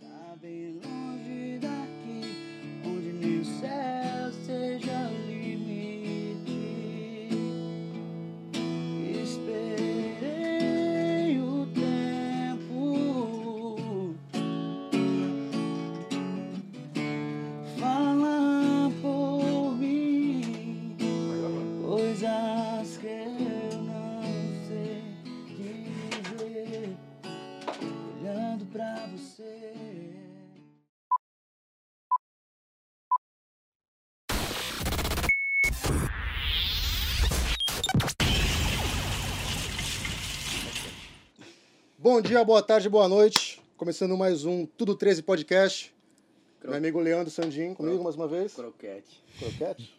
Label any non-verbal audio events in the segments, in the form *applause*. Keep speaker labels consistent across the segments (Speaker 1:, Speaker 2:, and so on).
Speaker 1: Tá
Speaker 2: Bom dia, boa tarde, boa noite. Começando mais um Tudo 13 Podcast.
Speaker 1: Cro-
Speaker 2: Meu amigo Leandro Sandin, comigo
Speaker 1: Cro-
Speaker 2: mais uma vez.
Speaker 1: Croquete. *laughs*
Speaker 2: Croquete?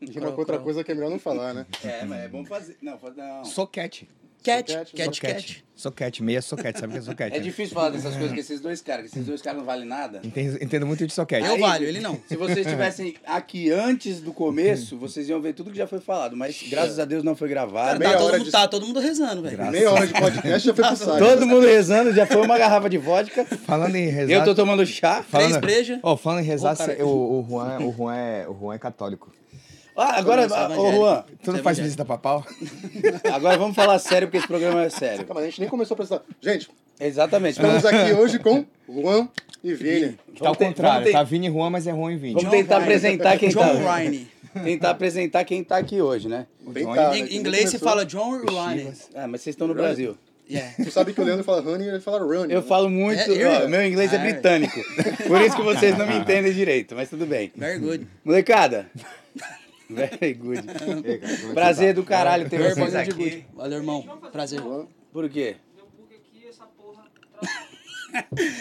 Speaker 2: Rima
Speaker 3: Cro-
Speaker 2: com outra
Speaker 3: cro.
Speaker 2: coisa que é melhor não falar, né?
Speaker 1: É, mas é bom fazer. Não, faz- não.
Speaker 3: Soquete.
Speaker 2: Soquete,
Speaker 4: Cat,
Speaker 2: soquete.
Speaker 4: cat, cat. Soquete, meia soquete, sabe o que é soquete?
Speaker 1: *laughs* É difícil falar dessas coisas com esses dois caras, que esses dois caras não valem nada.
Speaker 4: Entendo, entendo muito de soquete.
Speaker 3: Eu valho, ele não.
Speaker 1: Se vocês estivessem aqui antes do começo, vocês iam ver tudo que já foi falado, mas graças a Deus não foi
Speaker 2: É
Speaker 1: gravado.
Speaker 2: meia
Speaker 3: tá, todo
Speaker 2: hora
Speaker 3: mundo,
Speaker 2: de-
Speaker 3: tá todo mundo rezando, velho.
Speaker 4: Graças.
Speaker 2: Meia hora de podcast já foi pro saco.
Speaker 1: Todo mundo rezando, já foi uma garrafa de vodka.
Speaker 4: Hum. Falando em rezar...
Speaker 1: Eu tô tomando chá.
Speaker 3: Três
Speaker 4: falando...
Speaker 3: brejas.
Speaker 4: Ó, falando em rezar,
Speaker 3: Ô, cara.
Speaker 4: cê- o, o, Juan, o, Juan é, o Juan é católico.
Speaker 1: Ah, agora,
Speaker 3: Começar
Speaker 1: ô
Speaker 3: evangélico.
Speaker 1: Juan,
Speaker 4: Tu não
Speaker 3: Você é
Speaker 4: faz
Speaker 3: evangélico.
Speaker 4: visita pra pau?
Speaker 1: Então agora vamos falar sério, porque esse programa é sério.
Speaker 2: Calma, Tá, a gente nem começou a apresentar. Gente,
Speaker 1: Exatamente.
Speaker 2: estamos aqui hoje com Juan e Vini.
Speaker 4: Tá ao
Speaker 1: te-
Speaker 4: contrário,
Speaker 1: vamos te-
Speaker 4: tá Vini e Juan, mas é Juan e Vini.
Speaker 1: Vamos tentar
Speaker 3: Ryan.
Speaker 1: apresentar quem
Speaker 3: John
Speaker 1: tá.
Speaker 3: Ryan.
Speaker 1: Tentar apresentar quem tá aqui hoje, né?
Speaker 2: Bem
Speaker 4: Johnny.
Speaker 2: tarde,
Speaker 3: Em
Speaker 2: aqui
Speaker 3: em inglês se
Speaker 2: começou.
Speaker 3: fala John Ryan.
Speaker 1: Ah, mas vocês estão no Brasil.
Speaker 3: Yeah.
Speaker 2: Tu sabe que o Leandro fala Honey e ele fala né? Runny.
Speaker 1: Eu falo muito.
Speaker 3: É, eu-
Speaker 1: ó, meu inglês é
Speaker 3: Ah, é.
Speaker 1: britânico. Por isso que vocês não me entendem direito, mas tudo bem.
Speaker 3: Very good.
Speaker 1: Molecada. Very good.
Speaker 4: Ei, cara, como é que
Speaker 1: Prazer
Speaker 4: você
Speaker 1: do caralho ter
Speaker 3: Very
Speaker 1: vocês
Speaker 3: fucking
Speaker 1: aqui.
Speaker 3: good. Valeu, irmão. Prazer.
Speaker 1: Por quê?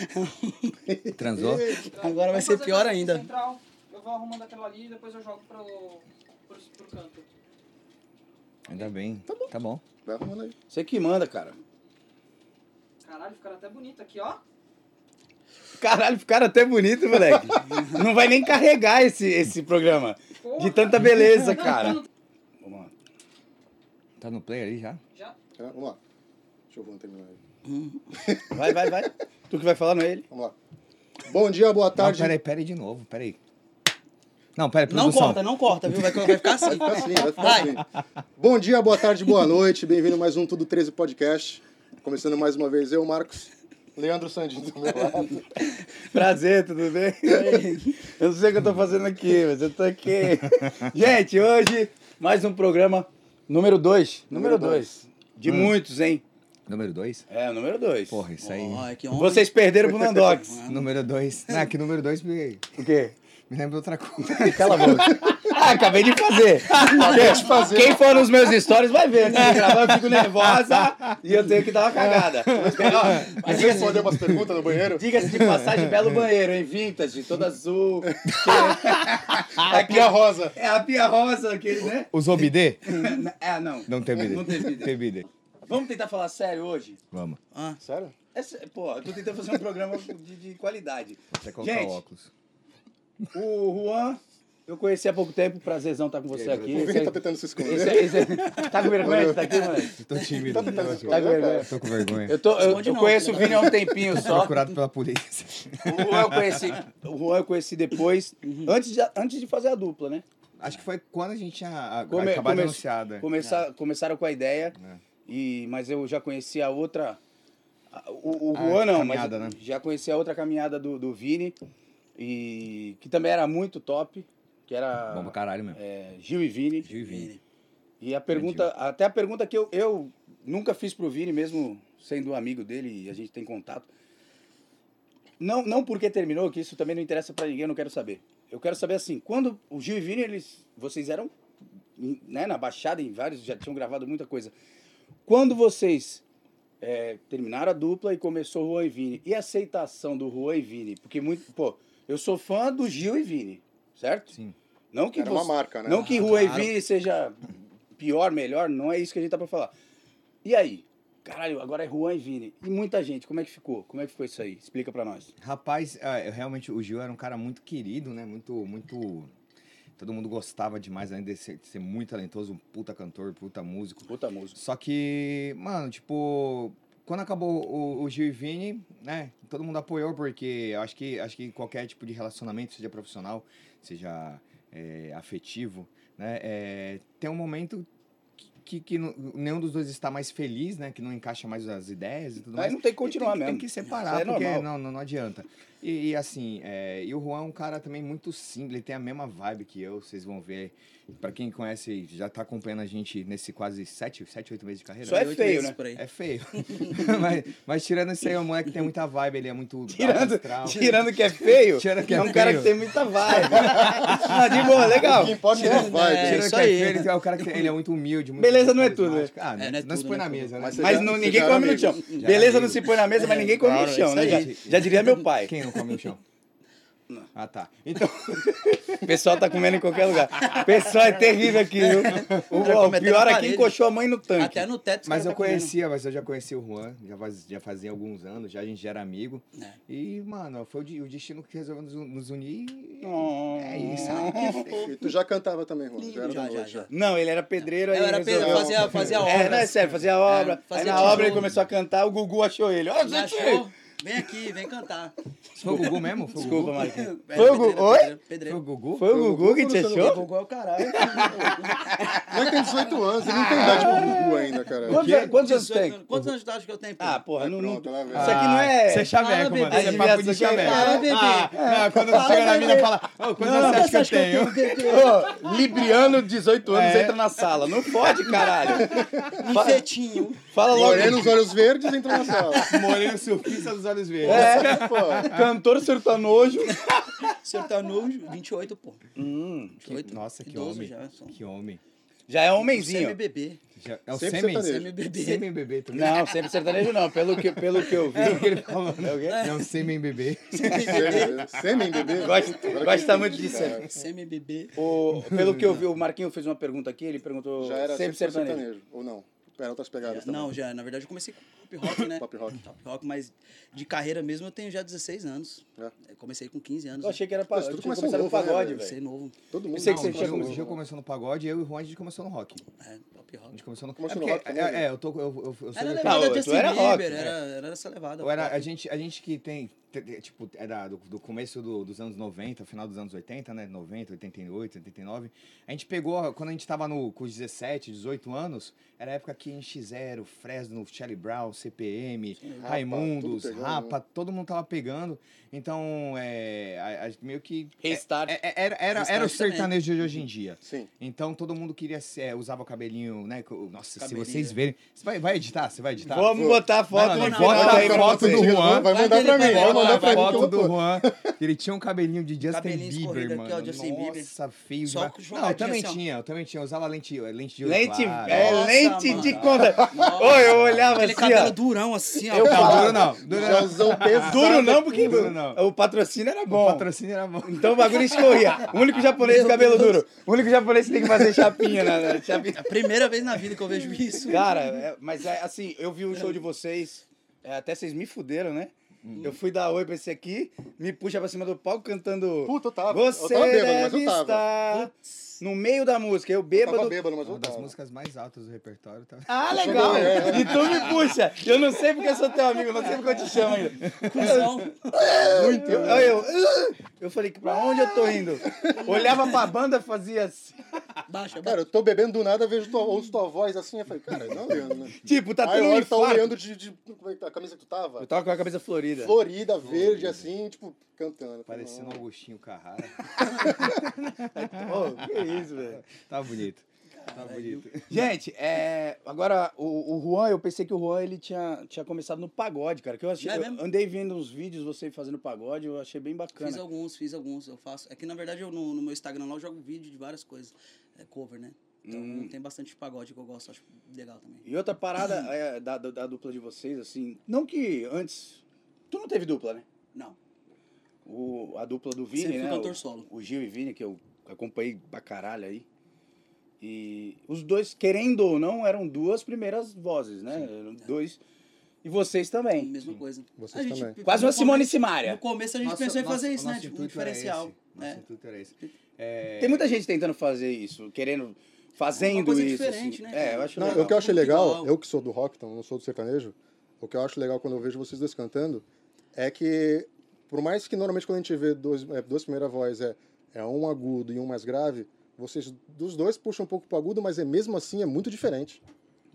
Speaker 4: tá? Transou?
Speaker 3: Agora vai ser pior ainda.
Speaker 5: Central, eu vou arrumando aquela ali e depois eu jogo pro, pro, pro canto.
Speaker 4: Ainda bem. Tá bom.
Speaker 2: Vai arrumando aí.
Speaker 1: Você que manda, cara.
Speaker 5: Caralho, ficaram até bonito aqui, ó.
Speaker 1: Caralho, ficaram até bonito, moleque. Não vai nem carregar esse, esse programa. De tanta beleza, cara. Vamos lá.
Speaker 4: Tá no play ali já?
Speaker 5: Já?
Speaker 2: Tá, Vamos lá. Deixa eu Juan terminar aí.
Speaker 1: Vai, vai, vai. Tu que vai falar, não é ele?
Speaker 2: Vamos lá. Bom dia, boa
Speaker 4: Não,
Speaker 2: tarde.
Speaker 4: peraí, peraí de novo, peraí. Não, peraí, produção.
Speaker 3: Não
Speaker 1: né?
Speaker 3: corta, não corta, viu? Vai, vai ficar
Speaker 2: Vai
Speaker 3: assim.
Speaker 2: ficar assim, vai ficar assim. Bom dia, boa tarde, boa noite. Bem-vindo a mais um Tudo 13 Podcast. Começando mais uma vez, eu, Marcos. Leandro Sandin do meu lado.
Speaker 1: Prazer, tudo bem? É. Eu não sei o que eu tô fazendo aqui, mas eu tô aqui. Gente, hoje mais um programa número 2.
Speaker 2: Número
Speaker 1: Número 2. De muitos, hein?
Speaker 4: Número 2?
Speaker 1: É, o número 2.
Speaker 4: Porra, isso aí.
Speaker 3: Ó, que homem.
Speaker 1: Vocês perderam pro Nandox.
Speaker 4: Número 2. Ah, que número 2 me,
Speaker 1: O quê?
Speaker 4: me lembra outra coisa.
Speaker 1: *laughs* Cala a boca. Ah, acabei de fazer. Acabei de fazer. Quem for nos meus stories vai ver. Antes de gravar, eu fico nervosa e eu tenho que dar uma cagada. Mas, ó,
Speaker 2: Mas você respondeu umas perguntas no banheiro?
Speaker 1: Diga-se de passagem, belo banheiro, hein? Vintage, todo azul.
Speaker 2: A Pia Rosa.
Speaker 1: É a pia rosa aquele, né?
Speaker 4: Usou BD?
Speaker 1: É, não.
Speaker 4: Não tem BD.
Speaker 1: Não tem BD.
Speaker 4: Tem BD.
Speaker 1: Vamos tentar falar sério hoje?
Speaker 4: Vamos.
Speaker 3: Ah,
Speaker 2: Sério?
Speaker 1: É sé- pô, eu tô tentando fazer um programa de, de qualidade.
Speaker 4: Até colocar
Speaker 1: Gente.
Speaker 4: o óculos.
Speaker 1: O Juan, eu conheci há pouco tempo, prazerzão estar com você aqui.
Speaker 2: Por que ele tá tentando se esconder?
Speaker 1: Esse- esse- esse- tá com vergonha de tá aqui, mano?
Speaker 4: Tô tímido. né,
Speaker 2: Tá tentando
Speaker 1: Tá com
Speaker 2: se esconder,
Speaker 1: vergonha?
Speaker 2: cara?
Speaker 4: Tô com vergonha.
Speaker 1: Eu, tô, eu,
Speaker 3: Esconde
Speaker 1: eu
Speaker 3: não,
Speaker 1: conheço o
Speaker 3: filho.
Speaker 1: Vini há um tempinho só.
Speaker 4: Procurado pela polícia. *laughs*
Speaker 1: O Juan eu conheci, o Juan eu conheci depois, antes, de, antes de fazer a dupla, né?
Speaker 4: Acho que foi quando a gente tinha
Speaker 1: Come-
Speaker 4: acabado de
Speaker 1: come-
Speaker 4: anunciada.
Speaker 1: Começar, Começaram com a ideia,
Speaker 4: É.
Speaker 1: e, mas eu já conheci a outra. a- O, o
Speaker 4: A
Speaker 1: Juan não, mas
Speaker 4: caminhada, né?
Speaker 1: já conheci a outra caminhada do, do Vini, e, que também era muito top, que era
Speaker 4: Bom pra caralho mesmo.
Speaker 1: é, Gil e Vini.
Speaker 4: Gil e Vini.
Speaker 1: E a pergunta, até a pergunta que eu, eu nunca fiz pro Vini, mesmo sendo um amigo dele e a gente tem contato. Não, não porque terminou, que isso também não interessa pra ninguém, eu não quero saber. Eu quero saber assim, quando o Gil e Vini, eles, vocês eram em- né, na Baixada, em vários, já tinham gravado muita coisa. Quando vocês é, terminaram a dupla e começou o Juan e Vini, e a aceitação do Juan e Vini? Porque muito, pô, eu sou fã do Gil e Vini, certo?
Speaker 4: Sim.
Speaker 1: Não que
Speaker 2: Era uma
Speaker 1: você-
Speaker 2: marca, né?
Speaker 1: não que
Speaker 3: Ah,
Speaker 1: Rua
Speaker 3: claro.
Speaker 1: e Vini seja pior, melhor, não é isso que a gente tá pra falar. E aí? Caralho, agora é Juan e Vini. E muita gente, como é que ficou? Como é que ficou isso aí? Explica pra nós.
Speaker 4: Rapaz, ah, eu realmente, o Gil era um cara muito querido, né? Muito, muito... Todo mundo gostava demais, além de ser, de ser muito talentoso, um puta cantor, puta músico.
Speaker 1: Puta música.
Speaker 4: Só que, mano, tipo, quando acabou o, o Gil e Vini, né? Todo mundo apoiou, porque eu acho que, acho que qualquer tipo de relacionamento, seja profissional, seja é, afetivo, né? é, tem um momento que, que não- nenhum dos dois está mais feliz, né? Que não encaixa mais as ideias e tudo
Speaker 1: Aí
Speaker 4: mais.
Speaker 1: não tem que continuar
Speaker 4: tem, que-
Speaker 1: mesmo.
Speaker 4: Tem que separar,
Speaker 1: Isso é
Speaker 4: porque
Speaker 1: normal.
Speaker 4: não, não, não adianta. E, e assim, é, e o Juan é um cara também muito simples, ele tem a mesma vibe que eu, vocês vão ver. Pra quem conhece, e já tá acompanhando a gente nesse quase sete, sete oito meses de carreira.
Speaker 1: Só é
Speaker 4: né?
Speaker 3: Oito
Speaker 1: feio,
Speaker 3: meses
Speaker 1: né?
Speaker 3: por aí.
Speaker 4: É feio. *laughs* mas, mas tirando isso aí, o moleque tem muita vibe, ele é muito
Speaker 1: Tirando, *laughs*
Speaker 4: astral.
Speaker 1: tirando que é feio,
Speaker 4: Tirando que é
Speaker 1: é um cara
Speaker 4: feio.
Speaker 1: que tem muita vibe. *laughs* Ah, de boa, legal.
Speaker 2: O que importa é a vibe.
Speaker 3: É,
Speaker 4: Tirando
Speaker 3: isso
Speaker 4: que é
Speaker 3: aí.
Speaker 4: feio, Ele é o cara que tem- ele é muito humilde, muito
Speaker 1: Beleza não é tudo, né?
Speaker 4: carismático. Ah,
Speaker 3: É, não é
Speaker 4: não se
Speaker 3: tudo,
Speaker 4: põe
Speaker 3: não é
Speaker 4: na
Speaker 3: tudo.
Speaker 4: mesa, né?
Speaker 2: Mas
Speaker 1: Mas
Speaker 2: já-
Speaker 1: não,
Speaker 2: você
Speaker 1: ninguém
Speaker 2: já
Speaker 1: come
Speaker 2: era
Speaker 1: no chão.
Speaker 2: amigo.
Speaker 4: Já
Speaker 1: Beleza,
Speaker 4: era
Speaker 1: não se põe na mesa, mas ninguém come
Speaker 3: claro,
Speaker 1: no chão,
Speaker 3: isso
Speaker 1: né? Já,
Speaker 3: aí.
Speaker 1: já diria meu pai.
Speaker 4: Quem não come no chão? Ah, tá. Então,
Speaker 1: O pessoal tá comendo em qualquer lugar. O pessoal é terrível aqui, viu? O,
Speaker 3: Já
Speaker 1: ó, o
Speaker 3: come até
Speaker 1: pior é
Speaker 3: na
Speaker 1: que
Speaker 3: parede.
Speaker 1: encoxou a mãe no tanque.
Speaker 3: Até no teto. os
Speaker 4: mas
Speaker 3: caras
Speaker 4: eu
Speaker 3: tá comendo.
Speaker 4: conhecia, mas eu já conhecia o Juan, já, faz, já fazia alguns anos, já a gente já era amigo.
Speaker 3: É.
Speaker 4: E, mano, foi o, di- o destino que resolveu nos, nos unir. e-
Speaker 1: Oh.
Speaker 4: É isso.
Speaker 2: *laughs*
Speaker 4: Ah, que
Speaker 2: E tu já cantava também, Juan? Já era
Speaker 3: Já,
Speaker 2: da
Speaker 3: já,
Speaker 2: noite,
Speaker 3: já.
Speaker 2: já.
Speaker 1: Não, ele era pedreiro aí.
Speaker 3: Eu era
Speaker 1: resolveu-
Speaker 3: pedreiro, fazia- fazia
Speaker 1: É, não, é
Speaker 3: obras.
Speaker 1: sério, fazia obra.
Speaker 3: fazia
Speaker 1: aí na
Speaker 3: tijolo.
Speaker 1: obra ele começou a cantar, o Gugu achou ele. Ó,
Speaker 3: Me
Speaker 1: gente!
Speaker 3: achou? Vem aqui, vem cantar.
Speaker 4: Foi o Gugu mesmo? Foi o Gugu?
Speaker 1: Desculpa, Marquinhos.
Speaker 3: É,
Speaker 1: Foi o
Speaker 3: pedreiro,
Speaker 1: Gugu? Oi?
Speaker 4: Foi
Speaker 3: pedreiro,
Speaker 4: o
Speaker 3: Pedreiro.
Speaker 4: Gugu?
Speaker 1: Foi o Gugu que te
Speaker 2: Foi o
Speaker 3: O
Speaker 1: achou?
Speaker 3: Gugu é o caralho.
Speaker 2: Mas é tem 18 anos, ele não
Speaker 1: Ah.
Speaker 2: tem idade pro Gugu ainda, cara.
Speaker 1: Quantos,
Speaker 4: quê?
Speaker 1: *laughs* quantos anos tem?
Speaker 3: Quantos anos tu acha que eu tenho? pô?
Speaker 1: Ah, porra, não. não-
Speaker 2: Pronto, lá vem.
Speaker 1: Isso aqui não é.
Speaker 4: Você é
Speaker 3: Fala,
Speaker 4: chaveco,
Speaker 3: bebê.
Speaker 4: mano. Isso é
Speaker 1: Adivinha
Speaker 4: papo de
Speaker 1: isso aqui?
Speaker 4: chaveco.
Speaker 3: Fala, bebê.
Speaker 4: Ah, não, quando chega na mina fala, ô, quantos anos você acha que eu tenho?
Speaker 1: Ô, Libriano, 18 anos,
Speaker 4: É.
Speaker 1: entra na sala. Não pode, caralho.
Speaker 3: Um fetinho.
Speaker 1: Fala logo.
Speaker 2: Moreno, os olhos verdes, entrou na sala.
Speaker 1: *laughs*
Speaker 4: Moreno surfista dos olhos verdes.
Speaker 1: É,
Speaker 2: Pô,
Speaker 1: cantor sertanojo.
Speaker 3: Sertanojo, 28, pô.
Speaker 1: Hum,
Speaker 4: Que- Nossa, que
Speaker 3: Idoso
Speaker 4: homem.
Speaker 3: já, só.
Speaker 4: Que homem.
Speaker 1: já é um
Speaker 3: Sem
Speaker 1: homenzinho.
Speaker 3: bebê.
Speaker 4: Já- É o
Speaker 2: Sempre
Speaker 4: sêmen?
Speaker 2: sertanejo.
Speaker 3: Semi-bebê. *laughs*
Speaker 4: Sêmen bebê.
Speaker 3: é
Speaker 4: tu viu?
Speaker 1: Não, sempre sertanejo não, pelo que, pelo que eu vi. É
Speaker 4: O que *laughs* ele falou? né? É um sêmen bebê.
Speaker 2: sêmen, sêmen, bebê.
Speaker 1: Gosto-
Speaker 2: Agora
Speaker 1: gosta
Speaker 2: que eu
Speaker 1: muito
Speaker 2: entendi,
Speaker 1: disso,
Speaker 2: cara.
Speaker 3: Semi-bebê.
Speaker 1: O- pelo que eu vi, o Marquinho fez uma pergunta aqui, ele perguntou
Speaker 2: Já era
Speaker 1: sempre
Speaker 2: sempre
Speaker 1: sertanejo.
Speaker 2: sertanejo. Ou não? Era outras pegadas também.
Speaker 3: Não, já, na verdade, eu comecei com pop rock, né?
Speaker 2: tá Pop rock.
Speaker 3: Top rock, mas de carreira mesmo eu tenho já 16 anos.
Speaker 2: É.
Speaker 3: Eu comecei com 15 anos.
Speaker 1: Eu achei que era pa...
Speaker 2: Mas
Speaker 1: eu
Speaker 2: tudo
Speaker 1: tinha
Speaker 2: começou
Speaker 1: começado com
Speaker 2: novo, né,
Speaker 1: pagode,
Speaker 2: velho?
Speaker 3: Comecei
Speaker 1: velho.
Speaker 3: novo.
Speaker 2: Todo mundo.
Speaker 1: sei que
Speaker 2: Não,
Speaker 1: você
Speaker 4: O
Speaker 2: começou
Speaker 4: Gil-
Speaker 1: tinha-
Speaker 4: o Gil começou no pagode, eu e o Juan a gente começou no rock.
Speaker 3: É,
Speaker 4: A
Speaker 3: top
Speaker 4: gente
Speaker 3: rock.
Speaker 4: começou no,
Speaker 2: Começou
Speaker 4: é
Speaker 2: no
Speaker 4: porque-
Speaker 2: rock também,
Speaker 4: é-
Speaker 2: né?
Speaker 4: é, eu tô. Eu, eu, eu sou
Speaker 3: Era
Speaker 4: meio-
Speaker 1: Não,
Speaker 3: levada
Speaker 1: tu
Speaker 3: Justin
Speaker 1: era rock,
Speaker 3: Bieber,
Speaker 1: né?
Speaker 3: era, era essa levada.
Speaker 4: Ou era a
Speaker 3: pop.
Speaker 4: gente, a gente que tem, te- te- tipo, era do, do começo do- dos anos 90, final dos anos 80, né? 90, 88, 89. A gente pegou, quando a gente tava no, com os 17, 18 anos, era a época que NX0, Fresno, Charlie Brown, CPM,
Speaker 2: Rapa,
Speaker 4: Raimundos,
Speaker 2: tudo pegando,
Speaker 4: Rapa, todo mundo tava pegando. Então, é, a- a- meio que...
Speaker 1: Restart.
Speaker 4: é- é- era, era, era o
Speaker 3: Restart também.
Speaker 4: sertanejo de hoje em dia.
Speaker 2: Sim.
Speaker 4: Então todo mundo queria ser, é, usava o cabelinho, né? co- Nossa,
Speaker 3: Cabelinho.
Speaker 4: se vocês verem. Você vai, vai editar? Você vai editar?
Speaker 1: Vamos botar a foto
Speaker 4: Não, não,
Speaker 1: no
Speaker 4: não,
Speaker 1: final
Speaker 4: bota a
Speaker 1: aí pra
Speaker 4: foto
Speaker 1: vocês.
Speaker 4: do
Speaker 2: Vai
Speaker 4: Juan.
Speaker 3: Vai
Speaker 2: mandar
Speaker 3: que
Speaker 2: pra
Speaker 3: ele
Speaker 2: mim.
Speaker 3: vai
Speaker 2: Vai
Speaker 4: Bota
Speaker 2: mandar
Speaker 4: a
Speaker 2: pra mim. que eu
Speaker 4: foto do
Speaker 2: vou pôr.
Speaker 4: Juan. que Ele tinha um cabelinho de Justin
Speaker 3: Cabelinho
Speaker 4: Bieber,
Speaker 3: escorrido
Speaker 4: mano.
Speaker 3: aqui, ó, Justin Bieber.
Speaker 4: Nossa, feio
Speaker 3: Só
Speaker 4: demais.
Speaker 3: com
Speaker 4: Não, eu
Speaker 3: jogadinha
Speaker 4: também
Speaker 3: assim, ó.
Speaker 4: tinha, eu também tinha. Eu usava lente, eh, lente de olho
Speaker 1: Lente,
Speaker 4: claro.
Speaker 1: é,
Speaker 3: Nossa,
Speaker 1: lente de
Speaker 3: mano.
Speaker 1: conta.
Speaker 3: Nossa.
Speaker 1: Oi, eu olhava
Speaker 3: Aquele
Speaker 1: assim,
Speaker 3: cabelo
Speaker 1: ó.
Speaker 3: durão assim, ó.
Speaker 1: Eu
Speaker 4: Não,
Speaker 1: falava.
Speaker 4: duro não. Duro
Speaker 2: Já
Speaker 4: não.
Speaker 2: usou
Speaker 1: *laughs*
Speaker 2: peso.
Speaker 1: Duro não, porque
Speaker 4: Duro não.
Speaker 1: o patrocínio era
Speaker 4: O
Speaker 1: bom.
Speaker 4: patrocínio era bom.
Speaker 1: Então o bagulho escorria. O único japonês com cabelo duro. O único japonês que tem que fazer chapinha na, na chapinha.
Speaker 3: É a primeira vez na vida que eu vejo
Speaker 1: *laughs*
Speaker 3: isso.
Speaker 1: Cara, é- mas é, assim, eu vi o show de vocês, é, até vocês me fuderam, né?
Speaker 2: Uhum.
Speaker 1: Eu fui dar oi pra esse aqui, me puxa pra cima do palco cantando.
Speaker 2: Puta, eu tava. eu
Speaker 1: Você
Speaker 2: tava bêbado, mas
Speaker 1: deve
Speaker 2: eu tava.
Speaker 1: estar no meio da música, eu
Speaker 2: Eu tava
Speaker 1: bêbado.
Speaker 2: bêbado, mas
Speaker 4: Uma
Speaker 2: eu
Speaker 4: das
Speaker 2: tava.
Speaker 4: músicas mais altas do repertório. Tá... *laughs*
Speaker 1: Ah, legal!
Speaker 2: é.
Speaker 1: E tu me puxa! Eu não sei porque eu sou teu amigo, eu não sei porque eu te chamo ainda.
Speaker 3: Cusão.
Speaker 2: É,
Speaker 1: Muito. Eu, aí eu, eu falei, pra onde eu tô indo? Olhava pra banda, fazia assim.
Speaker 3: Baixa,
Speaker 2: Cara,
Speaker 3: baixa.
Speaker 2: eu tô bebendo do nada, vejo tua, ouço tua voz assim, eu falei, cara, não, Leandro, né?
Speaker 1: Tipo, *laughs* tá
Speaker 2: Aí
Speaker 1: tendo
Speaker 2: eu
Speaker 1: um
Speaker 2: olho, tá
Speaker 1: infarto.
Speaker 2: olhando de, de- como é que tá? a camisa que tu tava,
Speaker 1: Eu tava com a cabeça florida.
Speaker 2: florida, verde, assim, tipo, cantando. Eu falei,
Speaker 4: Parecendo um
Speaker 2: não.
Speaker 4: Augustinho Carrara.
Speaker 1: Ô, que isso, velho.
Speaker 4: Tá bonito. Tá bonito.
Speaker 1: Gente, é, agora o, o Juan, eu pensei que o Juan ele tinha, tinha começado no pagode, cara. Que eu achei,
Speaker 3: É
Speaker 1: eu
Speaker 3: mesmo?
Speaker 1: andei vendo uns vídeos você fazendo pagode, eu achei bem bacana.
Speaker 3: Fiz alguns, fiz alguns, eu faço. É que na verdade eu no, no meu Instagram lá eu jogo vídeo de várias coisas. É cover, né? Então
Speaker 1: Hum.
Speaker 3: tem bastante pagode que eu gosto, acho legal também.
Speaker 1: E outra
Speaker 3: *clears throat*
Speaker 1: parada é, da, da, da dupla de vocês, assim, não que antes. Tu não teve dupla, né?
Speaker 3: Não.
Speaker 1: O, a dupla do Vini,
Speaker 3: Sempre fui
Speaker 1: né?
Speaker 3: cantor
Speaker 1: o,
Speaker 3: solo.
Speaker 1: o Gil e Vini, que eu acompanhei pra caralho aí. E os dois, querendo ou não, eram duas primeiras vozes, né? Eram dois. E vocês também.
Speaker 3: Mesma coisa.
Speaker 2: Vocês
Speaker 3: A gente-
Speaker 2: também.
Speaker 1: Quase
Speaker 3: no
Speaker 1: uma Simone
Speaker 3: começo- No
Speaker 1: Simaria.
Speaker 3: começo a gente
Speaker 4: Nossa-
Speaker 3: pensou em
Speaker 4: nosso-
Speaker 3: fazer isso, né?
Speaker 4: nosso
Speaker 3: Tipo, um
Speaker 4: intuito era
Speaker 3: diferencial.
Speaker 4: esse. Nosso
Speaker 3: né?
Speaker 4: intuito era esse. É,
Speaker 1: Tem muita gente tentando fazer isso, querendo, fazendo
Speaker 3: Uma coisa
Speaker 1: isso.
Speaker 3: diferente,
Speaker 1: assim.
Speaker 3: né, cara?
Speaker 1: É, eu acho
Speaker 2: Não,
Speaker 1: legal.
Speaker 2: o que eu achei legal,
Speaker 3: Igual.
Speaker 2: eu que sou do rock, então não sou do sertanejo, o que eu acho legal quando eu vejo vocês dois cantando é que, por mais que normalmente quando a gente vê dois, é, duas primeiras vozes é, é um agudo e um mais grave, vocês dos dois puxam um pouco pro agudo, mas é mesmo assim é muito diferente.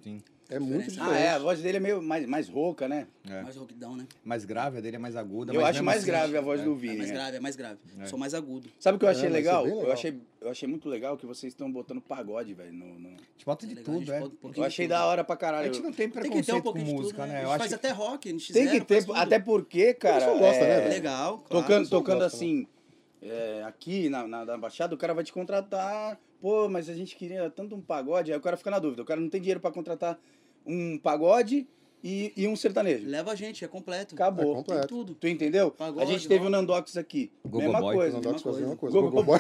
Speaker 4: Sim.
Speaker 2: É muito
Speaker 3: Diferença.
Speaker 2: diferente.
Speaker 1: Ah, é, a voz dele é meio mais, mais rouca, né?
Speaker 4: É.
Speaker 3: Mais rockdown, né?
Speaker 4: Mais grave, a dele é mais aguda.
Speaker 1: Eu
Speaker 4: mas
Speaker 1: acho
Speaker 4: mesmo
Speaker 1: mais
Speaker 4: assim,
Speaker 1: grave a voz do Vini.
Speaker 3: É mais
Speaker 1: né?
Speaker 3: grave, é mais grave. Sou mais agudo. tá
Speaker 1: Sabe o que eu achei
Speaker 2: É, mas isso é
Speaker 1: legal?
Speaker 2: bem legal.
Speaker 1: Eu, achei, eu achei muito legal que vocês estão botando pagode, velho. No, no-
Speaker 4: A gente bota
Speaker 3: É
Speaker 4: de
Speaker 3: legal, a gente
Speaker 4: tudo, é.
Speaker 3: bota um pouquinho
Speaker 1: Eu
Speaker 3: de
Speaker 1: achei
Speaker 3: tudo.
Speaker 1: da hora pra
Speaker 4: A
Speaker 1: caralho.
Speaker 4: gente não tem
Speaker 3: Tem que
Speaker 4: preconceito
Speaker 3: ter um pouquinho
Speaker 4: com
Speaker 3: de
Speaker 4: música,
Speaker 3: tudo,
Speaker 4: né?
Speaker 3: né? A
Speaker 4: Eu
Speaker 3: gente
Speaker 4: acho
Speaker 3: faz
Speaker 4: que
Speaker 3: até rock, NX0.
Speaker 1: Tem que ter,
Speaker 3: né, faz tudo.
Speaker 1: até porque, cara.
Speaker 2: pessoal gosta, né,
Speaker 1: é,
Speaker 2: velho?
Speaker 3: Legal, claro.
Speaker 1: Tocando,
Speaker 2: só
Speaker 1: tocando
Speaker 2: gosta,
Speaker 3: né?
Speaker 1: assim, é, aqui na, na, na Baixada, o cara vai te contratar. Pô, mas a gente queria tanto um pagode. Aí o cara fica na dúvida. O cara não tem dinheiro pra contratar um pagode e, e um sertanejo.
Speaker 3: Leva a gente, é completo.
Speaker 2: É
Speaker 1: Acabou.
Speaker 2: completo.
Speaker 3: Tem tudo.
Speaker 1: tu entendeu? a
Speaker 3: Pagode,
Speaker 1: gente teve
Speaker 3: rock.
Speaker 1: o Nandox aqui.
Speaker 4: Gogo
Speaker 1: mesma
Speaker 4: Boy.
Speaker 1: coisa.
Speaker 2: Não dá pra
Speaker 3: mesma
Speaker 2: fazer
Speaker 3: coisa.
Speaker 2: uma coisa.
Speaker 1: Gogo
Speaker 2: Google Boy.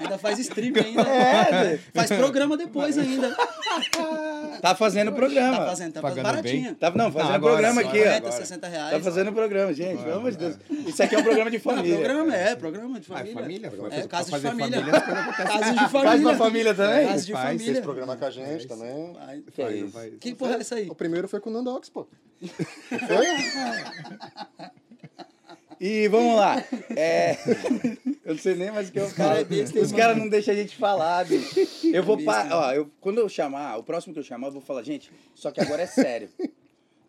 Speaker 3: ainda faz stream ainda.
Speaker 1: É,
Speaker 3: Faz programa depois ainda.
Speaker 1: tá fazendo programa.
Speaker 3: Tá fazendo, tá fazendo
Speaker 4: Pagando
Speaker 3: baratinha.
Speaker 1: Tá, não, fazendo
Speaker 4: Não, agora,
Speaker 1: programa
Speaker 4: agora,
Speaker 1: aqui, ó.
Speaker 3: 40, 60 reais.
Speaker 1: Tá fazendo programa, gente, pelo amor de Deus. Isso aqui é um programa de
Speaker 3: Não,
Speaker 1: família.
Speaker 3: programa, é, programa de
Speaker 4: Ah,
Speaker 3: família.
Speaker 4: família,
Speaker 2: É,
Speaker 4: pra
Speaker 3: casa de
Speaker 4: fazer
Speaker 3: família.
Speaker 4: as coisas acontecem.
Speaker 3: Casos de família.
Speaker 1: Faz pra família também?
Speaker 3: Casos de
Speaker 4: Faz,
Speaker 2: Fez
Speaker 3: família.
Speaker 2: programa com a gente também.
Speaker 3: Ai,
Speaker 1: Que é isso?
Speaker 4: Faz.
Speaker 3: Que Ah, porra é essa aí?
Speaker 2: O primeiro foi com o Nandox, pô.
Speaker 1: E vamos lá. É, *laughs* Eu não sei nem mais o que eu falo.
Speaker 3: caras é besta, hein, É
Speaker 1: Os caras não deixam a gente falar, bicho. Eu vou. Pa...
Speaker 3: Besta,
Speaker 1: Ó, eu... Quando eu chamar, o próximo que eu chamar, eu vou falar, gente, só que agora é sério.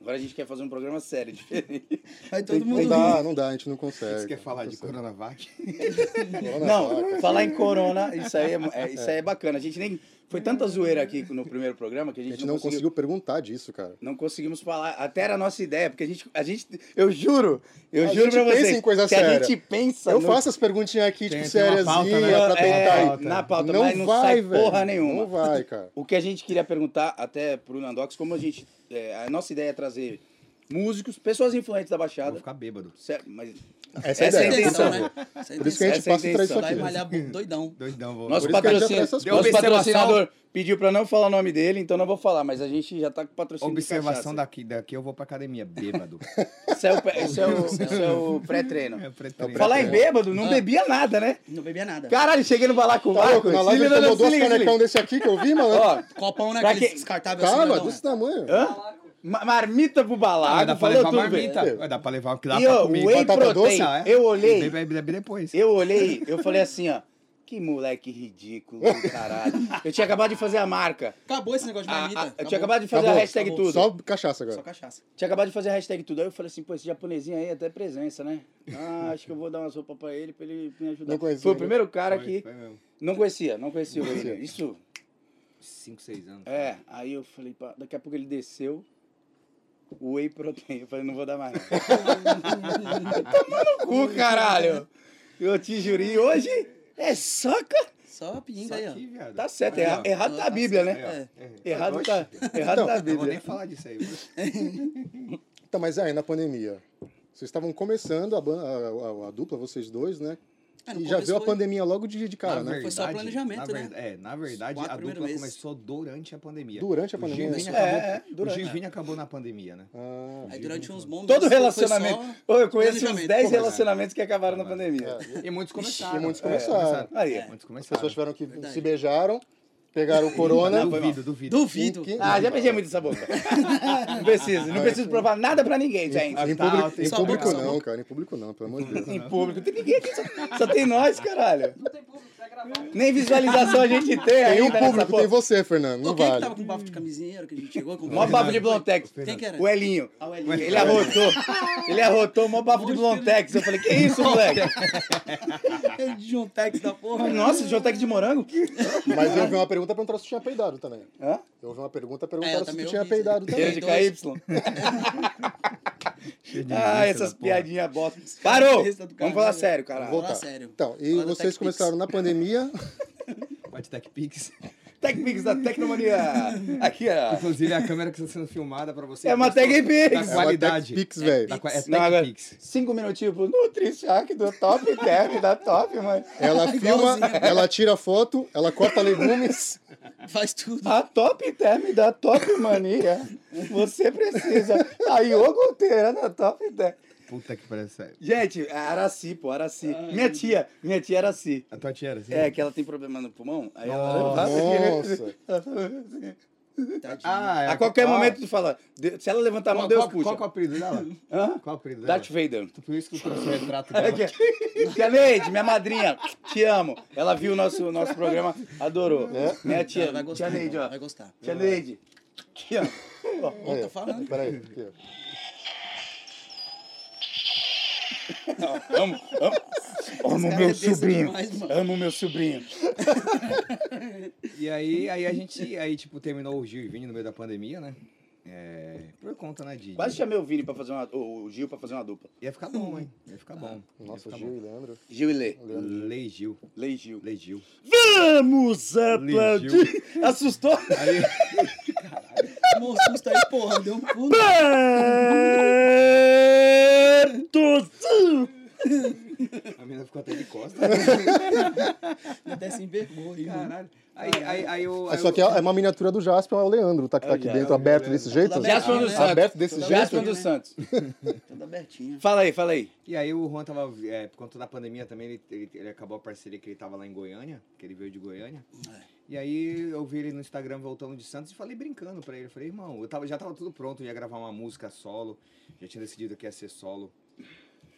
Speaker 1: Agora a gente quer fazer um programa sério, diferente.
Speaker 3: Aí todo mundo
Speaker 2: Não
Speaker 3: rindo.
Speaker 2: dá, não dá, a gente não consegue.
Speaker 4: Você quer é falar de
Speaker 2: Não
Speaker 4: Coronavac?
Speaker 2: consegue.
Speaker 1: Não,
Speaker 2: é.
Speaker 1: falar em corona, isso aí é, é, isso aí é bacana. A gente nem. Foi tanta zoeira aqui no primeiro programa que a
Speaker 2: A
Speaker 1: gente,
Speaker 2: gente não conseguiu perguntar disso, cara.
Speaker 1: Não conseguimos falar. Até era a nossa ideia, porque a gente. A gente eu juro, eu
Speaker 2: A
Speaker 1: juro
Speaker 2: gente
Speaker 1: pra
Speaker 2: pensa
Speaker 1: vocês.
Speaker 2: em coisa
Speaker 1: que a
Speaker 2: séria.
Speaker 1: gente pensa.
Speaker 2: Eu
Speaker 1: no-
Speaker 2: faço as perguntinhas aqui,
Speaker 4: Tem-
Speaker 2: tipo,
Speaker 4: tem uma
Speaker 2: sériasinha,
Speaker 4: pauta, né?
Speaker 2: pra
Speaker 1: É,
Speaker 2: tentar.
Speaker 4: pauta.
Speaker 1: na pauta,
Speaker 2: não
Speaker 1: mas não
Speaker 2: vai,
Speaker 1: sai
Speaker 2: velho.
Speaker 1: porra nenhuma.
Speaker 2: Não vai, cara.
Speaker 1: O que a gente queria perguntar até pro Nandox, como a gente. é, a nossa ideia é trazer músicos, pessoas influentes da
Speaker 4: Vou
Speaker 1: Baixada.
Speaker 4: ficar bêbado.
Speaker 1: Sério, mas
Speaker 2: Essa é a
Speaker 1: Essa é a
Speaker 2: ideia.
Speaker 1: intenção, né?
Speaker 3: Essa é
Speaker 2: Por isso que a
Speaker 3: intenção.
Speaker 2: gente
Speaker 1: Essa é a
Speaker 2: passa atrás disso
Speaker 1: intenção.
Speaker 3: Vai
Speaker 2: aqui.
Speaker 3: malhar bu- doidão.
Speaker 4: Doidão, vou.
Speaker 1: nosso
Speaker 2: isso que a gente
Speaker 1: patrocínio,
Speaker 2: atrai essas
Speaker 1: nosso
Speaker 2: coisas.
Speaker 1: patrocinador pediu pra não falar o nome dele, então não vou falar, mas a gente já tá com patrocínio.
Speaker 4: Observação
Speaker 1: de
Speaker 4: daqui, daqui eu vou pra academia, bêbado.
Speaker 1: cachaça. Isso é o pré- Isso é o, isso é o pré-treino.
Speaker 2: pré-treino.
Speaker 1: Falar em bêbado, não
Speaker 3: Ah.
Speaker 1: bebia nada, né?
Speaker 3: Não bebia nada.
Speaker 1: Caralho, cheguei no balaco
Speaker 2: Tá louco? Na live ele tomou dois canecão
Speaker 1: Ó,
Speaker 2: desse aqui que eu vi, mano.
Speaker 3: Copão
Speaker 1: Pra
Speaker 3: naquele
Speaker 1: quem-
Speaker 3: descartável assim.
Speaker 2: Tava
Speaker 3: grandão,
Speaker 2: desse
Speaker 3: né?
Speaker 2: tamanho.
Speaker 1: hã? Ma- marmita pro balaco,
Speaker 4: Ah, dá pra
Speaker 1: falou
Speaker 4: levar
Speaker 1: tudo, velho.
Speaker 4: marmita.
Speaker 2: velho.
Speaker 4: Vai dar pra levar o que dá
Speaker 1: E, ó,
Speaker 4: pra comer.
Speaker 1: whey
Speaker 4: batata doce,
Speaker 1: protein,
Speaker 4: ah, é?
Speaker 1: eu olhei.
Speaker 4: Bebe, bebe, bebe depois.
Speaker 1: Eu olhei, eu falei assim, ó. Que moleque ridículo do caralho. Eu tinha acabado de fazer a marca.
Speaker 3: Acabou esse negócio de
Speaker 1: A- a-
Speaker 3: marmita.
Speaker 1: Ah, eu
Speaker 3: acabou.
Speaker 1: tinha acabado de fazer a
Speaker 2: Acabou,
Speaker 1: hashtag
Speaker 3: acabou.
Speaker 1: tudo.
Speaker 2: Só cachaça agora.
Speaker 3: Só cachaça.
Speaker 1: Tinha acabado de fazer a hashtag tudo. Aí eu falei assim, pô, esse japonesinho aí até presença, né? Ah, acho que eu vou dar umas roupas pra ele, pra ele me ajudar.
Speaker 2: Não conhecia,
Speaker 1: foi o
Speaker 2: né?
Speaker 1: primeiro cara
Speaker 4: Foi,
Speaker 1: que...
Speaker 4: foi mesmo.
Speaker 1: Não conhecia, não conhecia o
Speaker 2: conhecia.
Speaker 1: Rodrigo. Isso,
Speaker 4: Cinco, seis anos.
Speaker 1: é. Aí eu falei, pá, daqui a pouco ele desceu. Whey protein. Eu falei, não vou dar mais.
Speaker 4: *laughs*
Speaker 1: não. Toma no cu, caralho. Eu te jurei, hoje é só... ca-
Speaker 3: *laughs* Só a
Speaker 4: Isso
Speaker 3: pinga aí, ó.
Speaker 4: aqui, viado.
Speaker 1: Tá certo,
Speaker 4: Aí,
Speaker 1: erra-
Speaker 4: ó.
Speaker 1: errado tá a Bíblia, né?
Speaker 4: Aí, ó.
Speaker 1: Errado
Speaker 4: Oxe.
Speaker 1: tá, errado tá a
Speaker 4: Não vou nem
Speaker 1: Bíblia.
Speaker 4: falar disso aí.
Speaker 2: Então, mas aí, na pandemia, vocês estavam começando a, ban- a- a- a dupla, vocês dois, né?
Speaker 3: É, no
Speaker 2: E já
Speaker 3: começo
Speaker 2: veio a
Speaker 3: foi-
Speaker 2: pandemia logo de, de cara,
Speaker 4: Na
Speaker 2: né?
Speaker 4: verdade,
Speaker 3: Foi só
Speaker 4: na
Speaker 3: planejamento, né?
Speaker 4: verda- É, na verdade,
Speaker 3: quatro
Speaker 4: a dupla
Speaker 3: primeiros meses.
Speaker 4: começou durante a pandemia.
Speaker 2: Durante a
Speaker 4: O
Speaker 2: pandemia?
Speaker 4: Gilvinho
Speaker 2: É,
Speaker 1: é,
Speaker 4: acabou,
Speaker 1: durante.
Speaker 4: O Gilvinho acabou na pandemia, né?
Speaker 2: Ah,
Speaker 3: Aí durante uns bons
Speaker 1: Todo
Speaker 3: meses foi só
Speaker 1: relacionamento. Ô, eu conheço uns
Speaker 3: planejamento.
Speaker 1: 10
Speaker 4: né?
Speaker 3: Pô,
Speaker 1: relacionamentos que acabaram
Speaker 4: Tá
Speaker 1: na
Speaker 2: É.
Speaker 1: pandemia.
Speaker 4: E muitos começaram.
Speaker 2: E muitos
Speaker 4: É,
Speaker 2: começaram.
Speaker 1: Aí.
Speaker 4: É, Muitos
Speaker 2: As pessoas tiveram
Speaker 4: começaram.
Speaker 2: que
Speaker 3: Verdade.
Speaker 2: se beijaram, pegaram o
Speaker 1: né?
Speaker 2: corona.
Speaker 4: Duvido, duvido.
Speaker 3: um Duvido.
Speaker 2: Quem-
Speaker 1: Ah, já beijei muito essa boca. Não preciso, não preciso provar nada pra ninguém, gente.
Speaker 2: Em
Speaker 4: Tá,
Speaker 2: público,
Speaker 4: tem
Speaker 2: em
Speaker 3: só
Speaker 2: público
Speaker 3: boca, só
Speaker 2: não, cara. Em público não, pelo amor de
Speaker 3: *laughs*
Speaker 2: Deus.
Speaker 1: Em público, tem ninguém aqui, só, só tem nós, caralho.
Speaker 5: Não tem público,
Speaker 3: *laughs*
Speaker 5: tá gravado.
Speaker 1: Nem visualização a gente tem,
Speaker 3: É,
Speaker 4: um
Speaker 2: Tem o
Speaker 1: ainda nessa
Speaker 2: público, tem
Speaker 1: porra.
Speaker 2: você, Fernando. Não
Speaker 3: Pô, quem é que tá- tava
Speaker 2: vale.
Speaker 3: com bafo de camisinha que a gente chegou? um Com
Speaker 1: Mó bafo de Blontex.
Speaker 3: Quem que era?
Speaker 1: O Elinho.
Speaker 3: Ah, o Elinho.
Speaker 1: Ele arrotou. Ele arrotou o mó bafo de Blontex. Eu falei, que isso, moleque?
Speaker 3: de Jontex um da
Speaker 1: *laughs*
Speaker 3: porra.
Speaker 1: Nossa, Jotex de morango?
Speaker 2: Mas
Speaker 3: tá-
Speaker 2: eu vi uma pergunta perguntando se tu tinha peidado também.
Speaker 1: Hã?
Speaker 2: Eu ouvi uma pergunta
Speaker 3: É, eu
Speaker 2: perguntando se
Speaker 3: também
Speaker 2: tu tinha
Speaker 3: ouvi isso.
Speaker 2: peidado
Speaker 1: Cheiro de
Speaker 2: também.
Speaker 3: dois.
Speaker 1: KY.
Speaker 4: Cheio de
Speaker 1: Ah,
Speaker 4: vício
Speaker 1: essas
Speaker 4: da porra.
Speaker 1: piadinhas bosta. Parou!
Speaker 3: Besta do
Speaker 1: Vamos
Speaker 3: caralho.
Speaker 1: falar sério, caralho.
Speaker 3: Vou-
Speaker 2: Voltar.
Speaker 3: sério.
Speaker 2: Então, e
Speaker 3: Fala da
Speaker 2: vocês
Speaker 3: TechPix.
Speaker 2: começaram na pandemia.
Speaker 3: *laughs*
Speaker 4: Pode Tech Pix.
Speaker 1: TechPix da Tecnomania. Aqui, ó.
Speaker 4: Inclusive, a câmera que está sendo filmada pra você.
Speaker 1: Ah. É uma
Speaker 4: Da
Speaker 1: TechPix.
Speaker 4: qualidade.
Speaker 2: Pix, é velho.
Speaker 4: Da qua- É
Speaker 1: Não, agora,
Speaker 4: Tech Pix.
Speaker 1: cinco minutinhos pro NutriShack do Top Term, da Top, mano.
Speaker 3: *laughs*
Speaker 2: Ela filma,
Speaker 3: É Igualzinho. né?
Speaker 2: ela tira foto, ela corta legumes.
Speaker 3: *laughs* Faz tudo.
Speaker 1: A Top Term da Top Mania. Você precisa. A iogurteira da Top Term.
Speaker 4: Puta que parece sério.
Speaker 1: Gente, a Araci, pô, Araci. Minha tia, minha tia Araci.
Speaker 4: A tua tia era assim?
Speaker 1: É, que ela tem problema no pulmão. Aí ela
Speaker 2: Nossa.
Speaker 1: Ela faz assim.
Speaker 3: Tadinho.
Speaker 4: Ah, é.
Speaker 1: a qualquer
Speaker 4: Ah,
Speaker 1: momento tu fala, "De- se ela levantar a mão,
Speaker 4: Qual,
Speaker 1: Deus
Speaker 4: qual,
Speaker 1: puxa. tipo-
Speaker 4: qual que é o
Speaker 1: *laughs*
Speaker 4: apelido dela?
Speaker 1: Hã?
Speaker 4: Qual é o apelido dela?
Speaker 1: Darth Vader.
Speaker 4: Por isso que eu trouxe o
Speaker 1: *laughs*
Speaker 4: retrato dela.
Speaker 1: Aqui, ó. *laughs* Tia Neide, minha madrinha, te amo. Ela viu o nosso, nosso programa, adorou. Minha tia,
Speaker 3: Ela
Speaker 1: tia
Speaker 3: vai gostar.
Speaker 1: Neide, ó.
Speaker 3: Vai gostar.
Speaker 1: Tia Neide, te amo. Ó,
Speaker 2: Olha aí,
Speaker 3: tô falando.
Speaker 2: Peraí. aqui, ó.
Speaker 1: Amo, amo, amo
Speaker 3: cara é
Speaker 1: meu
Speaker 3: besta
Speaker 1: sobrinho.
Speaker 3: demais, mano.
Speaker 1: amo meu sobrinho.
Speaker 4: E aí, aí a gente, aí, tipo, terminou o Gil e Vini no meio da pandemia, né? É, por conta, né, de...
Speaker 1: Quase chamei o Vini pra fazer uma. O o Gil pra fazer uma dupla.
Speaker 4: Ia ficar bom, hein? Ia ficar bom.
Speaker 2: Nossa,
Speaker 3: Tá
Speaker 4: Ia ficar
Speaker 2: Gil e Leandro.
Speaker 1: Gil e Lê.
Speaker 4: bom. Lei Gil.
Speaker 1: Lei Gil.
Speaker 4: Lei Gil.
Speaker 1: Vamos aplaudir! Assustou?
Speaker 4: Aí, *laughs*
Speaker 3: Tomou um susto aí, porra. Deu um pulo.
Speaker 1: Perto!
Speaker 4: a menina ficou até de costas.
Speaker 3: Até se envergou aí, mano.
Speaker 4: Caralho. Aí, aí, aí, eu, aí
Speaker 2: Isso aqui é é uma miniatura do Jasper, é o Leandro, tá, que tá aqui
Speaker 1: Leandro,
Speaker 2: dentro, aberto desse jeito.
Speaker 3: Tudo
Speaker 1: Jasper
Speaker 3: aberto,
Speaker 1: dos
Speaker 3: né?
Speaker 1: Santos.
Speaker 2: Aberto desse
Speaker 3: Tudo
Speaker 2: jeito?
Speaker 1: Jasper dos
Speaker 3: né?
Speaker 1: Santos.
Speaker 3: Toda abertinha.
Speaker 1: Fala aí, fala aí.
Speaker 4: E aí o Juan tava, é, por conta da pandemia também, ele, ele, ele acabou a parceria que ele tava lá em Goiânia, que ele veio de Goiânia. E aí eu vi ele no Instagram voltando de Santos e falei brincando pra ele. Eu falei, irmão, eu tava, já tava tudo pronto, eu ia gravar uma música solo, já tinha decidido que ia ser solo,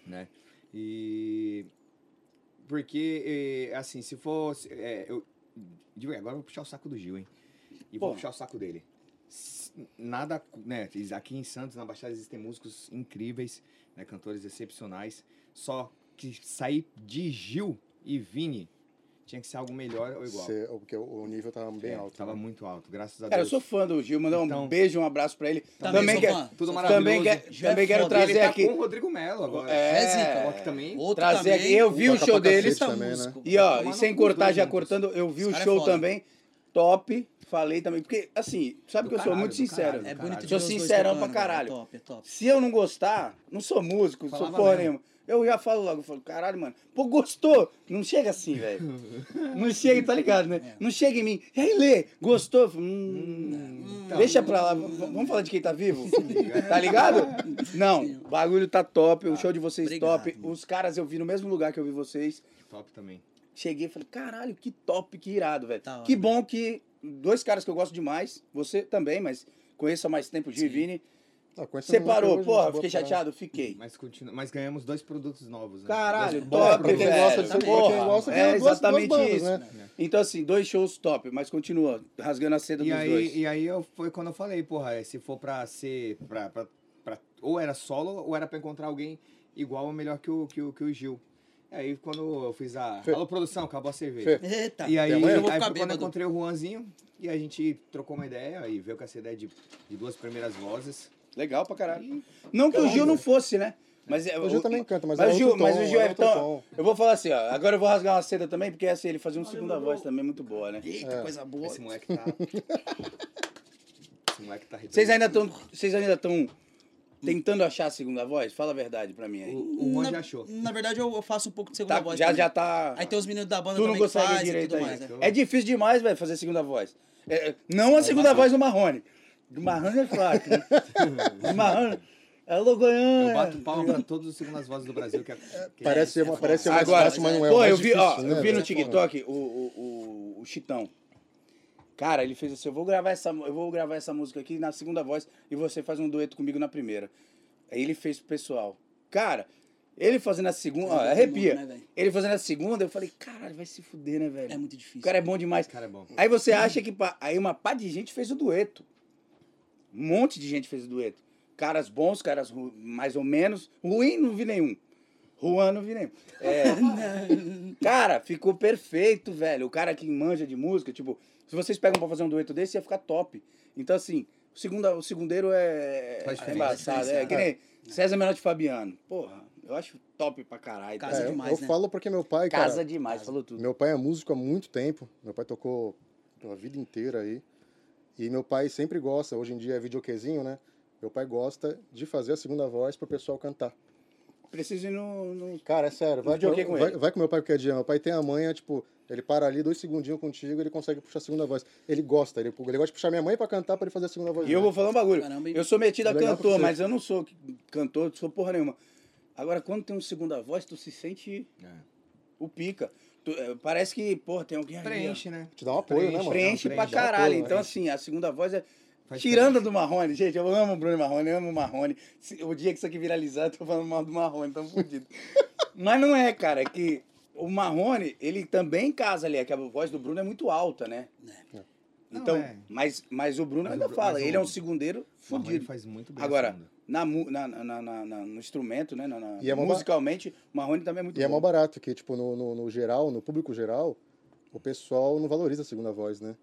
Speaker 4: né? E. Porque, eh, assim, se fosse. eh, eu, de verdade, agora eu vou puxar o saco do Gil, hein? E vou
Speaker 1: Pô.
Speaker 4: puxar o saco dele. S- Nada, né? Aqui em Santos, na Baixada, existem músicos incríveis, né? Cantores excepcionais. Só que sair de Gil e Vini tinha que ser algo melhor ou igual.
Speaker 2: Cê- porque o o nível tava bem
Speaker 4: É,
Speaker 2: alto.
Speaker 4: Tava
Speaker 2: né?
Speaker 4: muito alto, graças a
Speaker 1: Cara, eu
Speaker 4: Deus.
Speaker 1: sou fã do Gil, mandar um
Speaker 4: Então-
Speaker 1: beijo, um abraço pra ele.
Speaker 3: Também
Speaker 1: Também,
Speaker 3: sou
Speaker 1: quer-
Speaker 3: fã.
Speaker 4: Tudo maravilhoso.
Speaker 1: também, quer-
Speaker 3: Gil é
Speaker 1: também quero
Speaker 3: foda.
Speaker 4: E ele
Speaker 1: trazer
Speaker 4: tá
Speaker 1: aqui.
Speaker 4: com o Rodrigo Melo agora.
Speaker 1: É,
Speaker 3: Zica.
Speaker 4: Ó, que também.
Speaker 3: Outro
Speaker 1: trazer
Speaker 3: também.
Speaker 1: aqui. Eu vi o
Speaker 2: Toca
Speaker 1: show
Speaker 2: pra cacete
Speaker 1: deles.
Speaker 2: também, né?
Speaker 3: músico.
Speaker 1: E ó,
Speaker 4: Tomar
Speaker 1: e
Speaker 4: no
Speaker 1: sem
Speaker 4: cu,
Speaker 1: cortar,
Speaker 4: dois
Speaker 1: já
Speaker 4: juntos.
Speaker 1: cortando, eu vi
Speaker 3: Esse
Speaker 1: o
Speaker 3: cara é
Speaker 1: show
Speaker 3: foda.
Speaker 1: também. Top. Falei também. Porque, assim, sabe que eu sou muito sincero.
Speaker 4: caralho,
Speaker 3: É
Speaker 4: caralho.
Speaker 3: bonito de
Speaker 1: Sou
Speaker 3: ver os dois
Speaker 1: sincerão
Speaker 3: tocando,
Speaker 1: pra
Speaker 3: velho.
Speaker 1: caralho.
Speaker 3: É top, é top.
Speaker 1: Se eu não gostar, não sou músico, não sou
Speaker 4: Falava
Speaker 1: porra
Speaker 4: mesmo.
Speaker 1: nenhuma. Eu já falo logo, eu falo, caralho, mano. Pô, gostou? Não chega assim, velho. Não chega, tá ligado, né? Não chega em mim. E aí, Lê, gostou? Eu falo, Hum,
Speaker 4: então.
Speaker 1: deixa pra lá. v- Vamos falar de quem tá vivo? Tá ligado? Não, o bagulho tá top, o show de vocês
Speaker 3: Obrigado,
Speaker 1: top.
Speaker 3: mano.
Speaker 1: Os caras eu vi no mesmo lugar que eu vi vocês.
Speaker 4: Top também.
Speaker 1: Cheguei e falei, caralho, que top, que irado, velho.
Speaker 3: Da hora,
Speaker 1: que
Speaker 3: né?
Speaker 1: bom que dois caras que eu gosto demais, você também, mas conheço há mais tempo, o Gil e
Speaker 3: Sim.
Speaker 1: Vini,
Speaker 2: Ah, conheço essa música
Speaker 1: separou.
Speaker 2: hoje,
Speaker 1: Porra,
Speaker 2: boa
Speaker 1: fiquei
Speaker 2: parada.
Speaker 1: chateado, fiquei.
Speaker 4: Mas, continua, mas ganhamos dois produtos novos. Né?
Speaker 1: Caralho,
Speaker 4: Dois-
Speaker 2: Bom,
Speaker 1: top,
Speaker 2: pra quem
Speaker 1: velho.
Speaker 2: gosta de ser- pra quem
Speaker 1: Porra,
Speaker 2: gosta de
Speaker 1: é
Speaker 2: duas- duas
Speaker 1: exatamente
Speaker 2: bandas,
Speaker 1: isso.
Speaker 2: né?
Speaker 1: Então, assim, dois shows top, mas continua rasgando a seda
Speaker 4: E
Speaker 1: dos
Speaker 4: aí,
Speaker 1: dois.
Speaker 4: e aí eu, foi quando eu falei, porra, é, se for pra ser. Pra, pra, pra- ou era solo, ou era pra encontrar alguém igual ou melhor que o, que o, que o Gil. E aí quando eu fiz a.
Speaker 2: Fê.
Speaker 4: Alô, produção, acabou a cerveja.
Speaker 2: Fê.
Speaker 1: Tá,
Speaker 3: Eita.
Speaker 4: E aí,
Speaker 2: Até
Speaker 4: aí
Speaker 2: amanhã.
Speaker 3: Eu vou
Speaker 4: foi
Speaker 3: ficar
Speaker 4: quando eu
Speaker 3: bêbado.
Speaker 4: encontrei o Juanzinho e a gente trocou uma ideia e veio com essa ideia de, de duas primeiras vozes.
Speaker 1: Legal pra caralho.
Speaker 4: E
Speaker 1: Não que o Gil não fosse, né? Mas é,
Speaker 2: O Gil também canta, mas,
Speaker 1: mas
Speaker 2: é
Speaker 1: o Gil-
Speaker 2: outro
Speaker 1: mas
Speaker 2: tom,
Speaker 1: o Gil é
Speaker 2: outro
Speaker 1: tão-
Speaker 2: tom.
Speaker 1: Eu vou falar assim, ó. Agora eu vou rasgar uma seda também, porque assim, ele fazia uma segunda
Speaker 5: meu
Speaker 1: voz
Speaker 5: Deus.
Speaker 1: também muito boa, né?
Speaker 3: Eita, coisa boa.
Speaker 4: Esse moleque tá. Esse moleque tá
Speaker 1: Vocês ainda estão. Vocês ainda estão tentando achar a segunda voz? Fala a verdade pra mim aí.
Speaker 4: O, o Juan
Speaker 3: Na-
Speaker 4: já achou.
Speaker 1: É.
Speaker 3: Na verdade, eu eu faço um Ah, então pouco de segunda
Speaker 1: Tá,
Speaker 3: voz.
Speaker 1: já,
Speaker 3: também.
Speaker 1: já tá.
Speaker 3: Aí tem os meninos da banda
Speaker 1: Tu não
Speaker 3: também que
Speaker 1: consegue
Speaker 3: faz e
Speaker 1: direito
Speaker 3: tudo
Speaker 1: aí.
Speaker 3: mais. né?
Speaker 1: É difícil demais, velho, fazer segunda voz. É, é, não a segunda voz do Marrone. Do Marrone é fraco.
Speaker 2: *laughs*
Speaker 1: né? Do Marrone. É Alô, Goiânia.
Speaker 4: Eu bato palma pra todas as segundas vozes do Brasil que, é- que é-
Speaker 2: Parece ser, uma, parece ser mais
Speaker 1: Agora,
Speaker 2: fácil, mas não é o
Speaker 1: pô,
Speaker 2: mais
Speaker 1: eu vi, ó,
Speaker 2: difícil, né,
Speaker 1: eu vi no
Speaker 2: velho?
Speaker 1: TikTok o, o, o, o Chitão. Cara, ele fez assim, eu vou gravar essa, eu vou gravar essa música aqui na segunda voz e você faz um dueto comigo na primeira. Aí ele fez pro pessoal. Cara, ele fazendo a segunda, ó,
Speaker 3: É,
Speaker 1: Ah, arrepia.
Speaker 3: né, velho?
Speaker 1: ele fazendo a segunda, eu falei, caralho, vai se fuder, né, velho?
Speaker 3: É muito
Speaker 1: O
Speaker 3: difícil.
Speaker 1: cara é bom demais.
Speaker 4: Cara, é bom.
Speaker 1: Aí você acha que. pá, Aí uma pá de gente fez o dueto. Um monte de gente fez o dueto. Caras bons, caras ru- mais ou menos. Ruim, não vi nenhum. Juan, não vi nenhum. É. cara, ficou perfeito, velho. O cara que manja de música, tipo, se vocês pegam pra fazer um dueto desse, ia ficar top. Então, assim, o, segunda, o segundeiro é.
Speaker 4: Faz diferença.
Speaker 1: É embaçado. É, que nem César Menotti e Fabiano. Porra, eu acho top pra caralho. tá?
Speaker 3: Casa
Speaker 2: É, eu-
Speaker 3: demais,
Speaker 2: eu
Speaker 3: né?
Speaker 2: falo porque meu pai, cara,
Speaker 1: Casa demais, falou tudo.
Speaker 2: Meu pai é músico há muito tempo. Meu pai tocou a vida inteira aí. E meu pai sempre gosta, hoje em dia é videoquezinho, né? Meu pai gosta de fazer a segunda voz pro pessoal cantar.
Speaker 1: Preciso ir no- no
Speaker 2: Cara, é sério, vai,
Speaker 1: Videoquê
Speaker 2: com,
Speaker 1: com
Speaker 2: vai,
Speaker 1: ele.
Speaker 2: vai com meu pai qualquer dia. Meu pai tem a manha, tipo, ele para ali dois segundinhos contigo, ele consegue puxar a segunda voz. Ele gosta, ele, ele gosta de puxar minha mãe pra cantar pra ele fazer a segunda voz.
Speaker 1: E eu vou falar um bagulho.
Speaker 3: Caramba, hein?
Speaker 1: eu sou metido
Speaker 4: É
Speaker 1: a
Speaker 2: Legal pra
Speaker 1: cantor,
Speaker 2: você.
Speaker 1: mas eu não sou cantor, não sou porra nenhuma. Agora, quando tem um segunda voz, tu se sente
Speaker 4: É.
Speaker 1: o o pica. Tu- eh, parece que, porra, tem alguém ali. ó.
Speaker 4: Preenche, né?
Speaker 2: Te dá um apoio, né,
Speaker 4: Preenche, é
Speaker 2: mano?
Speaker 1: Preenche
Speaker 4: Não,
Speaker 1: pra
Speaker 4: preenche, dá
Speaker 1: caralho.
Speaker 2: apoio,
Speaker 1: Então,
Speaker 2: né?
Speaker 1: assim, a segunda voz é.
Speaker 4: Faz
Speaker 1: Tirando a do Marrone, gente, eu amo o Bruno Marrone, eu amo o Marrone. Se- O dia que isso aqui viralizar, eu tô falando mal do Marrone, tamo
Speaker 4: *laughs*
Speaker 1: fudido. Mas não é, cara, é que o Marrone, ele também casa ali, é que a voz do Bruno é muito alta, né?
Speaker 4: Não,
Speaker 1: Então,
Speaker 4: é.
Speaker 1: mas, mas o Bruno
Speaker 4: Mas
Speaker 1: ainda
Speaker 4: o Bru-
Speaker 1: fala,
Speaker 4: mas o-
Speaker 1: ele é um segundeiro
Speaker 4: Marrone
Speaker 1: fudido.
Speaker 4: faz muito bem a
Speaker 1: Agora,
Speaker 4: segunda.
Speaker 1: na, mu- na, na- na- na- no instrumento, né? na- na-
Speaker 2: E é mó ba-
Speaker 1: musicalmente, o Marrone também é muito
Speaker 2: E é
Speaker 1: bom.
Speaker 2: mó barato, que, tipo, no, no, no geral, no público geral, o pessoal não valoriza a segunda voz, né?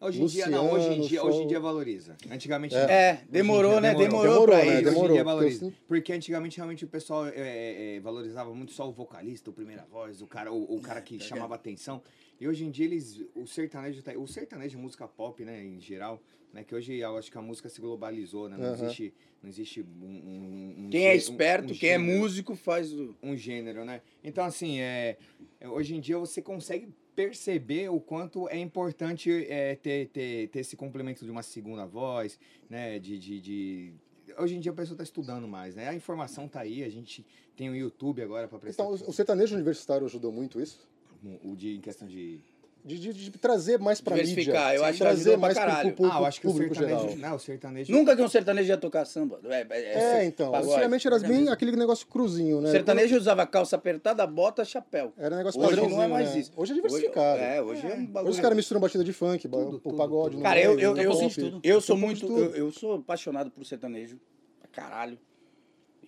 Speaker 4: Hoje em dia, não, hoje em
Speaker 2: Luciano,
Speaker 4: dia, hoje em
Speaker 2: Sol-
Speaker 4: dia valoriza. Antigamente não.
Speaker 1: É, demorou,
Speaker 4: Hoje em
Speaker 1: né?
Speaker 4: dia
Speaker 1: Demorou,
Speaker 2: demorou.
Speaker 1: pra
Speaker 2: Demorou, né?
Speaker 1: isso.
Speaker 4: Hoje em dia valoriza.
Speaker 2: porque
Speaker 4: Porque antigamente realmente o pessoal é, é, é, valorizava muito só o vocalista, o primeira voz, o cara, o,
Speaker 1: *laughs*
Speaker 4: o cara que
Speaker 1: Tá
Speaker 4: chamava atenção. E hoje em dia eles. O sertanejo tá. O sertanejo de música pop, né, em geral, né? Que hoje eu acho que a música se globalizou, né? Não
Speaker 2: Aham.
Speaker 4: existe. Não existe um, um- um
Speaker 1: Quem é
Speaker 4: gê- um-
Speaker 1: esperto,
Speaker 4: um
Speaker 1: quem é
Speaker 4: gênero
Speaker 1: músico, faz o...
Speaker 4: um gênero, né? Então, assim, é, é, hoje em dia você consegue perceber o quanto é importante é, ter, ter, ter esse complemento de uma segunda voz, né? De, de, de- Hoje em dia a pessoa tá estudando mais, né? A informação tá aí, a gente tem o YouTube agora para prestar
Speaker 2: Então, o o
Speaker 4: atenção
Speaker 2: sertanejo universitário ajudou muito isso?
Speaker 4: no- o de, em questão de...
Speaker 2: De, de- de trazer mais pra
Speaker 1: Diversificar,
Speaker 2: mídia.
Speaker 1: eu acho que
Speaker 2: trazer
Speaker 1: ajudou pra
Speaker 2: mais pro
Speaker 1: caralho.
Speaker 2: público,
Speaker 4: ah, eu acho que o
Speaker 2: público geral.
Speaker 4: sertanejo... Não, o sertanejo...
Speaker 1: Nunca que um sertanejo ia tocar samba. É, é,
Speaker 2: É, então.
Speaker 1: pagode.
Speaker 2: Antigamente
Speaker 4: né?
Speaker 2: era bem
Speaker 3: Sertanejo.
Speaker 2: aquele negócio cruzinho,
Speaker 1: O
Speaker 2: né?
Speaker 1: sertanejo usava calça apertada, bota, chapéu.
Speaker 2: Era um negócio
Speaker 1: Hoje
Speaker 2: padrãozinho,
Speaker 1: não é mais
Speaker 2: né?
Speaker 1: isso.
Speaker 2: Hoje é
Speaker 1: Hoje,
Speaker 2: diversificado.
Speaker 1: é, hoje é, um bagulho.
Speaker 2: Hoje os caras misturam batida de funk, ba-
Speaker 4: Tudo,
Speaker 2: o
Speaker 4: tudo,
Speaker 2: pagode.
Speaker 4: tudo.
Speaker 2: no
Speaker 1: Cara, eu,
Speaker 2: meio,
Speaker 1: eu,
Speaker 2: no
Speaker 1: eu,
Speaker 2: pop.
Speaker 3: de tudo.
Speaker 1: eu sou
Speaker 2: Tem um pouco de
Speaker 1: muito. Eu,
Speaker 2: tudo.
Speaker 1: eu sou apaixonado por sertanejo. Pra caralho.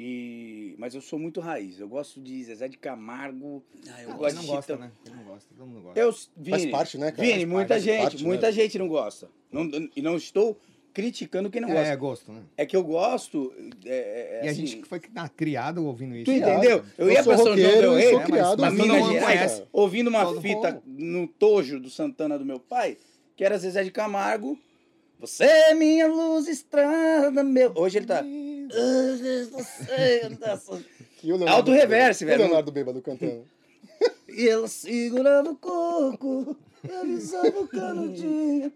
Speaker 1: E, mas eu sou muito raiz. Eu gosto de Zezé de Camargo.
Speaker 3: Ah,
Speaker 4: Ah,
Speaker 3: eu
Speaker 1: gosto
Speaker 4: quem
Speaker 3: gosto.
Speaker 4: não
Speaker 1: de
Speaker 4: gosta,
Speaker 1: Chitão.
Speaker 4: né? Quem não gosta, todo mundo gosta.
Speaker 1: Eu, Vini,
Speaker 2: parte, né, cara?
Speaker 1: Vini,
Speaker 2: Faz
Speaker 1: muita
Speaker 2: parte,
Speaker 4: é
Speaker 2: faz
Speaker 1: gente,
Speaker 2: parte,
Speaker 1: muita
Speaker 2: né?
Speaker 1: gente não gosta. Não- e não estou criticando quem não
Speaker 4: É,
Speaker 1: gosta.
Speaker 4: é gosto, né?
Speaker 1: É que eu gosto. é- é- é
Speaker 4: e a
Speaker 1: assim,
Speaker 4: gente que foi ah, criado ouvindo isso. Então,
Speaker 1: Tu entendeu? Eu, ia
Speaker 2: sou
Speaker 1: pra São João
Speaker 2: roqueiro
Speaker 1: Del
Speaker 2: e
Speaker 1: Rey,
Speaker 2: sou
Speaker 1: né,
Speaker 2: criado
Speaker 1: mas
Speaker 2: assim,
Speaker 4: em
Speaker 1: pra
Speaker 4: Minas
Speaker 1: Minas
Speaker 4: Gerais,
Speaker 1: Gerais,
Speaker 2: cara.
Speaker 1: ouvindo uma
Speaker 4: Todo
Speaker 1: fita
Speaker 2: mundo.
Speaker 1: no tojo do Santana do meu pai, que era Zezé de Camargo. Você é minha luz estrada, meu. Hoje ele tá.
Speaker 2: E o Leonardo
Speaker 1: Alto reverse,
Speaker 2: e
Speaker 1: velho.
Speaker 2: O Leonardo Bêbado
Speaker 1: *laughs*
Speaker 2: cantando.
Speaker 1: E ela segurava o coco, eu lisava o
Speaker 4: *laughs*
Speaker 1: canudinho.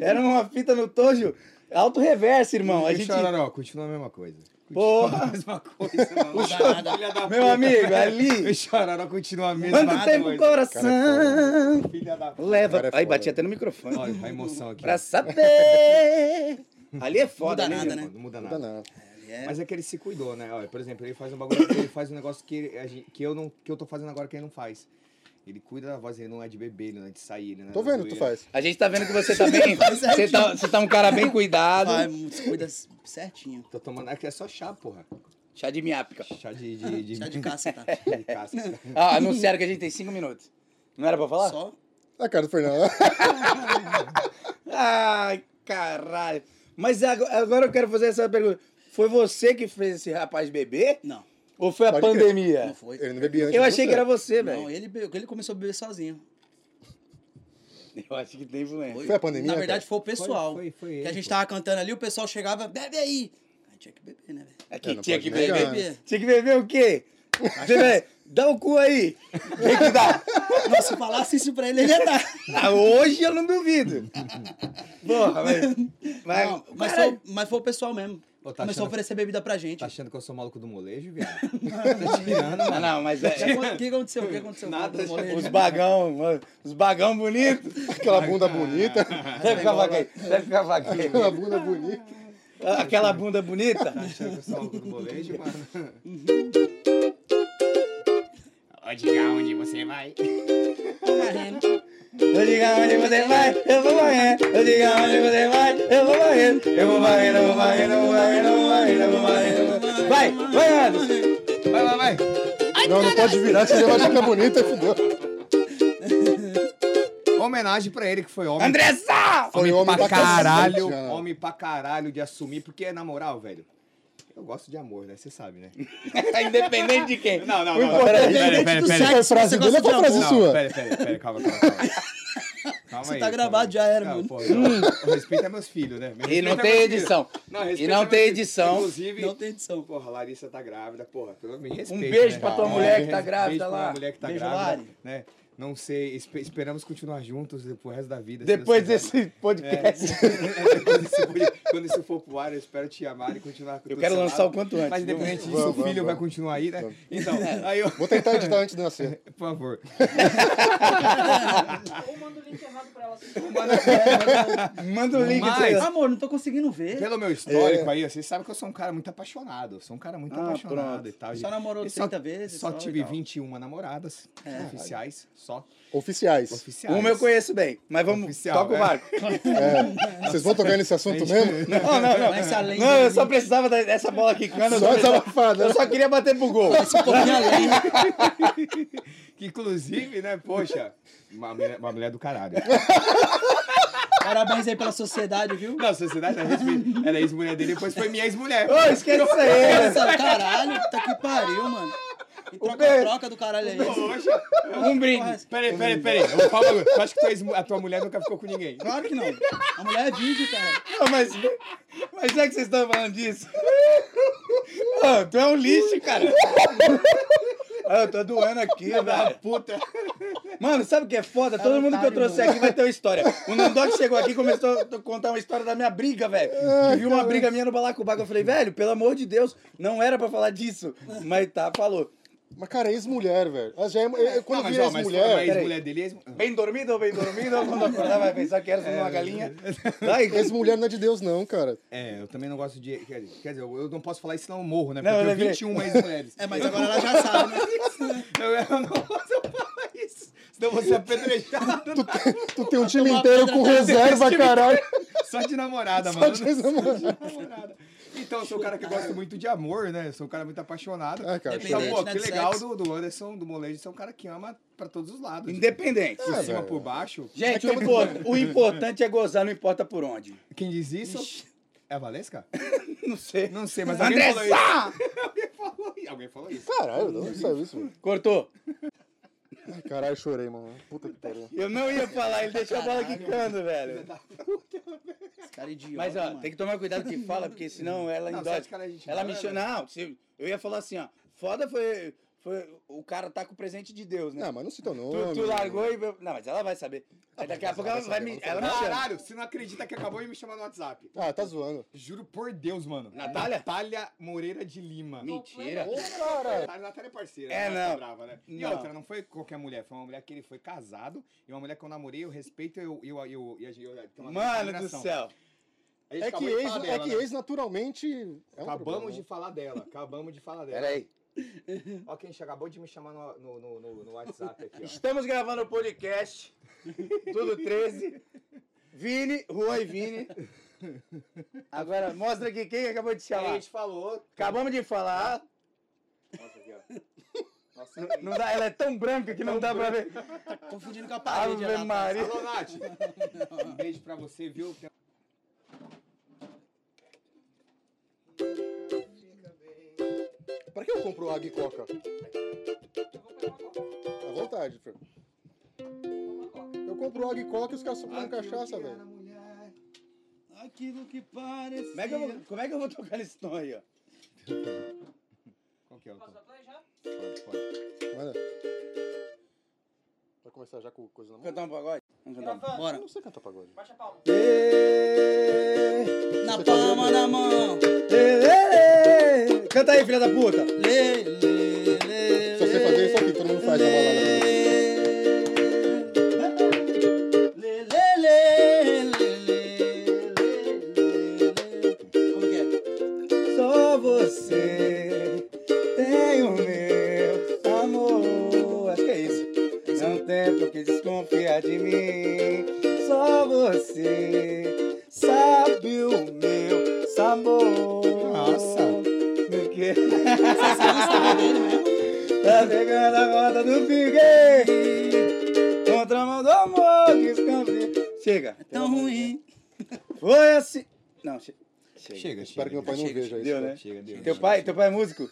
Speaker 1: Era uma fita no tojo, alto reverso, irmão. A
Speaker 4: E o
Speaker 1: gente.
Speaker 4: Chororó, continua a
Speaker 1: *laughs*
Speaker 4: mesma coisa.
Speaker 1: Porra!
Speaker 4: mesma coisa, mano.
Speaker 3: Não dá nada.
Speaker 4: Filha da
Speaker 1: Meu amigo, ali.
Speaker 4: *laughs* O Chororó continua a mesma
Speaker 1: Quanto tempo o
Speaker 4: coisa.
Speaker 1: coração
Speaker 4: Filha da
Speaker 1: leva.
Speaker 2: Cara é
Speaker 1: Aí
Speaker 2: foda.
Speaker 1: batia até no microfone.
Speaker 4: Olha, um a emoção aqui.
Speaker 1: Pra saber. Ali é foda,
Speaker 3: Não
Speaker 1: né?
Speaker 3: dá nada,
Speaker 1: meu?
Speaker 3: né?
Speaker 4: Não muda
Speaker 2: Não dá
Speaker 4: nada.
Speaker 2: nada.
Speaker 3: É,
Speaker 4: Mas é que ele se cuidou, né? Olha, por exemplo, ele faz um bagulho, ele faz um negócio que, a gente- que, eu não, que eu tô fazendo agora que ele não faz. Ele cuida da voz, ele não é de beber, ele não é de sair, ele não é
Speaker 2: Tô
Speaker 4: da
Speaker 2: vendo o que tu
Speaker 4: zoeira.
Speaker 2: faz.
Speaker 1: A gente tá vendo que você tá bem. Você tá, você tá um cara bem cuidado.
Speaker 3: vai, hum, se cuida certinho.
Speaker 4: Tô tomando, é que é só chá, porra.
Speaker 1: Chá de miápica.
Speaker 4: Chá de... de,
Speaker 1: *laughs*
Speaker 4: de,
Speaker 3: Chá de caça, tá?
Speaker 4: *laughs*
Speaker 1: É.
Speaker 4: de casca.
Speaker 1: Ah, anunciaram que a gente tem cinco minutos. Não era pra falar?
Speaker 3: Só
Speaker 2: A Ah, cara do Fernando. *laughs*
Speaker 1: Ai, caralho. Mas é, ago- agora eu quero fazer essa pergunta. Foi você que fez esse rapaz beber?
Speaker 3: Não,
Speaker 1: Ou foi a
Speaker 2: Pode crer.
Speaker 1: pandemia?
Speaker 3: não foi.
Speaker 2: Ele não bebia antes.
Speaker 1: É. Eu
Speaker 2: de
Speaker 1: achei
Speaker 2: você.
Speaker 1: que era você,
Speaker 3: Não,
Speaker 1: velho.
Speaker 3: ele, bebeu- ele começou a beber sozinho.
Speaker 1: Eu acho que tem influência.
Speaker 2: Foi a pandemia,
Speaker 3: Na verdade,
Speaker 2: cara?
Speaker 3: foi o pessoal.
Speaker 4: Foi- foi- foi
Speaker 3: que
Speaker 4: ele,
Speaker 3: a gente
Speaker 4: pô.
Speaker 3: tava cantando ali, o pessoal chegava, bebe aí. Aí tinha que beber, né, velho?
Speaker 1: É que
Speaker 2: não
Speaker 1: tinha
Speaker 2: pode
Speaker 1: que beber.
Speaker 2: negar.
Speaker 3: Beber.
Speaker 1: Tinha que beber o quê? Você vai- dá o cu aí. Tem que dar.
Speaker 3: Nossa, se falasse isso pra ele, ele ia dar.
Speaker 1: Ah, hoje eu não duvido. Porra, mas. Mas, é
Speaker 3: Não, mas, um
Speaker 1: caralho,
Speaker 3: foi, mas foi o pessoal mesmo.
Speaker 4: Ô, tá
Speaker 3: Começou
Speaker 4: achando-
Speaker 3: a oferecer bebida pra gente.
Speaker 4: Tá achando que eu sou maluco do molejo, viado? Tá
Speaker 3: *laughs*
Speaker 4: tirando,
Speaker 1: não,
Speaker 4: mano.
Speaker 1: não, mas é,
Speaker 3: Já
Speaker 1: *laughs*
Speaker 3: conta- O que aconteceu? O que aconteceu? né?
Speaker 4: Nada,
Speaker 3: Conta, moleque.
Speaker 1: os bagão, mano, os bagão bonitos.
Speaker 2: Aquela
Speaker 1: *laughs*
Speaker 2: bunda bonita.
Speaker 1: Deve ficar vaqueiro, deve ficar vaqueiro.
Speaker 2: Aquela bunda bonita.
Speaker 1: Aquela bunda bonita.
Speaker 4: Tá achando que eu sou maluco do molejo, mano?
Speaker 1: Eu digo aonde você vai, eu vou morrer. Eu digo aonde você vai, eu vou morrer. Eu vou morrer, eu vou morrer, eu vou morrer, eu vou morrer, eu vou morrer. eu vou morrer. Vai, vai, Anderson.
Speaker 4: Vai, vai, vai.
Speaker 2: Não, não pode virar, senão ele vai achar que é
Speaker 1: *laughs*
Speaker 2: bonita, fudeu.
Speaker 4: Homenagem pra ele que foi homem.
Speaker 1: Andressa!
Speaker 2: Foi
Speaker 4: homem,
Speaker 2: homem pra
Speaker 4: pra, caralho.
Speaker 2: cacete, cara.
Speaker 4: Homem pra caralho de assumir, porque na moral, velho. Eu gosto de amor, né? Você sabe, né?
Speaker 1: Independente de quem.
Speaker 4: Não, não,
Speaker 1: O
Speaker 4: não, não.
Speaker 2: é
Speaker 1: importante-
Speaker 4: Pera, pera,
Speaker 3: Independente do
Speaker 4: pera.
Speaker 3: sexo,
Speaker 2: Foi frase
Speaker 3: você
Speaker 2: dele ou
Speaker 3: gosta
Speaker 2: foi
Speaker 3: de
Speaker 2: frase é
Speaker 3: amor?
Speaker 2: sua?
Speaker 4: pera, pera, pera, calma, calma. calma. Calma
Speaker 3: Isso tá gravado, já era, mano.
Speaker 4: Pô, não, respeita meus filhos, né?
Speaker 1: E não tem
Speaker 4: Respeita meus filhos.
Speaker 1: edição.
Speaker 4: Não,
Speaker 1: E
Speaker 4: respeita
Speaker 1: não
Speaker 4: meus
Speaker 1: tem
Speaker 4: filhos.
Speaker 1: edição. Um
Speaker 4: Inclusive,
Speaker 3: Não tem edição.
Speaker 4: Porra, a Larissa tá grávida, porra. Pelo me respeita,
Speaker 1: beijo
Speaker 4: né?
Speaker 1: pra tua
Speaker 4: Porra,
Speaker 1: mulher que tá
Speaker 4: beijo
Speaker 1: grávida
Speaker 4: pra
Speaker 1: lá.
Speaker 4: mulher que tá
Speaker 1: Beijo,
Speaker 4: grávida,
Speaker 1: Lari.
Speaker 4: né? Não sei, espe- esperamos continuar juntos pro resto da vida. se
Speaker 1: Depois
Speaker 4: Deus quiser.
Speaker 1: desse podcast.
Speaker 4: É, *laughs* quando, isso, for- quando isso for pro ar, eu espero te amar e continuar com
Speaker 1: Eu
Speaker 4: tudo
Speaker 1: quero
Speaker 4: seu
Speaker 1: lançar
Speaker 4: lado.
Speaker 1: o quanto antes. É.
Speaker 4: Mas independente disso,
Speaker 2: Vamos,
Speaker 4: o filho
Speaker 2: vamos,
Speaker 4: vai
Speaker 2: vamos.
Speaker 4: continuar aí, né?
Speaker 2: Vamos.
Speaker 4: Então, aí eu...
Speaker 2: Vou tentar editar antes
Speaker 1: *laughs*
Speaker 2: de nascer.
Speaker 4: Por favor.
Speaker 5: Ou manda o link errado pra ela. Assim,
Speaker 1: Manda o link.
Speaker 4: Mas-
Speaker 1: sei lá.
Speaker 3: Amor, não tô conseguindo ver.
Speaker 4: Pelo meu histórico
Speaker 2: É.
Speaker 4: aí, vocês sabem que eu sou um cara muito apaixonado. Eu sou um cara muito
Speaker 1: Ah,
Speaker 4: apaixonado
Speaker 1: pronto.
Speaker 4: e tal.
Speaker 3: Só namorou
Speaker 4: E só-
Speaker 3: 30 vezes.
Speaker 4: Só
Speaker 3: e
Speaker 4: tive
Speaker 3: tal.
Speaker 4: 21 namoradas oficiais, só.
Speaker 2: Oficiais.
Speaker 4: Oficiais.
Speaker 1: É. Uma eu conheço bem, mas vamos.
Speaker 4: Oficial,
Speaker 1: toca o
Speaker 4: é.
Speaker 1: *laughs* barco.
Speaker 2: É, vocês vão tocar nesse assunto mesmo?
Speaker 1: Não, não, não.
Speaker 3: Mas além
Speaker 1: não, eu
Speaker 3: do-
Speaker 1: só precisava da- dessa bola quicando. eu só
Speaker 2: Só
Speaker 1: precisava-
Speaker 2: desabafada.
Speaker 1: Eu só queria bater pro gol.
Speaker 3: Parece um pouquinho além.
Speaker 4: Que inclusive, né, poxa, uma mulher, uma mulher do caralho. *laughs*
Speaker 3: Parabéns aí pela sociedade, viu?
Speaker 4: Não, a sociedade era ex- era ex-mulher dele, depois foi minha ex-mulher.
Speaker 1: Ô, esquece isso aí.
Speaker 3: Nossa, caralho, puta que pariu, mano. E troca-troca do caralho aí.
Speaker 4: Poxa.
Speaker 1: Um brinde.
Speaker 4: Peraí, peraí, peraí. Eu vou falar um bagulho. Tu acha que tua ex- a tua mulher nunca ficou com ninguém?
Speaker 3: Claro que não. A mulher é vídeo, cara.
Speaker 1: *laughs* Não, mas, mas já que vocês estão falando disso. *laughs* Ô, tu é um lixo, cara. Ah, eu tô doando aqui, velho.
Speaker 4: puta.
Speaker 1: Mano, sabe o que é foda? Todo mundo que eu trouxe aqui vai ter uma história. O Nandoc chegou aqui e começou a contar uma história da minha briga, velho. E viu uma briga minha no Balacobaga. Eu falei, velho, pelo amor de Deus, não era pra falar disso. Mas tá, falou.
Speaker 2: Mas, cara, é ex-mulher, velho. Mas já é- eu- eu-
Speaker 4: Não,
Speaker 2: Quando eu
Speaker 4: mas
Speaker 2: vi
Speaker 4: ó, mas foi
Speaker 2: ex-mulher.
Speaker 4: uma ex-mulher dele, é ex
Speaker 1: Bem dormido ou bem dormido, quando acordar vai pensar que era só uma galinha. Vai.
Speaker 2: Ex-mulher não é de Deus, não, cara.
Speaker 4: É, eu também não gosto de. Quer dizer, quer dizer, eu eu não posso falar isso, senão eu morro, né?
Speaker 1: Não,
Speaker 4: Porque
Speaker 1: eu
Speaker 4: eu
Speaker 1: lembrei.
Speaker 4: tenho 21 ex-mulheres.
Speaker 3: É, mas agora ela já sabe,
Speaker 4: *laughs*
Speaker 3: né?
Speaker 4: Eu, eu não posso falar isso, senão eu vou ser apedrejado.
Speaker 2: Tu tem um time inteiro com reserva, caralho.
Speaker 4: Só de namorada,
Speaker 2: Só
Speaker 4: mano.
Speaker 2: de namorada.
Speaker 4: namorada. Então, eu sou um cara que gosta muito de amor, né? Eu sou um cara muito apaixonado.
Speaker 2: Ah, cara,
Speaker 4: Então,
Speaker 3: Independente,
Speaker 4: pô,
Speaker 3: né,
Speaker 4: que
Speaker 3: do
Speaker 4: legal
Speaker 3: sexo.
Speaker 4: do, do Anderson, do molejo, você é um cara que ama pra todos os lados.
Speaker 1: Independente.
Speaker 4: Por
Speaker 2: É,
Speaker 4: cima,
Speaker 2: velho.
Speaker 4: por baixo.
Speaker 1: Gente, o, impor- o importante é gozar, não importa por onde.
Speaker 4: Quem diz isso? É a Valesca?
Speaker 1: Não sei.
Speaker 4: Não sei, mas alguém falou isso.
Speaker 1: Andressa!
Speaker 4: Alguém falou isso. Alguém falou isso.
Speaker 2: Caralho, não saiu isso, velho.
Speaker 1: Cortou.
Speaker 2: Ai, Caralho, chorei, mano. Puta que pariu.
Speaker 1: Eu não ia falar, ele deixou a bola quicando, velho.
Speaker 3: Esse cara é idiota,
Speaker 1: Mas, ó,
Speaker 3: mano.
Speaker 1: tem que tomar cuidado
Speaker 4: *laughs*
Speaker 1: que fala, porque senão ela
Speaker 4: Não,
Speaker 1: endoide.
Speaker 4: sabe que ela é gente
Speaker 1: Ela
Speaker 4: boa,
Speaker 1: me
Speaker 4: né?
Speaker 1: chama. Não, se- eu ia falar assim, ó. Foda foi, foi o cara tá com o presente de Deus, né?
Speaker 2: Não, mas não cita o
Speaker 1: Tu,
Speaker 2: nome.
Speaker 1: tu largou e. Não, mas ela vai saber. Aí daqui a pouco ela vai me. Ela me chama.
Speaker 4: Caralho, você não acredita que acabou de me chamar no WhatsApp.
Speaker 2: Ah, tá zoando.
Speaker 4: Juro por Deus, mano.
Speaker 1: Natália?
Speaker 4: Natália Moreira de Lima.
Speaker 1: Mentira.
Speaker 2: Ô, cara.
Speaker 4: Natália, Natália é parceira.
Speaker 1: É,
Speaker 4: né? Ela
Speaker 1: não.
Speaker 4: Tá brava, né? E
Speaker 1: Não.
Speaker 4: outra, não foi qualquer mulher. Foi uma mulher que ele foi casado. E uma mulher que eu namorei, eu respeito, eu... eu, eu, eu, eu, eu tenho uma
Speaker 1: Mano do
Speaker 4: admiração.
Speaker 1: céu.
Speaker 4: A gente
Speaker 2: É que
Speaker 4: acabou de
Speaker 2: ex,
Speaker 4: falar
Speaker 2: é
Speaker 4: dela,
Speaker 2: que
Speaker 4: né?
Speaker 2: ex naturalmente. é um problema.
Speaker 4: Acabamos de falar dela. Acabamos de falar dela.
Speaker 1: Peraí.
Speaker 4: Ó quem chega- acabou de me chamar no, no, no- no- no WhatsApp aqui, ó.
Speaker 1: Estamos gravando o
Speaker 4: *laughs*
Speaker 1: podcast. Tudo 13. Vini, Juan e *laughs* Vini. Agora mostra aqui quem acabou de
Speaker 4: A
Speaker 1: chamar.
Speaker 4: gente falou...
Speaker 1: Acabamos de falar.
Speaker 4: Nossa, aqui, ó.
Speaker 1: *laughs*
Speaker 4: Nossa,
Speaker 1: Não dá, ela é tão branca Tá que não dá pra ver. *laughs*
Speaker 3: Confundindo com a
Speaker 4: é
Speaker 1: Ave
Speaker 3: parede. ela tá.
Speaker 1: Maria.
Speaker 4: Alô, Nath. *laughs* Um beijo pra você, viu?
Speaker 2: Pra que eu compro água e coca? À vontade, Fran. Eu compro água e coca e os caras só tomam cachaça, velho.
Speaker 3: Aquilo que parece.
Speaker 1: Como é, que eu vou, como é que eu vou tocar nesse tom aí, ó?
Speaker 4: Qual que é o
Speaker 5: Posso dar play já?
Speaker 4: Pode, pode.
Speaker 2: Manda. Vai começar já com coisa na mão?
Speaker 1: Cantar um pagode? Vamos cantar um
Speaker 5: Rafa,
Speaker 2: Eu
Speaker 3: Bora.
Speaker 2: não sei cantar pagode.
Speaker 5: bate a palma.
Speaker 1: pagode.
Speaker 3: Na palma da mão.
Speaker 1: Canta aí, filha da puta.
Speaker 3: Lê, lê, lê.
Speaker 2: Só sei fazer isso aqui, todo mundo faz na balada.
Speaker 3: Lê, lê, lê, lê, lê, lê, lê. Como que é?
Speaker 1: Só você tem o meu amor. Acho que é isso. Não tem por que desconfiar de mim. Só você sabe o meu sabor.
Speaker 4: Nossa.
Speaker 1: Do que
Speaker 3: Vocês gostam dele mesmo?
Speaker 1: tá pegando a roda do pinguim. Contra a mão do amor, desconfia. Chega.
Speaker 3: É tão ruim.
Speaker 1: Foi assim. Não, che- chega.
Speaker 4: Chega,
Speaker 2: Espero que meu pai não
Speaker 3: Chega,
Speaker 2: veja isso.
Speaker 1: Deu,
Speaker 2: cara.
Speaker 1: né?
Speaker 4: Chega, deu.
Speaker 1: Teu pai, teu pai é músico?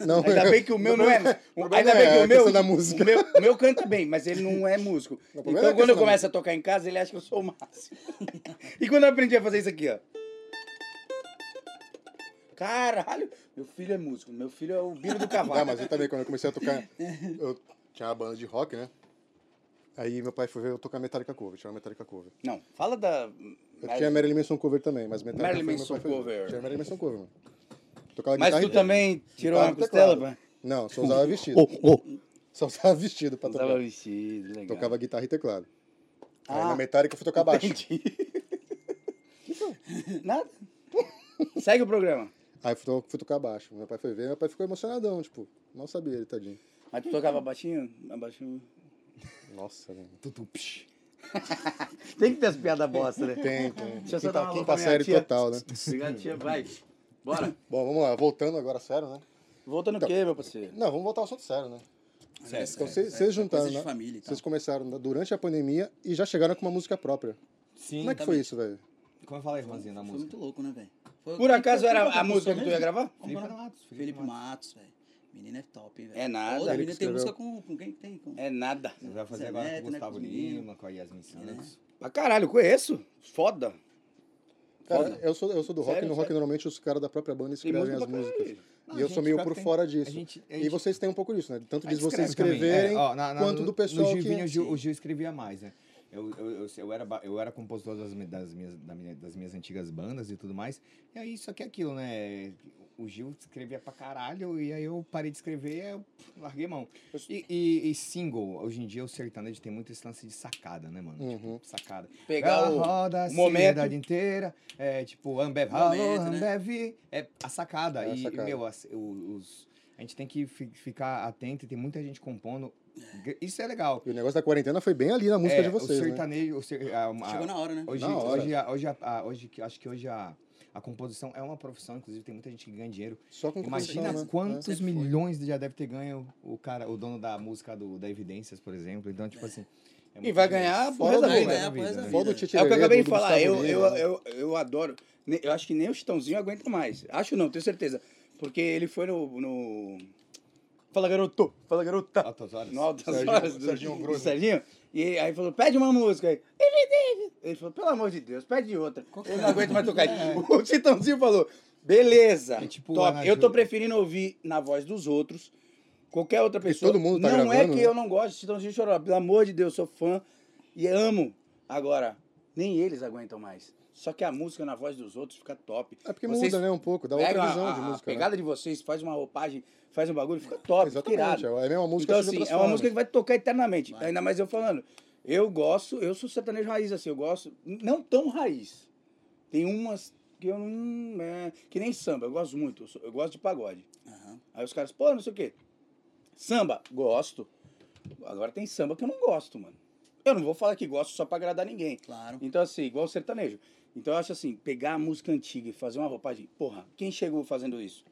Speaker 2: Não,
Speaker 1: Ainda bem que o meu não é.
Speaker 2: problema
Speaker 1: Ainda bem
Speaker 2: é
Speaker 1: que
Speaker 2: a
Speaker 1: o meu.
Speaker 2: questão da música.
Speaker 1: O meu, o meu canta bem, mas ele não é músico.
Speaker 2: problema é
Speaker 1: Então
Speaker 2: a
Speaker 1: quando eu
Speaker 2: questão da
Speaker 1: começo a tocar em casa, ele acha que eu sou o máximo. E quando eu aprendi a fazer isso aqui, ó. Caralho, meu filho é músico, meu filho é o Biro do *laughs*
Speaker 2: Ah,
Speaker 1: Cavalo.
Speaker 2: mas eu também, quando eu comecei a tocar, eu tinha uma banda de rock, né? Aí meu pai foi ver eu tocar Metallica cover, tinha uma Metallica cover.
Speaker 1: Não, fala da.
Speaker 2: Eu
Speaker 1: Mas,
Speaker 2: tinha Marilyn Manson cover também, mas Metallica
Speaker 1: Marilyn
Speaker 2: foi meu
Speaker 1: Manson
Speaker 2: pai foi ver.
Speaker 1: cover.
Speaker 2: Tinha Marilyn Manson cover, mano. Tocava
Speaker 1: mas
Speaker 2: guitarra
Speaker 1: tu
Speaker 2: e-
Speaker 1: também Oh, tirou uma
Speaker 2: Guitarra e teclado.
Speaker 1: costela, pá?
Speaker 2: Não, só usava vestido. Só usava vestido pra tocar.
Speaker 1: Tava vestido, legal.
Speaker 2: Tocava guitarra e teclado. Aí
Speaker 1: Ah.
Speaker 2: na Metallica eu fui tocar baixo.
Speaker 1: Entendi. Nada. Segue o programa.
Speaker 2: Aí fui, to- fui tocar baixo. Meu pai foi ver, meu pai ficou emocionadão, tipo, mal sabia ele, tadinho.
Speaker 1: Mas tu tocava baixinho? Baixinho.
Speaker 2: Nossa, né? mano.
Speaker 4: Tutu, psh.
Speaker 1: Tem que ter as piadas bosta, né? tá
Speaker 2: Tem, tem.
Speaker 1: Deixa eu só dar uma
Speaker 2: quinta,
Speaker 1: alô
Speaker 2: quinta
Speaker 1: pra minha
Speaker 2: série
Speaker 1: tia.
Speaker 2: total, né?
Speaker 1: Obrigado, tia. Vai. Bora.
Speaker 2: Bom, vamos lá, voltando agora sério, né?
Speaker 1: Voltando o quê, meu parceiro?
Speaker 2: Não, vamos voltar ao assunto sério, né?
Speaker 3: Sério,
Speaker 4: É,
Speaker 2: Então vocês vocês juntaram,
Speaker 3: Coisa de
Speaker 2: né?
Speaker 3: família e tal.
Speaker 2: Vocês começaram da- durante a pandemia e já chegaram com uma música própria.
Speaker 4: Sim. tá-
Speaker 2: Como é que foi isso, velho?
Speaker 4: Como eu falei, Rosinha, na
Speaker 3: Foi
Speaker 4: música?
Speaker 3: muito louco, né, velho? Foi-
Speaker 1: Por acaso
Speaker 3: Quem foi
Speaker 1: era
Speaker 3: que
Speaker 1: a música que tu ia
Speaker 3: mesmo?
Speaker 1: gravar?
Speaker 3: Qual que é o nome?
Speaker 4: Matos.
Speaker 3: Felipe Matos, velho. Menina é top, hein, velho.
Speaker 1: É nada.
Speaker 3: Toda
Speaker 2: Ele
Speaker 3: menina
Speaker 2: que
Speaker 3: tem música
Speaker 2: escreveu.
Speaker 3: com, com quem que tem? Com...
Speaker 1: É nada.
Speaker 4: Você vai fazer
Speaker 3: Zé
Speaker 4: agora
Speaker 3: Neto,
Speaker 4: com o
Speaker 3: né, com
Speaker 4: Gustavo
Speaker 3: os meninos.
Speaker 4: Lima, com a Yasmin Santos.
Speaker 1: Pra caralho, conheço. Foda.
Speaker 2: Cara,
Speaker 1: Foda.
Speaker 2: eu sou, eu sou do rock,
Speaker 1: Sério,
Speaker 2: e no rock
Speaker 1: sério.
Speaker 2: normalmente os caras da própria banda
Speaker 1: Tem
Speaker 2: escrevem
Speaker 1: música
Speaker 2: as
Speaker 1: pra caralho.
Speaker 2: músicas.
Speaker 4: Não,
Speaker 2: e
Speaker 4: a
Speaker 2: eu sou
Speaker 4: gente
Speaker 2: meio
Speaker 4: escreve,
Speaker 2: por
Speaker 4: tem-
Speaker 2: fora disso.
Speaker 4: a gente- a
Speaker 2: E
Speaker 4: gente-
Speaker 2: vocês têm um pouco disso, né? Tanto
Speaker 4: Ah,
Speaker 2: de vocês
Speaker 4: escreve também.
Speaker 2: escreverem,
Speaker 4: É, ó, na- na-
Speaker 2: quanto
Speaker 4: no-
Speaker 2: do pessoal
Speaker 4: no
Speaker 2: que...
Speaker 4: Gilvinho, o Gil- O Gil escrevia mais, né? Eu, eu, eu, eu era, ba- eu era compositor das, mi- das, minhas, da minha- das minhas antigas bandas e tudo mais. E aí, só que é aquilo, né? O Gil escrevia pra caralho, e aí eu parei de escrever e aí eu pff, larguei mão. E, e- e single, hoje em dia o sertanejo tem muito esse lance de sacada, né, mano?
Speaker 2: Uhum.
Speaker 4: Tipo, sacada.
Speaker 1: Pegar
Speaker 4: Ela
Speaker 1: o.
Speaker 4: roda a
Speaker 1: momento.
Speaker 4: cidade inteira. É tipo, Ambev, alô,
Speaker 3: Momento, né?
Speaker 4: Ambev. É a sacada.
Speaker 2: É a
Speaker 4: e,
Speaker 2: sacada.
Speaker 4: meu, as- o- os- a gente tem que fi- ficar atento e tem muita gente compondo. Isso é legal.
Speaker 2: E o negócio da quarentena foi bem ali na música
Speaker 4: É,
Speaker 2: de vocês,
Speaker 4: O
Speaker 2: né?
Speaker 4: sertanejo, o ser- a- a-
Speaker 3: Chegou na hora, né?
Speaker 4: Hoje,
Speaker 2: Na hora.
Speaker 4: hoje, a- hoje, a- a- hoje que- acho que hoje a, a composição é uma profissão, inclusive tem muita gente que ganha dinheiro.
Speaker 2: Só com
Speaker 4: Imagina
Speaker 2: composição, né?
Speaker 4: quantos
Speaker 3: Sempre foi.
Speaker 4: milhões já deve ter ganho o cara, o dono da música do, da Evidências, por exemplo. Então, tipo assim. é
Speaker 1: E
Speaker 4: muito
Speaker 1: vai
Speaker 4: dinheiro.
Speaker 1: ganhar pro
Speaker 4: Fora
Speaker 1: resto da
Speaker 4: da
Speaker 1: vida.
Speaker 4: vida,
Speaker 3: É, pro resto da
Speaker 2: É.
Speaker 4: né?
Speaker 2: Fora do
Speaker 3: vida.
Speaker 2: Titi
Speaker 1: É o que eu acabei
Speaker 2: do
Speaker 1: de falar.
Speaker 2: Gustavo
Speaker 1: Eu,
Speaker 2: Lima,
Speaker 1: eu,
Speaker 2: né?
Speaker 1: eu, eu adoro. Ne- Eu acho que nem o Chitãozinho aguenta mais. Acho não, tenho certeza. Porque ele foi no. no- Fala garoto, fala garota.
Speaker 4: Altas horas.
Speaker 1: No Altas
Speaker 2: Serginho-
Speaker 1: Horas do
Speaker 2: Serginho
Speaker 1: do
Speaker 2: Grosso.
Speaker 1: Serginho. E ele- aí falou, pede uma música. Aí, Ele deve. Ele falou, pelo amor de Deus, pede outra. Eu não aguento mais tocar. O Chitãozinho falou, beleza,
Speaker 4: É tipo
Speaker 1: top.
Speaker 4: Ana
Speaker 1: Eu tô
Speaker 4: Júlia.
Speaker 1: preferindo ouvir na voz dos outros. Qualquer outra pessoa.
Speaker 2: todo mundo tá
Speaker 1: Não é
Speaker 2: gravando,
Speaker 1: que
Speaker 2: né?
Speaker 1: eu não gosto de Chitãozinho e Chororó. Pelo amor de Deus, sou fã e amo. Agora, nem eles aguentam mais. Só que a música na voz dos outros fica top.
Speaker 2: É porque
Speaker 1: Vocês
Speaker 2: muda, né, um pouco. Dá
Speaker 1: pegam
Speaker 2: outra
Speaker 1: a-
Speaker 2: visão de
Speaker 1: a-
Speaker 2: música.
Speaker 1: A
Speaker 2: né?
Speaker 1: pegada de vocês, faz uma roupagem, faz um bagulho, fica top, fica
Speaker 2: Exatamente.
Speaker 1: irado.
Speaker 2: É a mesma música
Speaker 1: Então,
Speaker 2: se
Speaker 1: assim, é uma
Speaker 2: transforma.
Speaker 1: música que vai tocar eternamente. Ainda mais eu falando. Eu gosto, eu sou sertanejo raiz, assim, eu gosto. Não tão raiz. Tem umas que eu não. é, que nem samba, eu gosto muito. Eu, sou- eu gosto de pagode.
Speaker 3: Aham.
Speaker 1: Aí os caras, pô, não sei o quê. Samba, gosto. Agora tem samba que eu não gosto, mano. Eu não vou falar que gosto só pra agradar ninguém.
Speaker 3: Claro.
Speaker 1: Então, assim, igual o sertanejo. Então, eu acho assim, pegar a música antiga e fazer uma roupagem. Porra, quem chegou fazendo isso?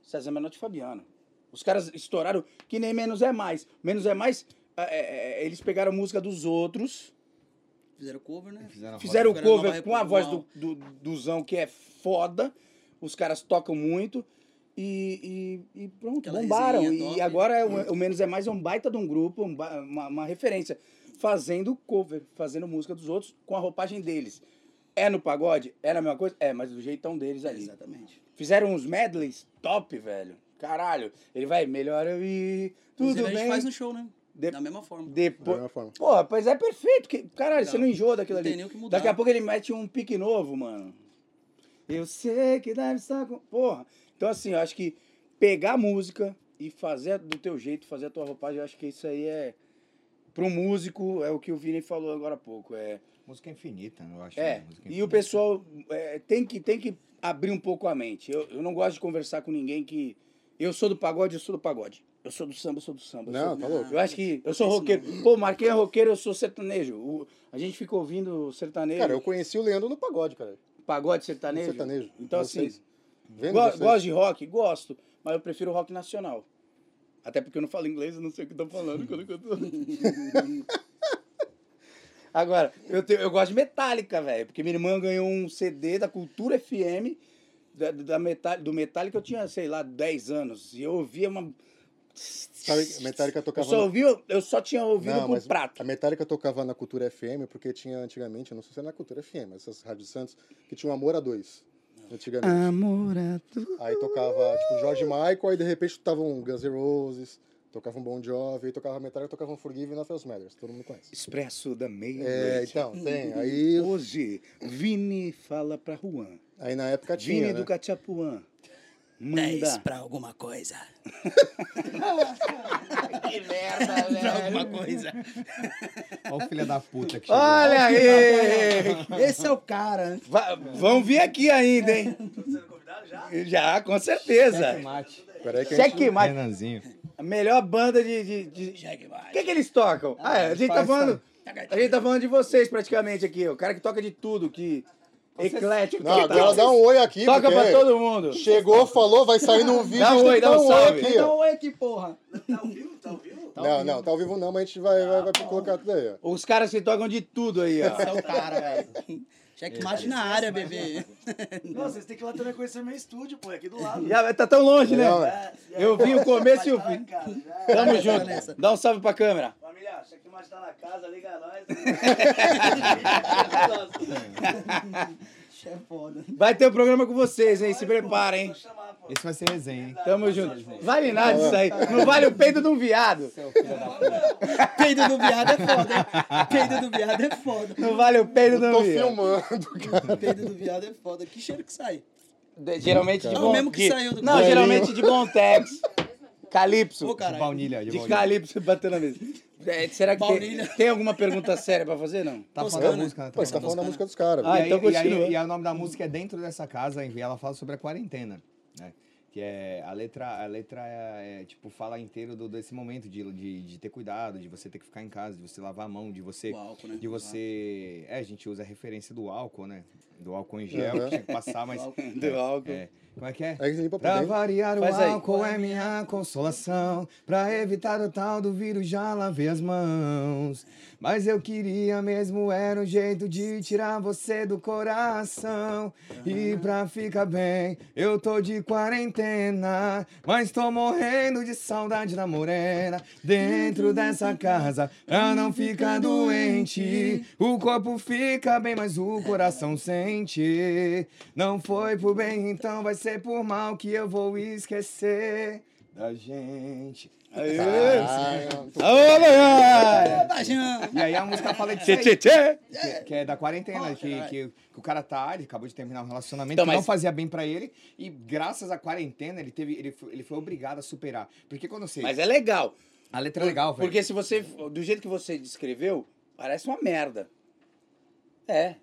Speaker 1: César Menotti e Fabiano. Os caras estouraram que nem Menos é Mais. Menos é Mais, ah, é, é, eles pegaram música dos outros,
Speaker 3: Fizeram cover, né?
Speaker 4: Fizeram,
Speaker 1: fizeram o
Speaker 3: Fizeram nova
Speaker 1: cover com a voz do,
Speaker 3: República,
Speaker 1: do, do Zão, que é foda. Os caras tocam muito. E, e- e pronto,
Speaker 3: Aquela
Speaker 1: bombaram.
Speaker 3: resenha
Speaker 1: E
Speaker 3: top.
Speaker 1: agora é o, o Menos é Mais é um baita de um grupo, um ba- uma, uma referência. Fazendo cover, fazendo música dos outros com a roupagem deles. É no pagode? É na mesma coisa? É, mas do jeitão deles ali.
Speaker 3: Exatamente.
Speaker 1: Fizeram uns medleys top, velho. Caralho. Ele vai, melhor eu ir. Tudo
Speaker 3: Inclusive, A gente
Speaker 1: bem.
Speaker 3: faz no show, né?
Speaker 1: De-
Speaker 3: Da mesma forma.
Speaker 2: Da
Speaker 1: Depois.
Speaker 2: mesma né? forma.
Speaker 1: Porra, pois é perfeito. que- Caralho, você não enjoa daquilo
Speaker 3: Não tem
Speaker 1: ali.
Speaker 3: nem o que mudar.
Speaker 1: Daqui a pouco ele mete um pique novo, mano. Eu sei que deve estar com. Porra. Então, assim, eu acho que pegar a música e fazer do teu jeito, fazer a tua roupagem, eu acho que isso aí é. Pro músico, é o que o Vini falou agora há pouco. É.
Speaker 4: Música infinita, eu acho.
Speaker 1: É,
Speaker 4: né? Música
Speaker 1: e o
Speaker 4: infinita.
Speaker 1: pessoal é, tem, que, tem que abrir um pouco a mente. Eu, eu não gosto de conversar com ninguém que. Eu sou do pagode, eu sou do pagode. Eu sou do samba, eu sou do samba. eu
Speaker 2: Não,
Speaker 1: sou-
Speaker 2: tá louco.
Speaker 1: Eu acho que. Eu sou
Speaker 3: Isso
Speaker 1: roqueiro. Pô, Marquinhos é roqueiro, eu sou sertanejo. O- a gente fica ouvindo sertanejo,
Speaker 2: Cara, eu conheci o Leandro no pagode, cara.
Speaker 1: pagode sertanejo.
Speaker 2: sertanejo.
Speaker 1: Então,
Speaker 2: Vocês-
Speaker 1: assim,
Speaker 2: tá Vendo
Speaker 1: go-
Speaker 2: vocês.
Speaker 1: gosto de rock? Gosto, mas eu prefiro rock nacional. Até porque eu não falo inglês, eu não sei o que estão falando quando eu
Speaker 2: *laughs*
Speaker 1: canto. Agora, eu, tenho- eu gosto de Metallica, velho. Porque minha irmã ganhou um CD da Cultura FM, da, da Metal, do Metallica, eu tinha, sei lá, 10 anos. E eu ouvia uma.
Speaker 2: Sabe, que Metallica
Speaker 1: Eu
Speaker 2: tocava...
Speaker 1: só,
Speaker 2: na-
Speaker 1: ouvi, eu só tinha ouvido
Speaker 2: Não,
Speaker 1: por
Speaker 2: mas é
Speaker 1: prato.
Speaker 2: a Metallica tocava na Cultura FM, porque tinha antigamente, eu não sei se é na Cultura FM, mas essas rádios Santos, que tinha um Amor a Dois, antigamente.
Speaker 1: Amor a tu.
Speaker 2: Aí tocava, tipo, George Michael, aí de repente tocava um Guns N' Roses, Tocava um Bon Jovi, tocava Metallica, tocava um Forgive e Nothing Matters. Todo mundo conhece.
Speaker 1: Expresso da meia
Speaker 2: É, então, tem. Aí,
Speaker 1: Hoje, Vini fala pra Juan.
Speaker 2: aí na época tinha,
Speaker 1: Vini
Speaker 2: né?
Speaker 1: do Cachapuã.
Speaker 3: 10
Speaker 1: Manda.
Speaker 3: pra alguma coisa.
Speaker 5: Que merda,
Speaker 3: pra alguma coisa.
Speaker 4: Olha o filho da puta que chegou.
Speaker 1: Olha aí!
Speaker 3: Esse é o cara.
Speaker 1: Va- vão vir aqui ainda, hein? Já, com certeza.
Speaker 4: Mate.
Speaker 2: Peraí que a gente-
Speaker 1: Checkmate.
Speaker 4: Renanzinho.
Speaker 1: A melhor banda de. de, de- O que, que eles tocam? Ah, é, a gente tá
Speaker 4: faz
Speaker 1: falando. A gente tá falando de vocês praticamente aqui. ó. O cara que toca de tudo, que. Eclético,
Speaker 2: Não,
Speaker 1: total.
Speaker 2: agora dá um oi aqui,
Speaker 1: tá Toca
Speaker 2: porque
Speaker 1: pra todo mundo.
Speaker 2: Chegou, falou, vai sair num vídeo.
Speaker 1: Dá
Speaker 2: a
Speaker 1: um
Speaker 2: gente tem
Speaker 1: oi,
Speaker 2: que dar
Speaker 1: dá um salve. Então,
Speaker 2: aqui, ó.
Speaker 3: Então é que porra.
Speaker 2: Não, não, tá ao vivo não, mas a gente vai, vai, vai colocar tudo aí, ó.
Speaker 1: Os caras que tocam de tudo aí, ó.
Speaker 3: Esse é o cara, *laughs* velho.
Speaker 1: É,
Speaker 3: Checkmate na área, bebê.
Speaker 6: Não, vocês têm que ir lá também conhecer meu estúdio, pô, é aqui do lado.
Speaker 1: Já tá tão longe, né?
Speaker 2: Não,
Speaker 6: É, já-
Speaker 1: Eu vi o começo e o
Speaker 6: Tá na
Speaker 1: fim.
Speaker 6: casa, já.
Speaker 1: Tamo
Speaker 3: Vai, vai nessa.
Speaker 1: junto. Dá um salve pra câmera.
Speaker 6: Família, acha que o macho tá na casa, liga nós.
Speaker 3: Isso é foda.
Speaker 1: Vai ter um programa com vocês, hein? Se prepara, hein?
Speaker 4: Esse vai ser resenha, hein?
Speaker 1: Tamo junto. Vale nada isso aí. Não vale o peito de um viado.
Speaker 3: Peido do viado é foda.
Speaker 1: *laughs*
Speaker 3: hein? Peido do viado é foda.
Speaker 1: Não vale o peito de
Speaker 2: Tô
Speaker 1: um viado.
Speaker 2: filmando, cara.
Speaker 3: Peido do viado é foda. Que cheiro que sai?
Speaker 1: De- Geralmente de
Speaker 3: Não,
Speaker 1: bom...
Speaker 3: É mesmo que
Speaker 1: de-
Speaker 3: saiu do-
Speaker 1: Não,
Speaker 3: Velhinho.
Speaker 1: geralmente de Bontex. Calypso.
Speaker 3: Ô, caralho.
Speaker 4: Baunilha, de
Speaker 1: De
Speaker 4: baunilha.
Speaker 1: Calypso batendo na mesa. É, será que tem,
Speaker 3: Baunilha.
Speaker 1: tem alguma pergunta séria pra fazer, não?
Speaker 4: Tá
Speaker 3: Toscana.
Speaker 4: falando da música, né?
Speaker 2: Pô, você tá
Speaker 4: falando da
Speaker 2: falando da música
Speaker 3: Toscana.
Speaker 2: dos caras.
Speaker 1: Ah,
Speaker 2: velho.
Speaker 4: e aí,
Speaker 1: então
Speaker 4: e aí-
Speaker 1: continua.
Speaker 4: e aí o nome da música é Dentro dessa casa, e ela fala sobre a quarentena, né? Que é a letra, a letra é, é, tipo fala inteiro do, desse momento de, de, de ter cuidado, de você ter que ficar em casa, de você lavar a mão, de você
Speaker 3: O álcool, né?
Speaker 4: de você, é, a gente usa a referência do álcool, né? Do álcool em gel,
Speaker 2: Uhum.
Speaker 4: que tinha que passar, mas
Speaker 1: Do álcool.
Speaker 4: é, como é que é?
Speaker 2: Aí você
Speaker 1: Tá,
Speaker 2: limpa por
Speaker 4: Pra
Speaker 2: dentro.
Speaker 4: variar, o
Speaker 1: Faz aí.
Speaker 4: álcool é minha consolação. Pra evitar o tal do vírus, já lavei as mãos. Mas eu queria mesmo, era um jeito de tirar você do coração. E pra ficar bem, eu tô de quarentena. Mas tô morrendo de saudade da morena. Dentro dessa casa, pra não ficar doente. O corpo fica bem, mas o coração sente. Não foi por bem, então vai ser por mal que eu vou esquecer da gente.
Speaker 2: Tá,
Speaker 1: Aê.
Speaker 2: Caralho.
Speaker 1: Aô, Leandro!
Speaker 3: Tá, Jean.
Speaker 4: E aí a música fala disso
Speaker 1: Ah. Tchê,
Speaker 4: aí,
Speaker 1: tchê, tchê.
Speaker 4: que, que é da quarentena, que,
Speaker 3: caralho.
Speaker 4: que, que o cara tá, ele acabou de terminar um relacionamento
Speaker 1: Então,
Speaker 4: que não
Speaker 1: mas-
Speaker 4: fazia bem pra ele, e graças à quarentena ele teve, ele foi, ele foi obrigado a superar. Porque quando você...
Speaker 1: Mas é legal.
Speaker 4: a letra é legal, velho.
Speaker 1: Porque se você. Do jeito que você descreveu, parece uma merda. É.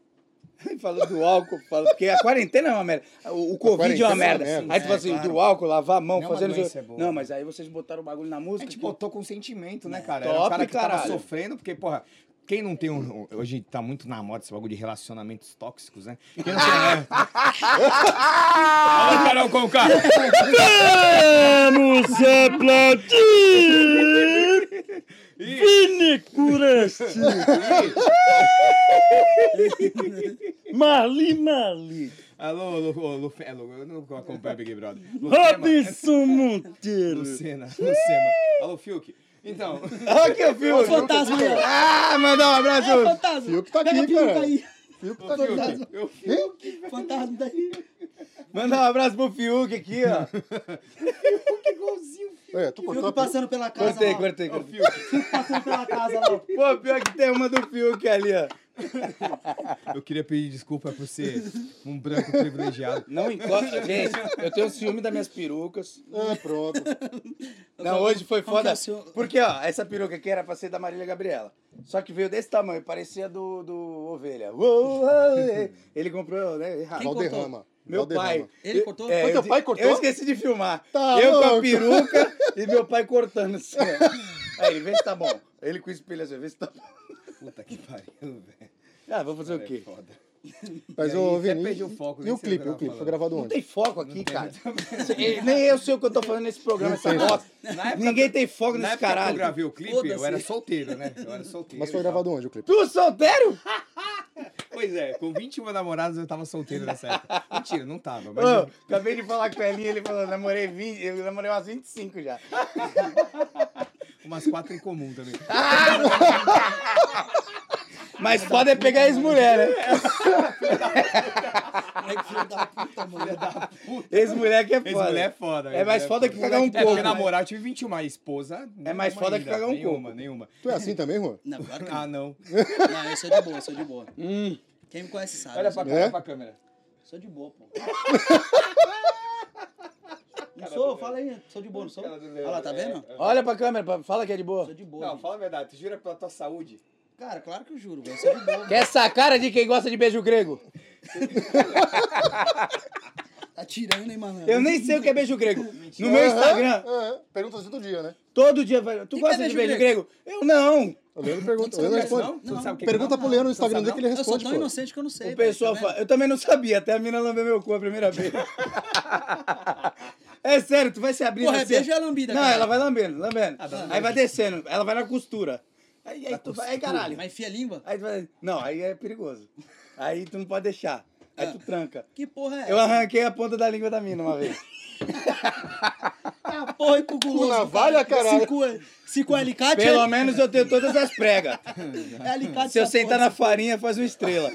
Speaker 1: *laughs* Falou do álcool, falou, porque a quarentena é uma merda. O, o Covid é
Speaker 2: quarentena
Speaker 1: uma merda.
Speaker 2: é uma merda.
Speaker 1: Aí tu fala assim, do álcool, lavar a mão,
Speaker 4: Não é uma
Speaker 1: fazendo.
Speaker 4: doença, é boa.
Speaker 1: Não, mas aí vocês botaram o bagulho na
Speaker 4: A
Speaker 1: música. tipo,
Speaker 4: gente
Speaker 1: que-
Speaker 4: botou com sentimento, né,
Speaker 3: É,
Speaker 4: cara? Era
Speaker 1: top,
Speaker 4: o cara que tava
Speaker 1: caralho.
Speaker 4: sofrendo, porque, porra, quem não tem um. Hoje tá muito na moda esse bagulho de relacionamentos tóxicos, né? Quem não tem. né? Olha o Carol com o cara.
Speaker 1: Vamos aplaudir! Vini Curasti! Marli Marli!
Speaker 4: Alô, Lu, ô, Lu, é, Lu, eu não acompanho Big Brother. Lucema.
Speaker 1: Robinson Monteiro!
Speaker 4: Lucena, Lucema. Alô, Fiuk. Então.
Speaker 1: Olha aqui o
Speaker 3: Ô,
Speaker 1: filme!
Speaker 3: fantasma aí, ó.
Speaker 4: Ah, mandar um abraço.
Speaker 3: É, fantasma.
Speaker 2: Fiuk tá aqui,
Speaker 3: Pega a peruca
Speaker 2: cara.
Speaker 3: aí.
Speaker 2: Fiuk tá ligado.
Speaker 4: Fiuk. Eu-
Speaker 3: Fantasma daí.
Speaker 1: Manda um abraço pro Fiuk aqui, ó.
Speaker 2: Ué, É, tu cortou
Speaker 3: Fiuk
Speaker 2: a
Speaker 3: passando pela casa.
Speaker 1: Cortei,
Speaker 3: lá.
Speaker 1: cortei, cortei.
Speaker 3: Fiuk passando pela casa lá.
Speaker 1: Pô, pior que tem uma do Fiuk ali, ó.
Speaker 4: Eu queria pedir desculpa por ser um branco privilegiado.
Speaker 1: Não encosta. Gente, eu tenho ciúme das minhas perucas.
Speaker 2: Ah, pronto.
Speaker 1: Não, hoje foi
Speaker 3: Como que
Speaker 1: foda.
Speaker 3: é o seu-
Speaker 1: Porque, ó, essa peruca aqui era pra ser da Marília Gabriela. Só que veio desse tamanho, parecia do, do Ovelha. Uou, *laughs* uou, Ele comprou, né? Errado.
Speaker 3: Quem cortou?
Speaker 2: Valderrama.
Speaker 1: Meu
Speaker 2: Valderrama.
Speaker 1: pai.
Speaker 3: Ele
Speaker 1: Eu-
Speaker 3: cortou?
Speaker 1: é,
Speaker 2: Foi teu
Speaker 1: eu-
Speaker 2: pai que cortou?
Speaker 1: Eu esqueci de filmar.
Speaker 2: Tá
Speaker 1: eu com
Speaker 2: louco.
Speaker 1: a *laughs* peruca e meu pai cortando assim. ó. Aí ele, vê se tá bom. Ele com o espelho assim, vê se tá bom.
Speaker 4: Puta que pariu, velho.
Speaker 1: Ah, vou fazer o quê?
Speaker 2: Mas
Speaker 4: E aí,
Speaker 2: ô,
Speaker 4: até
Speaker 2: Vini,
Speaker 4: perdi o foco,
Speaker 2: E
Speaker 4: nem
Speaker 2: o né,
Speaker 4: sei
Speaker 2: clipe?
Speaker 4: do que eu
Speaker 2: O
Speaker 4: tava
Speaker 2: clipe foi
Speaker 4: falando.
Speaker 2: gravado
Speaker 1: Não
Speaker 2: onde?
Speaker 1: tem foco aqui, cara. Cê- Nem eu sei o que eu tô falando nesse programa, essa bosta. Ninguém tem foco
Speaker 4: Na
Speaker 1: nesse
Speaker 4: época que eu
Speaker 1: caralho.
Speaker 4: gravei o clipe, eu
Speaker 3: Foda-se.
Speaker 4: era solteiro, né? Eu era solteiro.
Speaker 2: Mas foi
Speaker 4: e tal.
Speaker 2: gravado onde o clipe?
Speaker 1: Tu é solteiro?
Speaker 4: Pois é, com 21 namoradas eu tava solteiro nessa época. Mentira, não tava. Mas
Speaker 1: Ô, acabei de falar com a Elinha, ele falou, namorei 20, eu namorei umas 25 já.
Speaker 4: um, umas quatro em comum também.
Speaker 1: Mas foda é pegar ex-mulher, né?
Speaker 3: Ai, que filho da puta, mano.
Speaker 4: Puta.
Speaker 1: Ex-mulher que é foda.
Speaker 4: Ex-mulher é foda.
Speaker 1: É mais
Speaker 4: ex-mulher
Speaker 1: foda que cagar um
Speaker 4: É, porque
Speaker 1: coco.
Speaker 4: na moral eu tive 21, mas esposa... nenhuma
Speaker 1: mais foda que
Speaker 4: ainda,
Speaker 1: cagar um
Speaker 4: Nenhuma,
Speaker 1: coco.
Speaker 4: nenhuma.
Speaker 2: Tu é assim também, Juan?
Speaker 3: Não, claro que
Speaker 4: Ah,
Speaker 3: não.
Speaker 4: não.
Speaker 3: Não, eu sou de boa, eu sou de boa.
Speaker 1: Hum.
Speaker 3: Quem me conhece sabe.
Speaker 4: Olha
Speaker 3: Eu
Speaker 4: pra,
Speaker 3: sou,
Speaker 4: cá, olha pra câmera.
Speaker 3: sou de boa,
Speaker 1: *laughs*
Speaker 3: pô. Não sou? Fala aí, sou de boa, não sou?
Speaker 4: Cara do
Speaker 3: Olha lá, tá
Speaker 4: Leandro,
Speaker 3: vendo?
Speaker 4: é, é.
Speaker 1: Olha pra câmera, pra- fala que é de boa.
Speaker 3: Sou de boa.
Speaker 4: Não,
Speaker 3: gente.
Speaker 4: fala a verdade. Tu jura pela tua saúde?
Speaker 3: Cara, claro que eu juro, velho. Eu sou de boa.
Speaker 1: Que essa cara de quem gosta de beijo grego.
Speaker 3: Tá tirando, hein, malandro?
Speaker 1: Eu nem sei o que é beijo grego. No
Speaker 2: É,
Speaker 1: meu Instagram,
Speaker 2: Aham, aham. Pergunta todo dia, né?
Speaker 1: todo dia. vai- Tu
Speaker 3: Que
Speaker 1: gosta
Speaker 3: que é
Speaker 1: de beijo
Speaker 3: beijo
Speaker 1: grego? Eu não.
Speaker 2: O Leandro pergunta. O
Speaker 3: Você
Speaker 2: Leandro
Speaker 3: não conhece,
Speaker 2: responde.
Speaker 3: não? Não,
Speaker 4: sabe o que
Speaker 2: Pergunta
Speaker 3: não,
Speaker 2: pro Leandro no
Speaker 3: não.
Speaker 2: Instagram dele que ele
Speaker 3: Eu sou
Speaker 2: responde,
Speaker 3: tão
Speaker 2: pô.
Speaker 3: inocente que eu não sei.
Speaker 1: O
Speaker 3: velho,
Speaker 1: pessoal
Speaker 3: tá vendo?
Speaker 1: fala. Eu também não sabia, até a mina lambeu meu cu a primeira vez. *laughs* É sério, tu vai se abrir.
Speaker 3: Porra, é beijo ou é lambida,
Speaker 1: Não,
Speaker 3: cara? Ah, tá,
Speaker 1: ela vai lambendo, lambendo. Aí vai descendo, ela vai na costura. Aí, aí tu vai, aí caralho.
Speaker 3: Mas enfia a língua?
Speaker 1: Aí tu vai, não, aí é perigoso. Aí tu não pode deixar. Aí tu tranca.
Speaker 3: Que porra é
Speaker 1: Eu
Speaker 3: essa?
Speaker 1: arranquei a ponta da língua da mina uma vez.
Speaker 3: Ah, porra, e com guloso,
Speaker 2: navalha, caralho.
Speaker 3: Se com, se com alicate,
Speaker 1: Pelo
Speaker 3: é-
Speaker 1: menos eu tenho todas as pregas.
Speaker 3: é alicate.
Speaker 1: Se eu
Speaker 3: essa
Speaker 1: sentar
Speaker 3: porra.
Speaker 1: na farinha, faz uma estrela.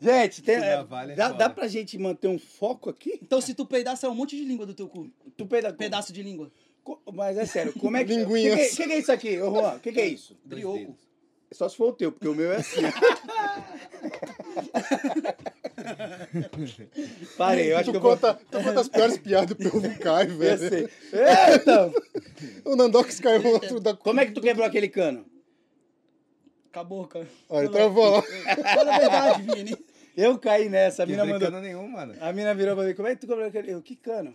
Speaker 1: gente, tem-
Speaker 4: Que navalha é
Speaker 1: dá,
Speaker 4: foda.
Speaker 1: dá pra gente manter um foco aqui?
Speaker 3: Então se tu peidar, sai um monte de língua do teu cu.
Speaker 1: Tu pega
Speaker 3: Pedaço de língua.
Speaker 1: Co- Mas é sério, como é que. O que,
Speaker 2: Linguinhas.
Speaker 1: que, que que é isso aqui, ô Juan? O que, que é isso?
Speaker 3: Brioco.
Speaker 1: Só se for o teu, porque o meu é assim. Parei, eu acho
Speaker 2: Tu
Speaker 1: que eu vou.
Speaker 2: conta, tu conta as piores piadas pro povo cai,
Speaker 1: Eu
Speaker 2: velho. *laughs*
Speaker 1: sei. É, então. Eita!
Speaker 2: O Nandox caiu outro da.
Speaker 1: Como é que tu quebrou aquele cano?
Speaker 3: Acabou, cara.
Speaker 2: Olha, travou lá.
Speaker 3: Fala a verdade, Vini.
Speaker 1: *laughs* Eu caí nessa, a
Speaker 4: Que
Speaker 1: mina mandou.
Speaker 4: brincando nenhum, mano.
Speaker 1: A mina virou pra mim, como é que tu quebrou aquele. Eu, que cano?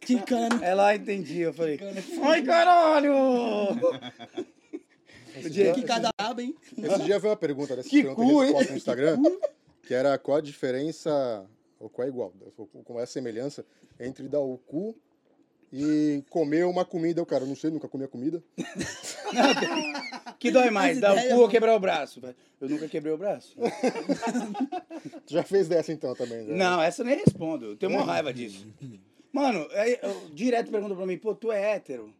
Speaker 3: Que cano. é
Speaker 1: Ela entendi, eu falei. Ai, caralho! Podia-
Speaker 3: Que cada aba, hein?
Speaker 2: Esse dia foi uma pergunta dessa
Speaker 1: Que
Speaker 2: pergunta
Speaker 1: cu, hein?
Speaker 2: que eles postam no Instagram, que era qual a diferença, ou qual é igual, ou qual é a semelhança entre dar o cu e comer uma comida. Eu, cara, eu não sei, nunca comi a comida.
Speaker 1: Que dói mais,
Speaker 3: As
Speaker 1: dar o
Speaker 3: ideias,
Speaker 1: cu ou
Speaker 3: mano.
Speaker 1: quebrar o braço? Eu nunca quebrei o braço.
Speaker 2: Tu já fez dessa então também, né?
Speaker 1: Não, essa eu nem respondo. Eu tenho uma raiva disso. Mano, aí eu- direto pergunta pra mim, pô, tu é hétero?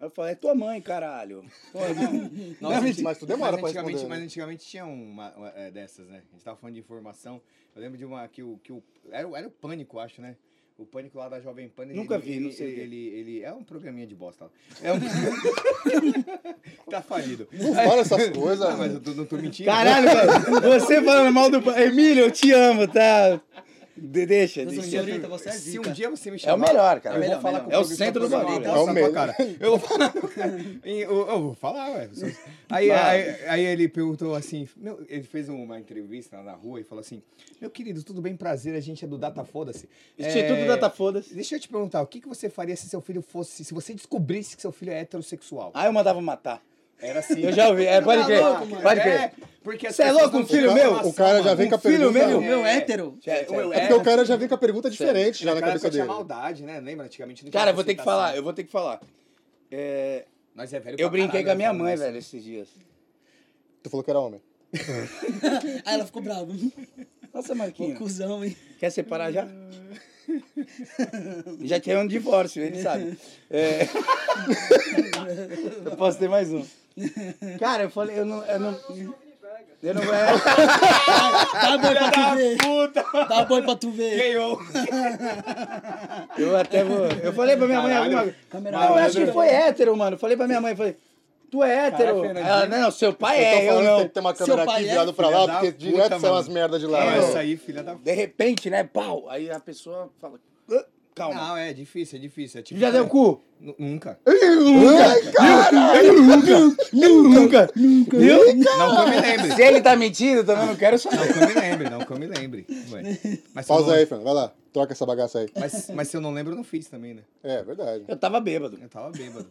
Speaker 1: Aí eu falo, é tua mãe, caralho. Pô, não. é
Speaker 2: Nossa, mas, tu demora pra
Speaker 4: mas antigamente,
Speaker 2: responder.
Speaker 4: mas
Speaker 2: né?
Speaker 4: antigamente tinha uma, uma, é, dessas, né? A gente tava falando de informação. Eu lembro de uma que o. Que o era, o- era o Pânico, acho, né? O Pânico lá da Jovem Pan. ele-
Speaker 1: Nunca
Speaker 4: ele-
Speaker 1: vi, não
Speaker 4: ele-
Speaker 1: sei.
Speaker 4: Ele, ele, é um programinha de bosta lá. É um... *laughs* tá falido.
Speaker 2: Não fala essas
Speaker 4: Ah,
Speaker 2: coisas,
Speaker 4: mas
Speaker 2: mas
Speaker 4: eu tô- não tô mentindo.
Speaker 1: Caralho, velho, você falando mal do... pai. Emílio, eu te amo, tá? De- deixa,
Speaker 3: Mas
Speaker 1: deixa.
Speaker 3: um dia- senhorita, você é
Speaker 4: Se
Speaker 3: zica.
Speaker 4: um dia você
Speaker 1: É
Speaker 4: me
Speaker 1: o
Speaker 4: chamar...
Speaker 1: melhor,
Speaker 4: Eu
Speaker 1: cara.
Speaker 4: vou
Speaker 3: melhor,
Speaker 4: falar
Speaker 3: melhor.
Speaker 4: com
Speaker 1: É o
Speaker 4: alguém que tá
Speaker 1: centro do
Speaker 4: fazendo
Speaker 1: bagulho.
Speaker 4: uma
Speaker 2: É o
Speaker 4: bosta na
Speaker 2: melhor.
Speaker 4: tua cara. Eu vou falar. E eu, eu vou falar, ué. Aí, aí, aí ele perguntou assim: meu- ele fez uma entrevista na rua e falou assim: Meu querido, tudo bem, prazer, a gente é do Data Foda-se.
Speaker 1: Instituto
Speaker 4: É,
Speaker 1: Data Foda-se.
Speaker 4: Deixa eu te perguntar, o que, que você faria se seu filho fosse. Se você descobrisse que seu filho é heterossexual?
Speaker 1: Aí eu mandava matar.
Speaker 4: Era assim.
Speaker 1: Ah, Eu já ouvi, é, pode
Speaker 4: Tá
Speaker 1: crer,
Speaker 4: louco, mano.
Speaker 1: pode
Speaker 4: É,
Speaker 1: crer.
Speaker 4: porque as
Speaker 1: Cê é
Speaker 4: pessoas
Speaker 1: louco,
Speaker 4: não
Speaker 1: um *laughs* filho
Speaker 4: têm
Speaker 1: meu?
Speaker 4: informação,
Speaker 2: O cara já
Speaker 4: mano.
Speaker 2: vem com a
Speaker 1: Um filho
Speaker 2: pergunta.
Speaker 1: meu?
Speaker 2: né?
Speaker 3: Meu hétero.
Speaker 1: Sério, sério.
Speaker 4: Eu
Speaker 2: É porque o cara já vem com a pergunta diferente já na
Speaker 4: Naquela
Speaker 2: cabeça
Speaker 4: época
Speaker 2: dele.
Speaker 4: tinha maldade, né? Lembra? Antigamente não tinha
Speaker 1: Cara, eu vou ter que
Speaker 4: aceitação.
Speaker 1: falar, eu vou ter que falar. É,
Speaker 4: Nós é velho
Speaker 1: eu
Speaker 4: pra
Speaker 1: brinquei
Speaker 4: caralho,
Speaker 1: com a minha
Speaker 4: né,
Speaker 1: mãe,
Speaker 4: nossa.
Speaker 1: velho, esses dias.
Speaker 2: Tu falou que era homem.
Speaker 3: Aí ela ficou brava.
Speaker 1: Nossa,
Speaker 3: Ô,
Speaker 1: Marquinhos.
Speaker 3: cuzão, hein?
Speaker 1: Quer separar já? *laughs* já tinha um divórcio, ele sabe. *laughs* É. eu posso ter mais um. Cara, eu falei, eu não. Eu não, eu não Ah,
Speaker 3: Dá boi pra tu ver. Dá boi pra tu ver.
Speaker 4: Ganhou.
Speaker 1: eu até vou. Eu falei pra minha mãe
Speaker 4: Caralho.
Speaker 1: alguma
Speaker 3: Câmera
Speaker 1: Não, eu acho
Speaker 3: malandro.
Speaker 1: que foi hétero, mano. Eu Falei pra minha mãe, eu falei, tu é hétero?
Speaker 4: Caralho,
Speaker 1: Ela, não, seu pai
Speaker 2: eu
Speaker 1: é,
Speaker 2: tô
Speaker 1: eu
Speaker 2: falando que tem
Speaker 1: não.
Speaker 2: que ter uma câmera
Speaker 3: pai
Speaker 2: aqui
Speaker 3: é
Speaker 2: virada pra
Speaker 4: filha
Speaker 2: lá,
Speaker 4: da
Speaker 2: porque
Speaker 4: puta,
Speaker 2: direto são
Speaker 4: mano.
Speaker 2: as merdas de lá.
Speaker 1: É,
Speaker 4: Ah,
Speaker 2: velho.
Speaker 4: essa aí, filha da.
Speaker 1: De repente, né, pau. Aí a pessoa fala, "Ah, calma.
Speaker 4: Não, é difícil, é difícil. É tipo,
Speaker 1: Já deu cu?
Speaker 4: Nu- Nunca.
Speaker 1: Nunca, nunca. Viu?
Speaker 4: Não que eu me lembre.
Speaker 1: Se ele tá mentindo, eu também não quero saber.
Speaker 4: Não que eu me lembre, não que eu me lembre. Ué. Mas se eu
Speaker 2: Pausa
Speaker 4: não-
Speaker 2: aí, Fernando. Vai lá. Troca essa bagaça aí.
Speaker 4: Mas, mas se eu não lembro, eu não fiz também, né?
Speaker 2: É, verdade.
Speaker 1: Eu tava bêbado.
Speaker 4: Eu tava bêbado.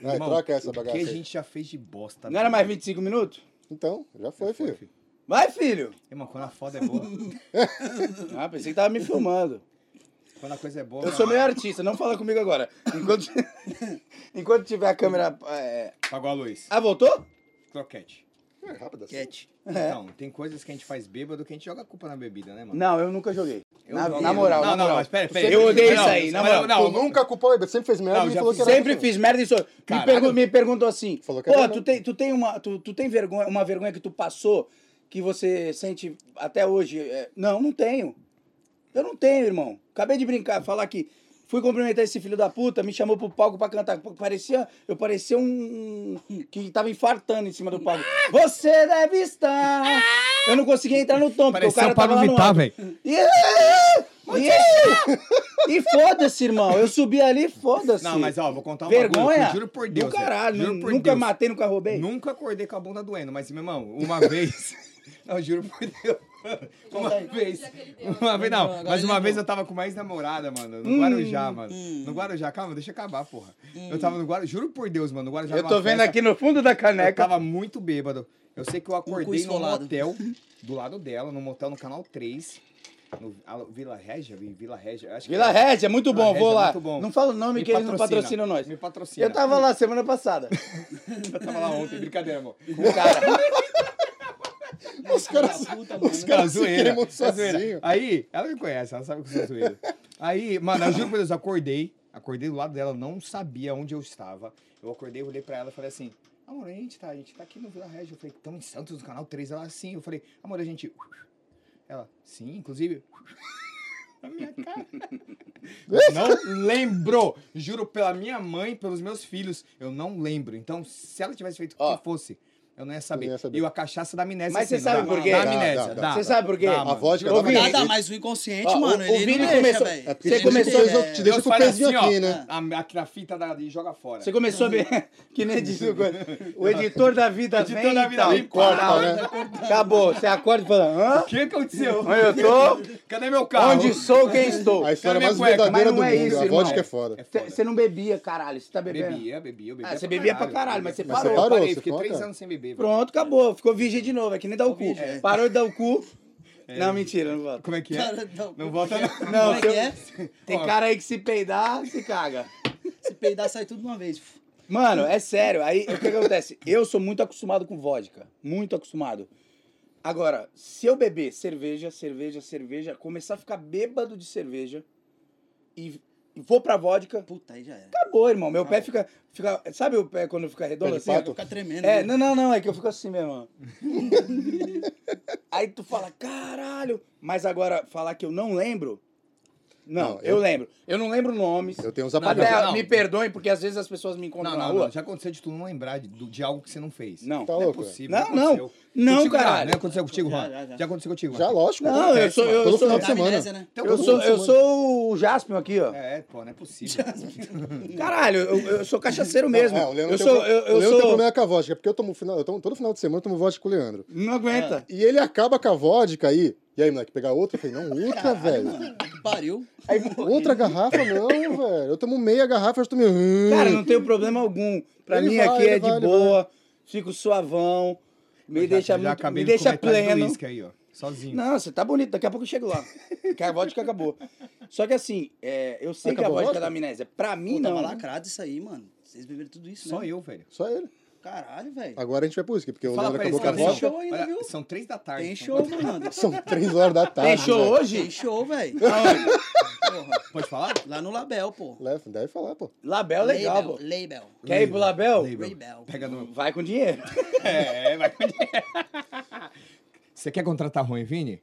Speaker 2: Vai,
Speaker 4: Irmão,
Speaker 2: troca essa
Speaker 4: O
Speaker 2: bagaça
Speaker 4: que a
Speaker 2: aí.
Speaker 4: gente já fez de bosta?
Speaker 1: Não era mais 25 minutos?
Speaker 2: Então, já foi, filho.
Speaker 1: Vai, filho.
Speaker 4: Irmão, quando a foda é boa,
Speaker 1: Ah, pensei que tava me filmando.
Speaker 4: quando a coisa é boa...
Speaker 1: Eu
Speaker 4: mano,
Speaker 1: sou meio artista, não fala comigo agora. Enquanto, *laughs* enquanto tiver a câmera. é,
Speaker 4: Apagou a luz.
Speaker 1: Ah, voltou?
Speaker 4: Croquete.
Speaker 2: É rápido assim.
Speaker 3: Cat.
Speaker 4: Então, tem coisas que a gente faz bêbado que a gente joga a culpa na bebida, né, mano?
Speaker 1: Não, eu nunca joguei.
Speaker 4: Eu
Speaker 1: na,
Speaker 4: jogo.
Speaker 1: na moral,
Speaker 4: Não,
Speaker 1: na
Speaker 4: não,
Speaker 1: moral.
Speaker 4: mas pera, pera.
Speaker 1: Eu odeio
Speaker 4: assim, Não,
Speaker 1: isso aí, na
Speaker 4: mas
Speaker 1: moral.
Speaker 4: não,
Speaker 2: tu nunca culpou ele, sempre fez merda
Speaker 4: Não,
Speaker 2: e
Speaker 4: já
Speaker 2: falou que era
Speaker 1: Sempre
Speaker 2: homem.
Speaker 1: fiz merda e sou. Me,
Speaker 4: Caralho.
Speaker 1: pergun me perguntou assim:
Speaker 4: é
Speaker 2: Falou que
Speaker 1: Pô,
Speaker 2: era
Speaker 1: tu
Speaker 2: mesmo.
Speaker 1: tem, tu tem, uma, tu, tu tem vergonha, uma vergonha que tu passou que você sente até hoje? é, não, não tenho. Eu não tenho, irmão. Acabei de brincar, falar que fui cumprimentar esse filho da puta, me chamou pro palco pra cantar. Pô, Parecia, eu parecia um que tava infartando em cima do palco.
Speaker 4: Ah!
Speaker 1: Você deve estar. Eu não conseguia entrar no tom, porque o
Speaker 4: Pareceu
Speaker 1: cara
Speaker 4: pra
Speaker 1: tava lá no
Speaker 4: vomitar,
Speaker 1: alto.
Speaker 4: tá, velho.
Speaker 1: Yeah! Yeah! E foda-se, irmão. Eu subi ali, foda-se.
Speaker 4: Não, mas ó, vou
Speaker 1: Tá
Speaker 4: contar um bagulho.
Speaker 1: Vergonha?
Speaker 4: eu Juro por Deus.
Speaker 1: Do
Speaker 4: velho.
Speaker 1: caralho.
Speaker 4: Juro
Speaker 1: nu-
Speaker 4: por
Speaker 1: nunca
Speaker 4: Deus.
Speaker 1: matei, nunca roubei.
Speaker 4: Nunca acordei com a bunda doendo, mas, meu irmão, uma vez. *laughs* Não, juro por Deus.
Speaker 1: *laughs*
Speaker 4: Uma vez. Uma vez,
Speaker 3: Não,
Speaker 4: não.
Speaker 3: agora
Speaker 4: Mas
Speaker 3: ele
Speaker 4: uma
Speaker 3: não.
Speaker 4: vez eu tava com mais namorada, mano.
Speaker 1: Hum,
Speaker 4: No Guarujá, mano. No Guarujá, calma, deixa eu acabar, porra. Eu tava no Guarujá, juro por Deus, mano. No Guarujá,
Speaker 1: Eu
Speaker 4: numa
Speaker 1: tô vendo
Speaker 4: festa,
Speaker 1: aqui né, no fundo da
Speaker 4: Eu
Speaker 1: caneca.
Speaker 4: tava muito bêbado. Eu sei que eu acordei num
Speaker 1: *laughs*
Speaker 3: esfolado.
Speaker 4: motel do lado dela, num motel no canal 3. No Al- Vila Régia? Vi- Vila Régia. eu Acho que
Speaker 1: Vila
Speaker 4: é.
Speaker 1: Régia, muito
Speaker 4: Vila
Speaker 1: bom,
Speaker 4: Régia
Speaker 1: vou
Speaker 4: é
Speaker 1: lá.
Speaker 4: muito bom.
Speaker 1: Não fala o nome
Speaker 4: Me
Speaker 1: que eles não patrocinam nós.
Speaker 4: Me patrocina.
Speaker 1: Eu tava lá semana *laughs* passada.
Speaker 4: *laughs* Eu tava lá ontem, brincadeira, amor.
Speaker 1: com o cara.
Speaker 2: Os caras.
Speaker 4: Os caras,
Speaker 2: se
Speaker 4: zoeira.
Speaker 2: queimam
Speaker 4: é zoeira.
Speaker 2: sozinho.
Speaker 4: Aí, ela me conhece, ela sabe que eu sou zoeira. Aí, mano, eu juro por Deus, eu acordei. Acordei do lado dela, não sabia onde eu estava. Eu acordei, olhei pra ela e falei assim, amor, a gente tá, a gente tá aqui no Vila Régia. Eu falei, estamos em Santos, no Canal 3. Ela, sim. Eu falei, amor, a gente... Ela, sim, inclusive... *laughs* Na minha cara. Não lembro. Juro pela minha mãe, pelos meus filhos. Eu não lembro. Então, se ela tivesse feito o
Speaker 1: Ó.
Speaker 4: que fosse... Eu não ia saber.
Speaker 2: ia saber.
Speaker 4: E a cachaça da amnésia.
Speaker 1: Mas
Speaker 4: assim,
Speaker 1: você
Speaker 4: não
Speaker 1: sabe
Speaker 4: dá?
Speaker 1: por quê?
Speaker 4: Dá
Speaker 1: Dá,
Speaker 4: amnésia,
Speaker 2: dá,
Speaker 4: dá.
Speaker 2: dá.
Speaker 1: Você sabe por quê?
Speaker 4: Dá,
Speaker 2: A vodka
Speaker 1: Ô,
Speaker 2: dá
Speaker 1: Vini,
Speaker 2: pra
Speaker 3: Nada mais o inconsciente,
Speaker 1: Ó, o-
Speaker 3: mano.
Speaker 1: o
Speaker 3: ele
Speaker 1: Vini
Speaker 3: não deixa,
Speaker 1: começou-
Speaker 2: É
Speaker 3: velho.
Speaker 1: Você
Speaker 2: porque tem gente que
Speaker 1: começou-
Speaker 2: deixa-
Speaker 3: é,
Speaker 2: Te deixa
Speaker 4: Deus
Speaker 2: com o
Speaker 4: fala
Speaker 2: pezinho
Speaker 4: assim, ó,
Speaker 2: aqui, né?
Speaker 4: A, a, a fita da, e joga fora.
Speaker 1: Você começou a ver. *laughs* Que nem diz *laughs* o coisa. O editor da vida
Speaker 4: Editor
Speaker 1: vem
Speaker 4: da
Speaker 1: e
Speaker 4: vida
Speaker 1: tal.
Speaker 4: vem, corta,
Speaker 1: Tal.
Speaker 4: né?
Speaker 1: Acabou. Você acorda e fala, hã?
Speaker 4: O que aconteceu?
Speaker 1: Onde eu tô?
Speaker 4: Cadê meu carro?
Speaker 1: Onde sou, quem estou?
Speaker 2: A história
Speaker 4: Cadê minha
Speaker 2: mais
Speaker 4: cueca?
Speaker 2: verdadeira
Speaker 1: Mas
Speaker 2: do
Speaker 1: não
Speaker 2: mundo.
Speaker 1: é isso,
Speaker 2: A
Speaker 1: irmão.
Speaker 2: vodka é foda.
Speaker 4: foda.
Speaker 1: Você não bebia, caralho. Você tá bebendo?
Speaker 4: Bebia, bebia, bebia.
Speaker 1: Ah, você bebia pra caralho, mas você parou.
Speaker 4: Eu parei,
Speaker 2: Você
Speaker 4: fiquei
Speaker 2: parou,
Speaker 4: três
Speaker 2: cara?
Speaker 4: anos sem beber. velho.
Speaker 1: Pronto, acabou. Ficou virgem de novo. É que nem dá o cu.
Speaker 3: virgem.
Speaker 1: Parou de dar o cu. Não, mentira, não volta.
Speaker 4: Como é que é?
Speaker 3: Cara, não.
Speaker 4: Não volta não.
Speaker 1: Não,
Speaker 3: Como é
Speaker 1: seu-
Speaker 3: que é?
Speaker 1: tem
Speaker 4: Ó.
Speaker 1: cara aí que se peidar, se caga.
Speaker 3: Se peidar, sai tudo de uma vez.
Speaker 1: Mano, é sério. Aí o que que acontece? Eu sou muito acostumado com vodka. Muito acostumado. Agora, se eu beber cerveja, cerveja, cerveja, começar a ficar bêbado de cerveja e e vou pra vodka,
Speaker 3: Puta, aí já era.
Speaker 1: acabou, irmão. Meu pé fica, fica. Sabe o pé quando fica redondo
Speaker 2: Pé de
Speaker 1: assim?
Speaker 2: pato?
Speaker 3: Fica tremendo.
Speaker 1: É,
Speaker 3: né?
Speaker 1: não, não, não, é que eu fico assim *laughs* mesmo. ó. Aí tu fala, caralho. Mas agora, falar que eu não lembro. Não,
Speaker 2: Não,
Speaker 1: eu,
Speaker 2: eu-
Speaker 1: lembro. Eu não lembro nomes.
Speaker 2: Eu tenho uns
Speaker 4: Não,
Speaker 2: apagados.
Speaker 1: Até
Speaker 4: não.
Speaker 1: me perdoem, porque às vezes as pessoas me encontram
Speaker 4: Não,
Speaker 1: na
Speaker 4: não,
Speaker 1: rua.
Speaker 4: não. Já aconteceu de tu não lembrar de, do- de algo que você não fez.
Speaker 1: Não.
Speaker 2: Tá
Speaker 4: Não é
Speaker 2: louco?
Speaker 4: possível.
Speaker 1: Não,
Speaker 4: aconteceu.
Speaker 1: não,
Speaker 4: né? Contigo,
Speaker 1: caralho.
Speaker 4: Já aconteceu contigo,
Speaker 3: Já,
Speaker 4: Juan?
Speaker 3: já, já.
Speaker 4: Já aconteceu contigo, Juan?
Speaker 2: Já, lógico.
Speaker 1: Não,
Speaker 2: acontece,
Speaker 1: eu sou-
Speaker 2: mano.
Speaker 1: eu
Speaker 2: Todo
Speaker 1: sou-
Speaker 2: final de
Speaker 3: Dá amnésia,
Speaker 2: semana.
Speaker 3: né?
Speaker 4: Então,
Speaker 1: eu,
Speaker 4: todo
Speaker 1: sou,
Speaker 4: mundo
Speaker 1: eu
Speaker 4: se
Speaker 1: sou o Jaspion aqui, ó.
Speaker 4: manda- É, pô, não é possível.
Speaker 1: Caralho, eu, eu sou cachaceiro mesmo.
Speaker 2: Ah, é, o Leandro
Speaker 1: eu
Speaker 2: tem
Speaker 1: sou.
Speaker 2: pro-
Speaker 1: Eu, eu
Speaker 2: o Leandro
Speaker 1: sou...
Speaker 2: tem problema com a vodka, porque eu tomo final, eu tomo, todo final de semana eu tomo vodka com o Leandro.
Speaker 1: Não aguenta.
Speaker 2: E ele acaba com a vodka aí. E aí, moleque, pegar outra? Eu falei, não, outra, velho.
Speaker 3: Mano, que pariu.
Speaker 1: Aí, pô,
Speaker 2: Outra garrafa, não, velho. Eu tomo meia garrafa, eu já tomei. "Hum."
Speaker 1: Cara, não tenho problema algum. Pra
Speaker 2: É. Ele
Speaker 1: mim
Speaker 2: vai,
Speaker 1: aqui
Speaker 2: ele
Speaker 1: é de
Speaker 2: vai, ele
Speaker 1: boa, fico suavão, me
Speaker 4: Já-
Speaker 1: deixa,
Speaker 4: já
Speaker 1: muito-
Speaker 4: acabei
Speaker 1: me
Speaker 4: de
Speaker 1: deixa
Speaker 4: comer metade do
Speaker 1: pleno.
Speaker 4: uísque aí, ó. Sozinho.
Speaker 1: Não, você tá bonito, daqui a pouco eu chego lá. Que a vodka acabou. Só que assim, é, eu sei que
Speaker 2: Acabou a
Speaker 1: a vodka é
Speaker 2: vodka?
Speaker 1: da amnésia. Pra mim,
Speaker 3: Pô,
Speaker 1: não.
Speaker 3: tava lacrado isso aí, mano. Vocês beberam tudo isso,
Speaker 4: Só
Speaker 3: né?
Speaker 4: eu, velho.
Speaker 2: Só ele.
Speaker 3: Caralho, velho.
Speaker 2: Agora a gente vai pro uísque, porque o
Speaker 4: Fala
Speaker 2: Leandro
Speaker 4: pra eles,
Speaker 2: acabou com a
Speaker 4: cara.
Speaker 2: vodka.
Speaker 3: tem show ainda,
Speaker 4: olha,
Speaker 3: viu?
Speaker 4: São três da tarde.
Speaker 3: Tem
Speaker 4: então
Speaker 3: show,
Speaker 4: pode-
Speaker 3: mano.
Speaker 2: São três horas da tarde. né?
Speaker 1: Tem show
Speaker 2: velho.
Speaker 1: hoje?
Speaker 3: Tem show, velho. Porra.
Speaker 4: Pode falar?
Speaker 3: Lá no Label, pô.
Speaker 2: Leva, Deve falar, pô.
Speaker 1: Label é legal, pô.
Speaker 3: Label.
Speaker 1: Quer ir pro Label?
Speaker 4: Label.
Speaker 3: Label.
Speaker 4: Pega *laughs* no...
Speaker 1: Vai com dinheiro.
Speaker 4: É, vai com *laughs* Você quer contratar Ruim, Vini?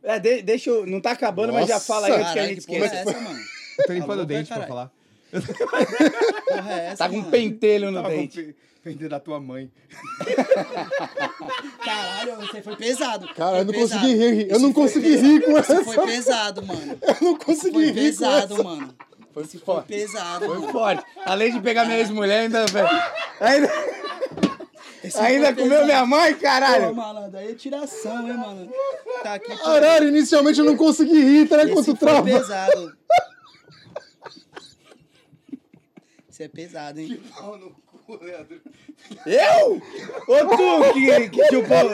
Speaker 1: É, de- deixa eu. Não tá acabando, mas já
Speaker 2: Nossa,
Speaker 1: fala aí antes que a
Speaker 3: Caralho,
Speaker 1: gente
Speaker 3: que porra é
Speaker 1: esqueça.
Speaker 3: essa, mano?
Speaker 4: Eu tô
Speaker 3: Tá
Speaker 4: limpando
Speaker 3: louco,
Speaker 4: o dente
Speaker 3: é,
Speaker 4: pra
Speaker 3: caralho?
Speaker 4: falar.
Speaker 3: Porra é essa,
Speaker 1: Tá com um
Speaker 3: mano?
Speaker 1: pentelho no
Speaker 4: Tava
Speaker 1: dente.
Speaker 4: Vender da tua mãe.
Speaker 3: Caralho, você foi pesado.
Speaker 2: Cara,
Speaker 3: Foi
Speaker 2: eu não
Speaker 3: pesado.
Speaker 2: consegui rir. Eu
Speaker 3: Isso
Speaker 2: não
Speaker 3: foi
Speaker 2: consegui
Speaker 3: pesado.
Speaker 2: rir com essa.
Speaker 3: Isso foi pesado, mano.
Speaker 2: Eu não consegui
Speaker 3: Foi
Speaker 2: rir com
Speaker 3: pesado,
Speaker 2: essa.
Speaker 3: mano.
Speaker 1: Foi
Speaker 3: Foi
Speaker 1: forte.
Speaker 3: pesado,
Speaker 1: Foi
Speaker 3: mano.
Speaker 1: forte. Além de pegar minha ex-mulher, ainda. Ainda.
Speaker 3: Esse
Speaker 1: Ainda
Speaker 3: foi
Speaker 1: comeu
Speaker 3: pesado.
Speaker 1: minha mãe,
Speaker 3: Tipo, Pô,
Speaker 1: caralho?
Speaker 3: malandro, aí é tiração, hein, mano? Tá aqui.
Speaker 2: Caralho, inicialmente eu não consegui rir. Tá
Speaker 3: Esse
Speaker 2: quanto
Speaker 3: foi
Speaker 2: trava?
Speaker 3: pesado. Isso é pesado, hein?
Speaker 1: Eu? Ô tu, que, que tinha o pau.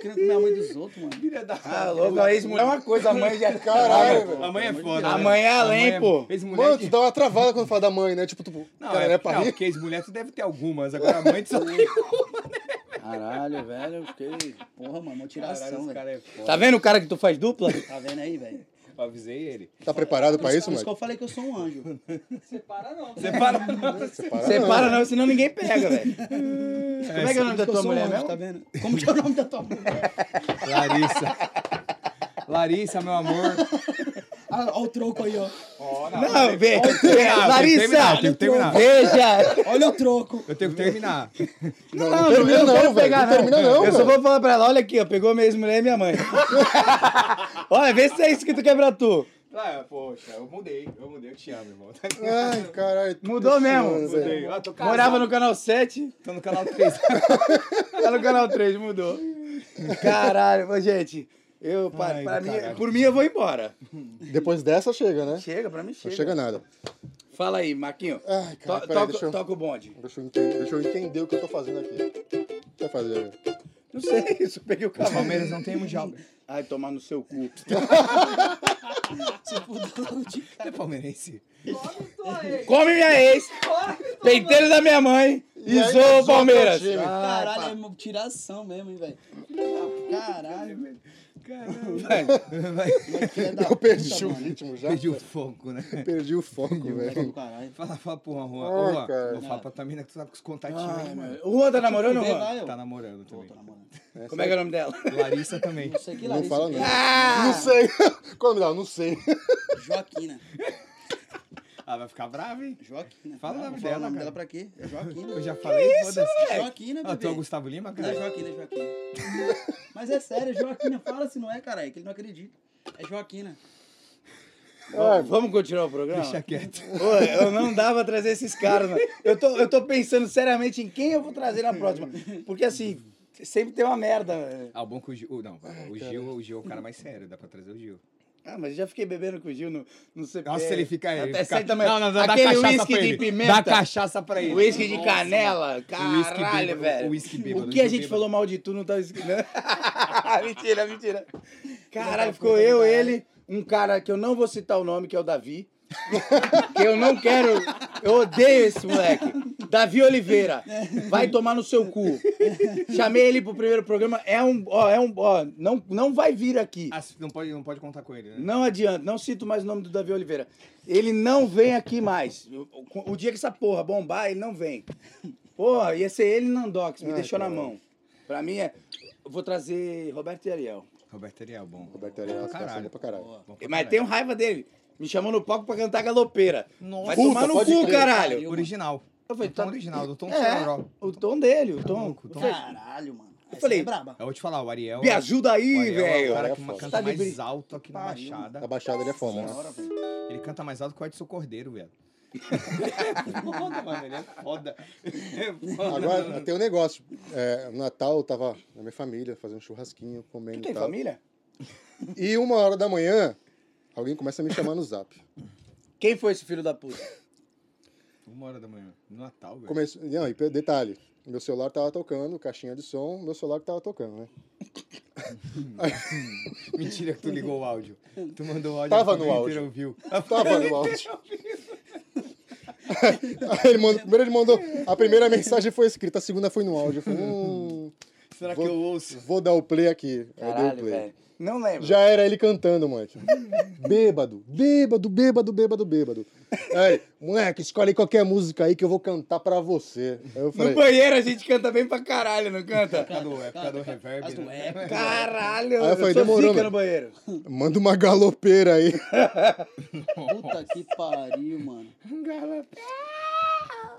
Speaker 3: Querendo comer a mãe dos outros, mano.
Speaker 4: Filha da
Speaker 1: Ah, louco, a ex-mulher é uma coisa, a mãe já. Tá
Speaker 2: Caralho, velho.
Speaker 4: A mãe é foda.
Speaker 1: A
Speaker 4: né?
Speaker 1: mãe é
Speaker 4: A
Speaker 1: além,
Speaker 4: mãe é-
Speaker 1: pô.
Speaker 4: Ex-mulher
Speaker 2: Mano,
Speaker 4: que-
Speaker 2: tu dá uma travada quando fala da mãe, né? Tipo, tu.
Speaker 4: Não,
Speaker 2: cara,
Speaker 4: é,
Speaker 2: é, pra
Speaker 4: não,
Speaker 2: rir.
Speaker 4: porque ex-mulher tu deve ter algumas. Agora a mãe tu só tem uma.
Speaker 1: Caralho, velho, eu fiquei.
Speaker 3: Porra, mano, uma
Speaker 4: Caralho,
Speaker 3: tiração,
Speaker 4: esse
Speaker 3: velho.
Speaker 4: cara é foda.
Speaker 1: Tá vendo o cara que tu faz dupla?
Speaker 3: Tá vendo aí, velho?
Speaker 4: Avisei ele.
Speaker 2: Tá preparado pra isso, É
Speaker 3: Por isso que
Speaker 2: mano?
Speaker 3: eu falei que eu sou um anjo.
Speaker 5: Separa não. né?
Speaker 1: Separa não.
Speaker 2: Separa
Speaker 1: Separa não, senão ninguém pega, velho. Como é que é o nome da
Speaker 3: Por isso que eu
Speaker 1: tua
Speaker 3: sou um
Speaker 1: mulher
Speaker 3: anjo,
Speaker 1: mesmo?
Speaker 3: Tá vendo? Como que é o nome da tua mulher?
Speaker 4: Larissa. *laughs* Larissa, meu amor.
Speaker 3: Ah, olha o troco aí, ó.
Speaker 1: Não, velho.
Speaker 4: Larissa,
Speaker 1: Larissa,
Speaker 4: tem que terminar.
Speaker 1: veja.
Speaker 3: Olha o troco.
Speaker 4: Eu tenho que terminar.
Speaker 1: Não,
Speaker 2: não termina
Speaker 1: eu
Speaker 2: não,
Speaker 1: quero
Speaker 2: velho,
Speaker 1: pegar,
Speaker 2: não termina não,
Speaker 1: Eu só
Speaker 2: velho.
Speaker 1: vou falar pra ela, olha aqui, ó, pegou minha ex-mulher e minha mãe. olha, vê se é isso que tu quer pra tu.
Speaker 4: Ah, poxa, eu mudei. Eu mudei, eu te amo, irmão.
Speaker 2: Ai, caralho.
Speaker 1: Mudou
Speaker 2: tô
Speaker 1: mesmo.
Speaker 2: suando, velho.
Speaker 4: Mudei. Ah, tô casado.
Speaker 1: Morava no canal 7,
Speaker 4: Tô no canal 3.
Speaker 1: *laughs* tá no canal 3, mudou. Caralho, mas, gente, eu, pra,
Speaker 4: Ai,
Speaker 1: pra
Speaker 4: do
Speaker 1: mim,
Speaker 4: caralho.
Speaker 1: por mim eu vou embora.
Speaker 2: Depois dessa chega, né?
Speaker 1: Chega, pra mim
Speaker 2: Não
Speaker 1: chega. Tá,
Speaker 2: chega nada.
Speaker 1: Fala aí, Marquinho.
Speaker 2: Ai, cara,
Speaker 1: To-
Speaker 2: peraí,
Speaker 1: toca,
Speaker 2: deixa eu-
Speaker 1: toca o bonde.
Speaker 2: Deixa eu, entender, deixa eu entender o que eu tô fazendo aqui. O que você vai fazer?
Speaker 1: Não sei *laughs* isso, peguei o cavalo.
Speaker 4: *laughs* Palmeiras não tem mundial.
Speaker 1: Ai, tomar no seu cu.
Speaker 3: Se fudeu, de
Speaker 4: Você é palmeirense?
Speaker 5: Come tua ex.
Speaker 1: Come minha ex,
Speaker 5: Come tua
Speaker 1: peiteiro da minha mãe e
Speaker 2: aí,
Speaker 1: sou o
Speaker 2: zoa
Speaker 1: Palmeiras.
Speaker 2: teu time.
Speaker 3: Caralho, é uma tiração mesmo, hein, velho.
Speaker 2: *laughs*
Speaker 3: Caralho,
Speaker 4: Vai.
Speaker 3: filha da
Speaker 2: Eu perdi
Speaker 3: puta,
Speaker 2: o
Speaker 3: mano.
Speaker 2: ritmo já.
Speaker 4: Perdi o foco, né?
Speaker 2: Perdi o foco,
Speaker 3: Moleque é do
Speaker 2: velho.
Speaker 3: Caralho.
Speaker 4: Fala, fala pro Juan, Juan.
Speaker 2: Ai,
Speaker 4: Ô, Juan,
Speaker 2: cara.
Speaker 4: não fala pra Tamina que tu tá com os contatinhos
Speaker 1: Ai,
Speaker 4: aí, mano.
Speaker 1: mano. O Juan tá namorando,
Speaker 3: Vem
Speaker 1: Juan?
Speaker 3: lá, eu.
Speaker 4: Tá namorando
Speaker 3: Pô,
Speaker 4: também.
Speaker 3: tô namorando.
Speaker 1: Como é que é o nome dela? *laughs*
Speaker 4: Larissa também.
Speaker 3: Não sei que
Speaker 2: Não
Speaker 3: Larissa
Speaker 2: fala
Speaker 3: que
Speaker 2: não.
Speaker 3: é.
Speaker 2: Não sei. *laughs* Qual é o nome dela? Não sei.
Speaker 3: Joaquina.
Speaker 4: Ah, vai ficar brava, hein?
Speaker 3: Joaquina.
Speaker 4: Fala o
Speaker 3: né? Não,
Speaker 4: nome
Speaker 3: vou falar
Speaker 4: dela,
Speaker 3: o nome
Speaker 4: cara.
Speaker 3: dela pra quê?
Speaker 4: *laughs*
Speaker 3: É Joaquina.
Speaker 4: Eu já falei, foda-se.
Speaker 3: Joaquina,
Speaker 4: Ah, tu é o
Speaker 3: né, bebê.
Speaker 4: Gustavo Lima,
Speaker 3: Não, é
Speaker 4: cara?
Speaker 3: Joaquina, é Joaquina. Mas é sério, é Joaquina. Fala se não é, caralho, que ele não acredita. É Joaquina.
Speaker 2: Ai, *laughs*
Speaker 1: Vamos continuar o programa?
Speaker 4: Deixa
Speaker 1: *laughs*
Speaker 4: quieto.
Speaker 1: Pô, eu não dava trazer esses caras, mano. Eu tô, eu tô pensando seriamente em quem eu vou trazer na próxima. Porque assim, sempre tem uma merda. velho.
Speaker 4: Ah, o bom que o Gil. o- Não, vai, o Gil, o Gil é o cara mais sério, dá pra trazer o Gil.
Speaker 1: Ah, mas eu já fiquei bebendo com o Gil no, no CP.
Speaker 4: Nossa, ele fica aí.
Speaker 1: É. Até
Speaker 4: Fica...
Speaker 1: sete da manhã.
Speaker 4: Não, não, dá, dá
Speaker 1: Aquele
Speaker 4: cachaça
Speaker 1: uísque
Speaker 4: pra ele.
Speaker 1: de pimenta.
Speaker 4: Dá cachaça pra ele.
Speaker 1: Whisky de canela, caralho,
Speaker 4: bêbado,
Speaker 1: velho.
Speaker 4: o whisky bêbado,
Speaker 1: O
Speaker 4: o
Speaker 1: que
Speaker 4: Gil
Speaker 1: a gente
Speaker 4: bêbado.
Speaker 1: falou mal de tu não tá escrevendo. *laughs* mentira, mentira. tá Caralho, ficou eu, ele, um cara que eu não vou citar o nome, que é o Davi. *laughs* que eu não quero. Eu odeio esse moleque. Davi Oliveira, vai tomar no seu cu. Chamei ele pro primeiro programa. É um. Ó, é um. Ó, não, não vai vir aqui.
Speaker 4: Ah, não pode, não pode contar com ele, né?
Speaker 1: Não adianta, não cito mais o nome do Davi Oliveira. Ele não vem aqui mais. O- O, o dia que essa porra bombar, ele não vem. Porra, ia ser ele e Nandox, me deixou na mão. Pra mim é. eu Vou trazer Roberto e Ariel.
Speaker 4: Roberto Ariel, bom.
Speaker 2: Roberto Ariel,
Speaker 4: Pra
Speaker 2: caralho.
Speaker 4: caralho.
Speaker 2: tá pra caralho.
Speaker 4: Bom pra
Speaker 1: Mas
Speaker 4: caralho.
Speaker 1: tenho raiva dele. Me chamou no palco pra cantar galopeira.
Speaker 4: Nossa.
Speaker 1: Vai
Speaker 4: Puta,
Speaker 1: tomar no
Speaker 2: pode
Speaker 1: cu,
Speaker 2: crer.
Speaker 1: caralho.
Speaker 4: Original.
Speaker 1: Eu falei,
Speaker 4: do tom
Speaker 1: tá-
Speaker 4: original, do Tom Chororó.
Speaker 1: um- É, o tom dele, o tom.
Speaker 4: louco, o
Speaker 1: Eu
Speaker 4: tom. é
Speaker 1: falei,
Speaker 3: Caralho, mano. Essa
Speaker 1: falei,
Speaker 3: é braba.
Speaker 4: Eu vou te falar, o Ariel.
Speaker 1: Me ajuda aí,
Speaker 4: o Ariel É
Speaker 1: velho.
Speaker 4: o cara que
Speaker 2: Tá de
Speaker 4: canta mais
Speaker 1: brin-
Speaker 4: alto aqui na
Speaker 1: Pariu.
Speaker 4: Baixada.
Speaker 2: A baixada ele é foda, né?
Speaker 3: Bora, velho.
Speaker 4: Ele canta mais alto que o Edson Cordeiro, velho. foda, mano. Ele é foda. É foda.
Speaker 2: Agora, tem um negócio. É, no Natal eu tava na minha família, fazendo um churrasquinho,
Speaker 1: Tu
Speaker 2: comendo e
Speaker 4: tá.
Speaker 1: tem
Speaker 2: tal.
Speaker 1: família?
Speaker 2: E uma hora da manhã, alguém começa a me chamar no zap.
Speaker 1: Quem foi esse filho da puta?
Speaker 4: Uma hora da manhã. No Natal, velho.
Speaker 2: Começou... Não, e pe- detalhe. Meu celular tava tocando, caixinha de som, meu celular que tava tocando, né?
Speaker 4: Mentira que tu ligou o áudio. Tu mandou o áudio.
Speaker 2: Tava
Speaker 4: a família
Speaker 2: no
Speaker 4: inteira ouviu.
Speaker 2: *laughs*
Speaker 4: A
Speaker 2: Tava no áudio. Aí *laughs* ele mandou, primeiro ele mandou, a primeira mensagem foi escrita, a segunda foi no áudio. Eu falei, hum,
Speaker 4: *laughs* Será
Speaker 2: Vou-
Speaker 4: que eu ouço?
Speaker 2: vou dar o play aqui. Aí deu o
Speaker 1: Caralho,
Speaker 2: play.
Speaker 1: velho. Não lembro.
Speaker 2: Já era ele cantando, moleque. Bêbado, bêbado, bêbado, bêbado, bêbado. Aí, moleque, escolhe qualquer música aí que eu vou cantar pra você. Aí eu
Speaker 1: No
Speaker 2: falei,
Speaker 1: banheiro a gente canta bem pra caralho, não canta?
Speaker 4: Época do, época do reverb.
Speaker 3: As do
Speaker 4: né?
Speaker 3: Eco.
Speaker 1: Caralho,
Speaker 2: Aí eu
Speaker 1: eu
Speaker 2: falei,
Speaker 1: sou
Speaker 2: demorou,
Speaker 1: zica
Speaker 2: mano.
Speaker 1: no banheiro.
Speaker 2: manda uma galopeira aí.
Speaker 3: Puta que pariu,
Speaker 4: *laughs*
Speaker 3: mano.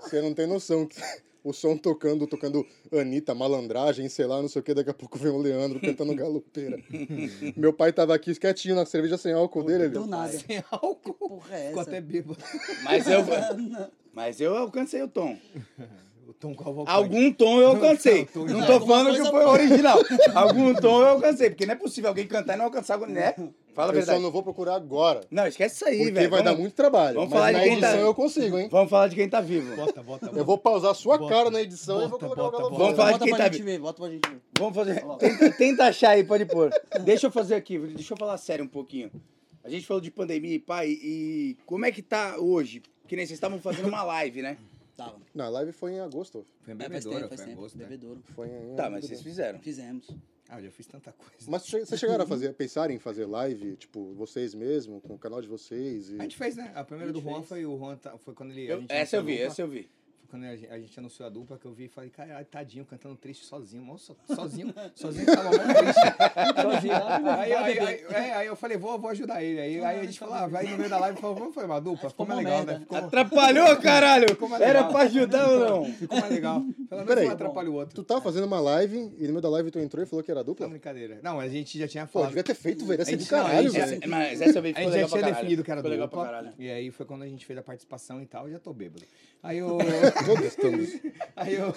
Speaker 2: Você não tem noção. que *laughs* O som tocando, tocando Anitta, malandragem, sei lá, não sei o que. Daqui a pouco vem o Leandro
Speaker 1: *laughs*
Speaker 2: cantando galopeira. Meu pai tava aqui quietinho na cerveja sem álcool dele.
Speaker 3: Do
Speaker 2: Ele,
Speaker 3: nada.
Speaker 4: Sem *laughs* álcool.
Speaker 3: Porra, é
Speaker 4: Ficou
Speaker 3: essa?
Speaker 4: até bêbado.
Speaker 1: Mas *laughs* eu, mas eu alcancei o tom.
Speaker 4: O Tom Cavalcante.
Speaker 1: Algum tom eu alcancei.
Speaker 4: Não,
Speaker 1: Não tô
Speaker 3: alguma
Speaker 1: falando que
Speaker 3: coisa
Speaker 1: foi *laughs* original. Algum tom eu alcancei, porque não é possível alguém cantar e não alcançar, né? Fala a
Speaker 2: eu só
Speaker 1: verdade.
Speaker 2: não vou procurar agora.
Speaker 1: Não, esquece isso aí,
Speaker 2: Porque
Speaker 1: velho.
Speaker 2: vai dar muito trabalho.
Speaker 1: vamos
Speaker 2: Mas
Speaker 1: falar de
Speaker 2: na
Speaker 1: quem tá-
Speaker 2: edição eu consigo, hein?
Speaker 1: Vamos falar de quem tá vivo.
Speaker 4: Bota, bota, bota.
Speaker 2: Eu vou pausar sua
Speaker 4: Bota,
Speaker 2: cara na edição e vou
Speaker 4: bota,
Speaker 2: colocar o
Speaker 4: bota,
Speaker 2: galopeira.
Speaker 1: Vamos falar de
Speaker 3: Bota
Speaker 1: quem
Speaker 3: pra
Speaker 1: tá
Speaker 3: gente
Speaker 1: vi-
Speaker 3: ver, bota pra gente ver.
Speaker 1: Vamos fazer. Tenta, tenta tá achar aí, pode pôr. Deixa eu fazer aqui, deixa eu falar sério um pouquinho. A gente falou de pandemia e pai, e como é que tá hoje? Que nem vocês estavam fazendo uma live, *laughs* né?
Speaker 3: Tava.
Speaker 2: Na live foi em agosto.
Speaker 4: Foi em
Speaker 3: É, faz
Speaker 4: bebedouro,
Speaker 3: tempo, faz
Speaker 4: foi em
Speaker 3: tempo.
Speaker 4: agosto. né?
Speaker 3: Bebedouro.
Speaker 2: Foi em...
Speaker 1: Tá, mas vocês Tá, fizeram.
Speaker 3: Fizemos.
Speaker 4: Ah, eu já fiz tanta coisa.
Speaker 2: Mas che- vocês chegaram a fazer, pensar em fazer live, tipo, vocês mesmo, com o canal de vocês? E...
Speaker 4: A gente fez, né? A primeira
Speaker 3: A
Speaker 4: do
Speaker 3: gente
Speaker 4: Juan
Speaker 3: fez.
Speaker 4: foi o Juan, tá- foi quando ele. a
Speaker 1: Eu-
Speaker 4: gente
Speaker 1: essa
Speaker 4: anunciou
Speaker 1: eu vi,
Speaker 4: a dupla.
Speaker 1: essa eu vi.
Speaker 4: Foi Quando a gente, a gente anunciou a dupla que eu vi e falei, caralho, tadinho, cantando triste sozinho, mó so- *laughs* sozinho, sozinho tava mó triste. sozinho. Aí, aí, aí, é, aí- aí eu falei, vou, vou ajudar ele. Aí, aí a gente falou, ah, vai no meio da live e falou, vamos fazer uma dupla, ficou mais
Speaker 3: uma
Speaker 4: legal,
Speaker 3: merda.
Speaker 4: né? Ficou,
Speaker 1: Atrapalhou, caralho!
Speaker 4: mais
Speaker 1: Era
Speaker 4: legal.
Speaker 1: pra ajudar ou não?
Speaker 4: ficou mais *laughs* legal. Pelo menos
Speaker 2: Peraí.
Speaker 4: um atrapalha o outro.
Speaker 2: Tu
Speaker 1: é.
Speaker 2: tava fazendo uma live e no meio da live tu entrou e falou que era
Speaker 4: Não,
Speaker 2: dupla?
Speaker 4: brincadeira. Não, a gente já tinha
Speaker 2: Pô,
Speaker 4: falado.
Speaker 2: devia ter feito, velho. Essa é
Speaker 4: A
Speaker 2: do
Speaker 4: gente- não, a
Speaker 2: caralho,
Speaker 4: gente-
Speaker 2: velho.
Speaker 1: Essa- mas essa eu vi, ficou
Speaker 4: A gente já
Speaker 1: legal pra
Speaker 4: tinha
Speaker 1: caralho.
Speaker 4: definido que era
Speaker 1: Ficou legal pra
Speaker 4: dupla.
Speaker 1: caralho.
Speaker 4: E aí foi quando a gente fez a participação e tal, eu já tô bêbado.
Speaker 1: *laughs*
Speaker 4: Aí eu.
Speaker 2: Todos estamos.
Speaker 4: aí eu.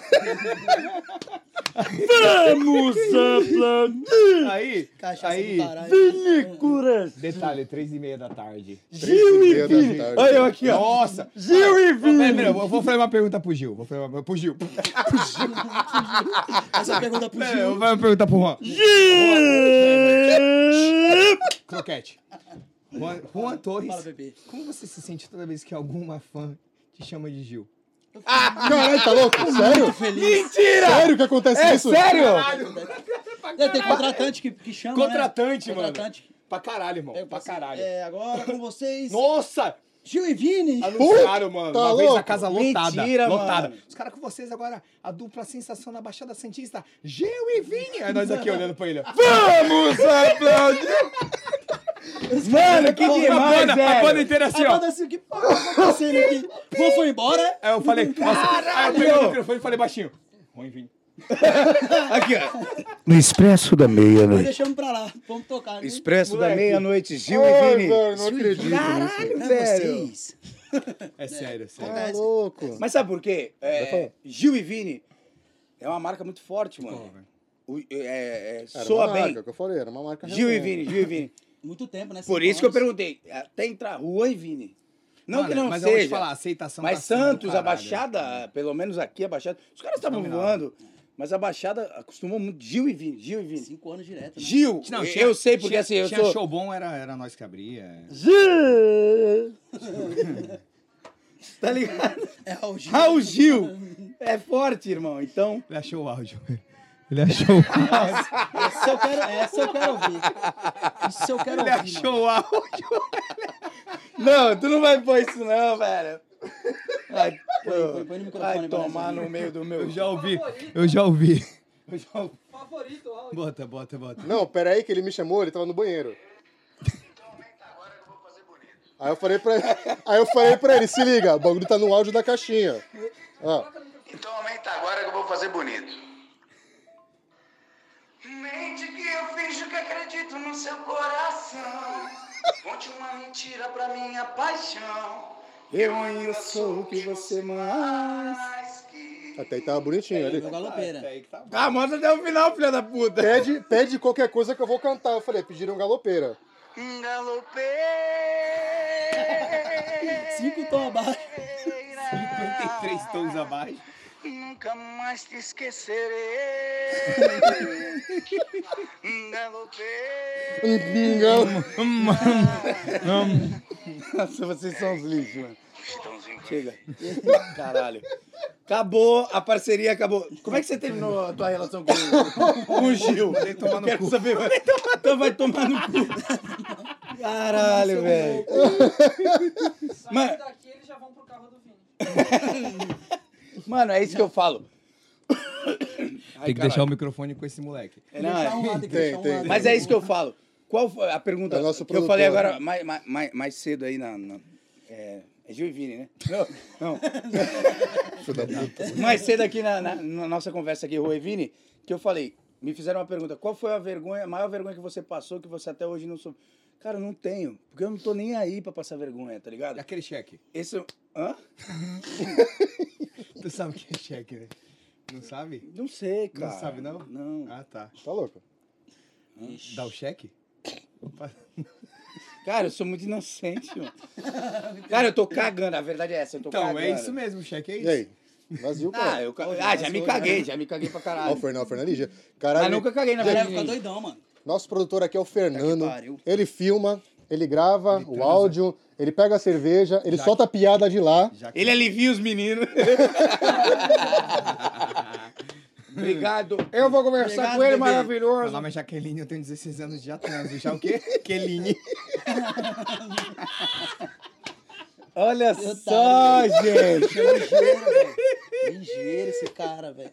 Speaker 1: Vamos aplaudir!
Speaker 4: Aí.
Speaker 3: Cachaça
Speaker 4: aí.
Speaker 3: do caralho.
Speaker 4: Detalhe, três e meia da tarde.
Speaker 1: Gil e
Speaker 2: Três e meia
Speaker 1: Vini!
Speaker 2: da tarde.
Speaker 1: Olha eu aqui, ó.
Speaker 4: Nossa!
Speaker 1: Gil e
Speaker 4: Pera, pera,
Speaker 1: Vini!
Speaker 4: eu vou- vou fazer uma pergunta pro Gil. Vou fazer uma pro Gil. *laughs*
Speaker 3: Essa pergunta pro
Speaker 4: Pera, eu
Speaker 3: Gil.
Speaker 4: vou fazer uma pergunta pro Juan.
Speaker 1: Gil!
Speaker 4: Croquete. Juan, Juan Torres,
Speaker 3: Fala, bebê.
Speaker 4: como você se sente toda vez que alguma fã te chama de Gil?
Speaker 1: Ah,
Speaker 2: Caralho, tá louco? Sério?
Speaker 1: Mentira!
Speaker 2: Sério que acontece
Speaker 1: É
Speaker 2: isso?
Speaker 1: sério?
Speaker 3: Não, tem contratante que, que chama,
Speaker 4: Contratante,
Speaker 3: né?
Speaker 4: mano.
Speaker 3: Contratante.
Speaker 4: Pra caralho, irmão.
Speaker 3: Eu
Speaker 4: pra
Speaker 3: passei-
Speaker 4: caralho.
Speaker 3: É, agora com vocês,
Speaker 4: Nossa!
Speaker 3: Gil e Vini.
Speaker 4: Anunciaram, mano.
Speaker 2: tá
Speaker 4: uma vez na
Speaker 2: louco?
Speaker 4: casa lotada.
Speaker 1: Mentira,
Speaker 4: lotada.
Speaker 1: mano.
Speaker 4: Os caras com vocês agora, a dupla sensação na Baixada Santista, Gil e Vini. Aí nós aqui olhando pra ele. ó.
Speaker 1: *laughs* Vamos aplaudir! Mano, que
Speaker 4: a
Speaker 1: demais,
Speaker 4: banda, a banda
Speaker 1: velho!
Speaker 4: inteira assim,
Speaker 3: Aí
Speaker 4: ó.
Speaker 3: manda assim, que porra tá acontecendo aqui? Vou foi embora.
Speaker 4: Aí eu falei, nossa, aí eu peguei o microfone e falei baixinho. Ruim, Vini.
Speaker 1: Aqui, ó.
Speaker 7: No Expresso da
Speaker 3: Nós
Speaker 7: Meia-Noite.
Speaker 3: deixamos pra lá. Vamos tocar, né?
Speaker 1: Expresso da meia-noite, Gil
Speaker 2: Ai,
Speaker 1: e Vini.
Speaker 2: velho, não acredito nisso.
Speaker 1: Caralho,
Speaker 3: Pra
Speaker 1: velho.
Speaker 3: vocês.
Speaker 4: É sério, é sério.
Speaker 2: Tá louco.
Speaker 1: Mas sabe por quê? É,
Speaker 2: Vai falar.
Speaker 1: Gil e Vini é uma marca muito forte, mano. O- é- é,
Speaker 2: Era
Speaker 1: soa
Speaker 2: uma
Speaker 1: bem.
Speaker 2: marca, que eu falei, era uma marca
Speaker 1: Gil e
Speaker 2: referência.
Speaker 1: Vini, Gil e Vini.
Speaker 3: Muito tempo, né?
Speaker 1: Por
Speaker 3: Cinco
Speaker 1: isso que eu
Speaker 3: anos.
Speaker 1: perguntei. Até entrar Juan e Vini. Não
Speaker 4: Mano,
Speaker 1: que não
Speaker 4: mas eu
Speaker 1: seja.
Speaker 4: vou te falar, a aceitação
Speaker 1: Mas
Speaker 4: tá sendo do
Speaker 1: Santos, a
Speaker 4: caralho.
Speaker 1: Baixada, pelo menos aqui, a Baixada. Os caras estavam voando, mas a Baixada acostumou muito. Gil e Vini, Gil e Vini.
Speaker 3: Cinco anos direto, né?
Speaker 1: Gil,
Speaker 4: Não,
Speaker 1: eu-
Speaker 4: tinha-
Speaker 1: eu sei porque
Speaker 4: tinha-
Speaker 1: assim, eu
Speaker 4: tinha
Speaker 1: sou.
Speaker 4: show bom, era, era nós que abria.
Speaker 1: Gil! *laughs* tá ligado?
Speaker 3: É Raul Gil.
Speaker 1: Raul Gil! É forte, irmão. Então,
Speaker 4: Ele achou o áudio. *laughs*
Speaker 1: *laughs*
Speaker 4: Ele achou o áudio.
Speaker 3: Essa eu quero, essa eu quero ouvir. Isso eu
Speaker 4: Ele
Speaker 3: quero ouvir, mano.
Speaker 4: achou o áudio.
Speaker 1: não, tu não vai pôr isso não, velho. Vai,
Speaker 3: põe- põe no microfone,
Speaker 1: vai
Speaker 3: Brasil.
Speaker 1: tomar no meio do meu...
Speaker 4: Eu já ouvi. Eu já ouvi. Eu já ouvi.
Speaker 5: Favorito, ó.
Speaker 4: Bota, bota, bota.
Speaker 2: Não, peraí que ele me chamou, ele tava no banheiro. Aí eu falei pra ele, aí eu falei pra ele, se liga, o bagulho tá no áudio da caixinha. Ó,
Speaker 8: Então aumenta agora que eu vou fazer bonito. Mente que eu finjo que acredito no seu coração. Conte uma mentira pra minha paixão.
Speaker 1: Eu ainda sou o que você mais...
Speaker 8: Mas que
Speaker 2: até aí tava bonitinho ali.
Speaker 3: Meu galopeira.
Speaker 1: Ah, mostra até o final, filha da puta. *laughs*
Speaker 2: Pede, pede qualquer coisa que eu vou cantar. Eu falei, pediram galopeira.
Speaker 8: galopeira.
Speaker 3: Cinco tom abaixo.
Speaker 4: 53 tons abaixo.
Speaker 8: Nunca mais
Speaker 3: *laughs*
Speaker 8: te esquecerei. Galopeira.
Speaker 1: Nossa, vocês são os lixos, mano.
Speaker 8: Estãozinho,
Speaker 1: Chega. Caralho. Acabou, a parceria acabou. Como é que você terminou a tua relação com, o- com o Gil? Vai tomar no Quero saber, mano. Então vai tomar no cu. Caralho, velho.
Speaker 5: Saindo
Speaker 1: Mas-
Speaker 5: daqui, eles já vão pro carro do Vini.
Speaker 1: Mano, é isso que eu falo.
Speaker 4: Tem que deixar o microfone com esse moleque.
Speaker 1: É,
Speaker 3: Não,
Speaker 1: não,
Speaker 3: deixar um
Speaker 1: é-
Speaker 3: lado, tem que
Speaker 2: Tem,
Speaker 3: deixar um
Speaker 2: tem.
Speaker 3: lado.
Speaker 1: Mas é isso que eu falo. Qual foi a pergunta
Speaker 2: É nosso
Speaker 1: que eu falei
Speaker 2: produtor,
Speaker 1: agora
Speaker 2: né?
Speaker 1: mais, mais- mais, mais cedo aí na... na- é, é Gil e Vini, né? Não,
Speaker 3: *laughs*
Speaker 1: não. Mais cedo aqui na, na- na nossa conversa aqui, Rui e Vini, que eu falei, me fizeram uma pergunta, qual foi a vergonha, a maior vergonha que você passou que você até hoje não soube? Cara, eu não tenho, porque eu não tô nem aí pra passar vergonha, tá ligado?
Speaker 4: Aquele cheque.
Speaker 1: Esse, hã?
Speaker 4: Tu sabe o que é cheque, né? Não sabe?
Speaker 1: Não sei,
Speaker 4: Não
Speaker 1: cara.
Speaker 4: sabe, não?
Speaker 1: Não.
Speaker 4: Ah, tá.
Speaker 2: Tá louco?
Speaker 4: Dá o cheque?
Speaker 1: Cara, eu sou muito inocente, *laughs* mano. Cara, eu tô cagando, a verdade é essa, eu tô
Speaker 4: Então,
Speaker 1: cagando.
Speaker 4: é isso mesmo, o cheque é
Speaker 2: E
Speaker 4: isso.
Speaker 2: aí? Vazio,
Speaker 1: Ah,
Speaker 2: cara.
Speaker 1: eu, ca- ah, já me caguei, já me *laughs* caguei pra
Speaker 2: é? Ó, o
Speaker 1: caralho.
Speaker 2: Fernando, o Fernando é ligeiro. Caralho,
Speaker 1: Mas nunca caguei na
Speaker 3: A galera
Speaker 1: verdade.
Speaker 3: fica doidão, mano.
Speaker 2: nosso produtor aqui é o Fernando.
Speaker 3: Tá que pariu.
Speaker 2: Ele filma, ele grava o
Speaker 4: transa.
Speaker 2: áudio, ele pega a cerveja, ele solta a
Speaker 1: é
Speaker 2: piada de lá.
Speaker 1: *laughs*
Speaker 4: Já que-
Speaker 1: Ele alivia os meninos. Obrigado. Eu vou conversar
Speaker 3: Obrigado,
Speaker 1: com ele,
Speaker 3: bebê.
Speaker 4: Meu
Speaker 1: maravilhoso.
Speaker 4: nome é Jaqueline, eu tenho 16 anos de atraso. Já
Speaker 1: *laughs*
Speaker 4: o quê? Jaqueline.
Speaker 1: Olha
Speaker 3: Eu
Speaker 1: É só,
Speaker 3: tava-
Speaker 1: gente.
Speaker 3: Ligeiro, velho. Ligeiro esse cara, velho.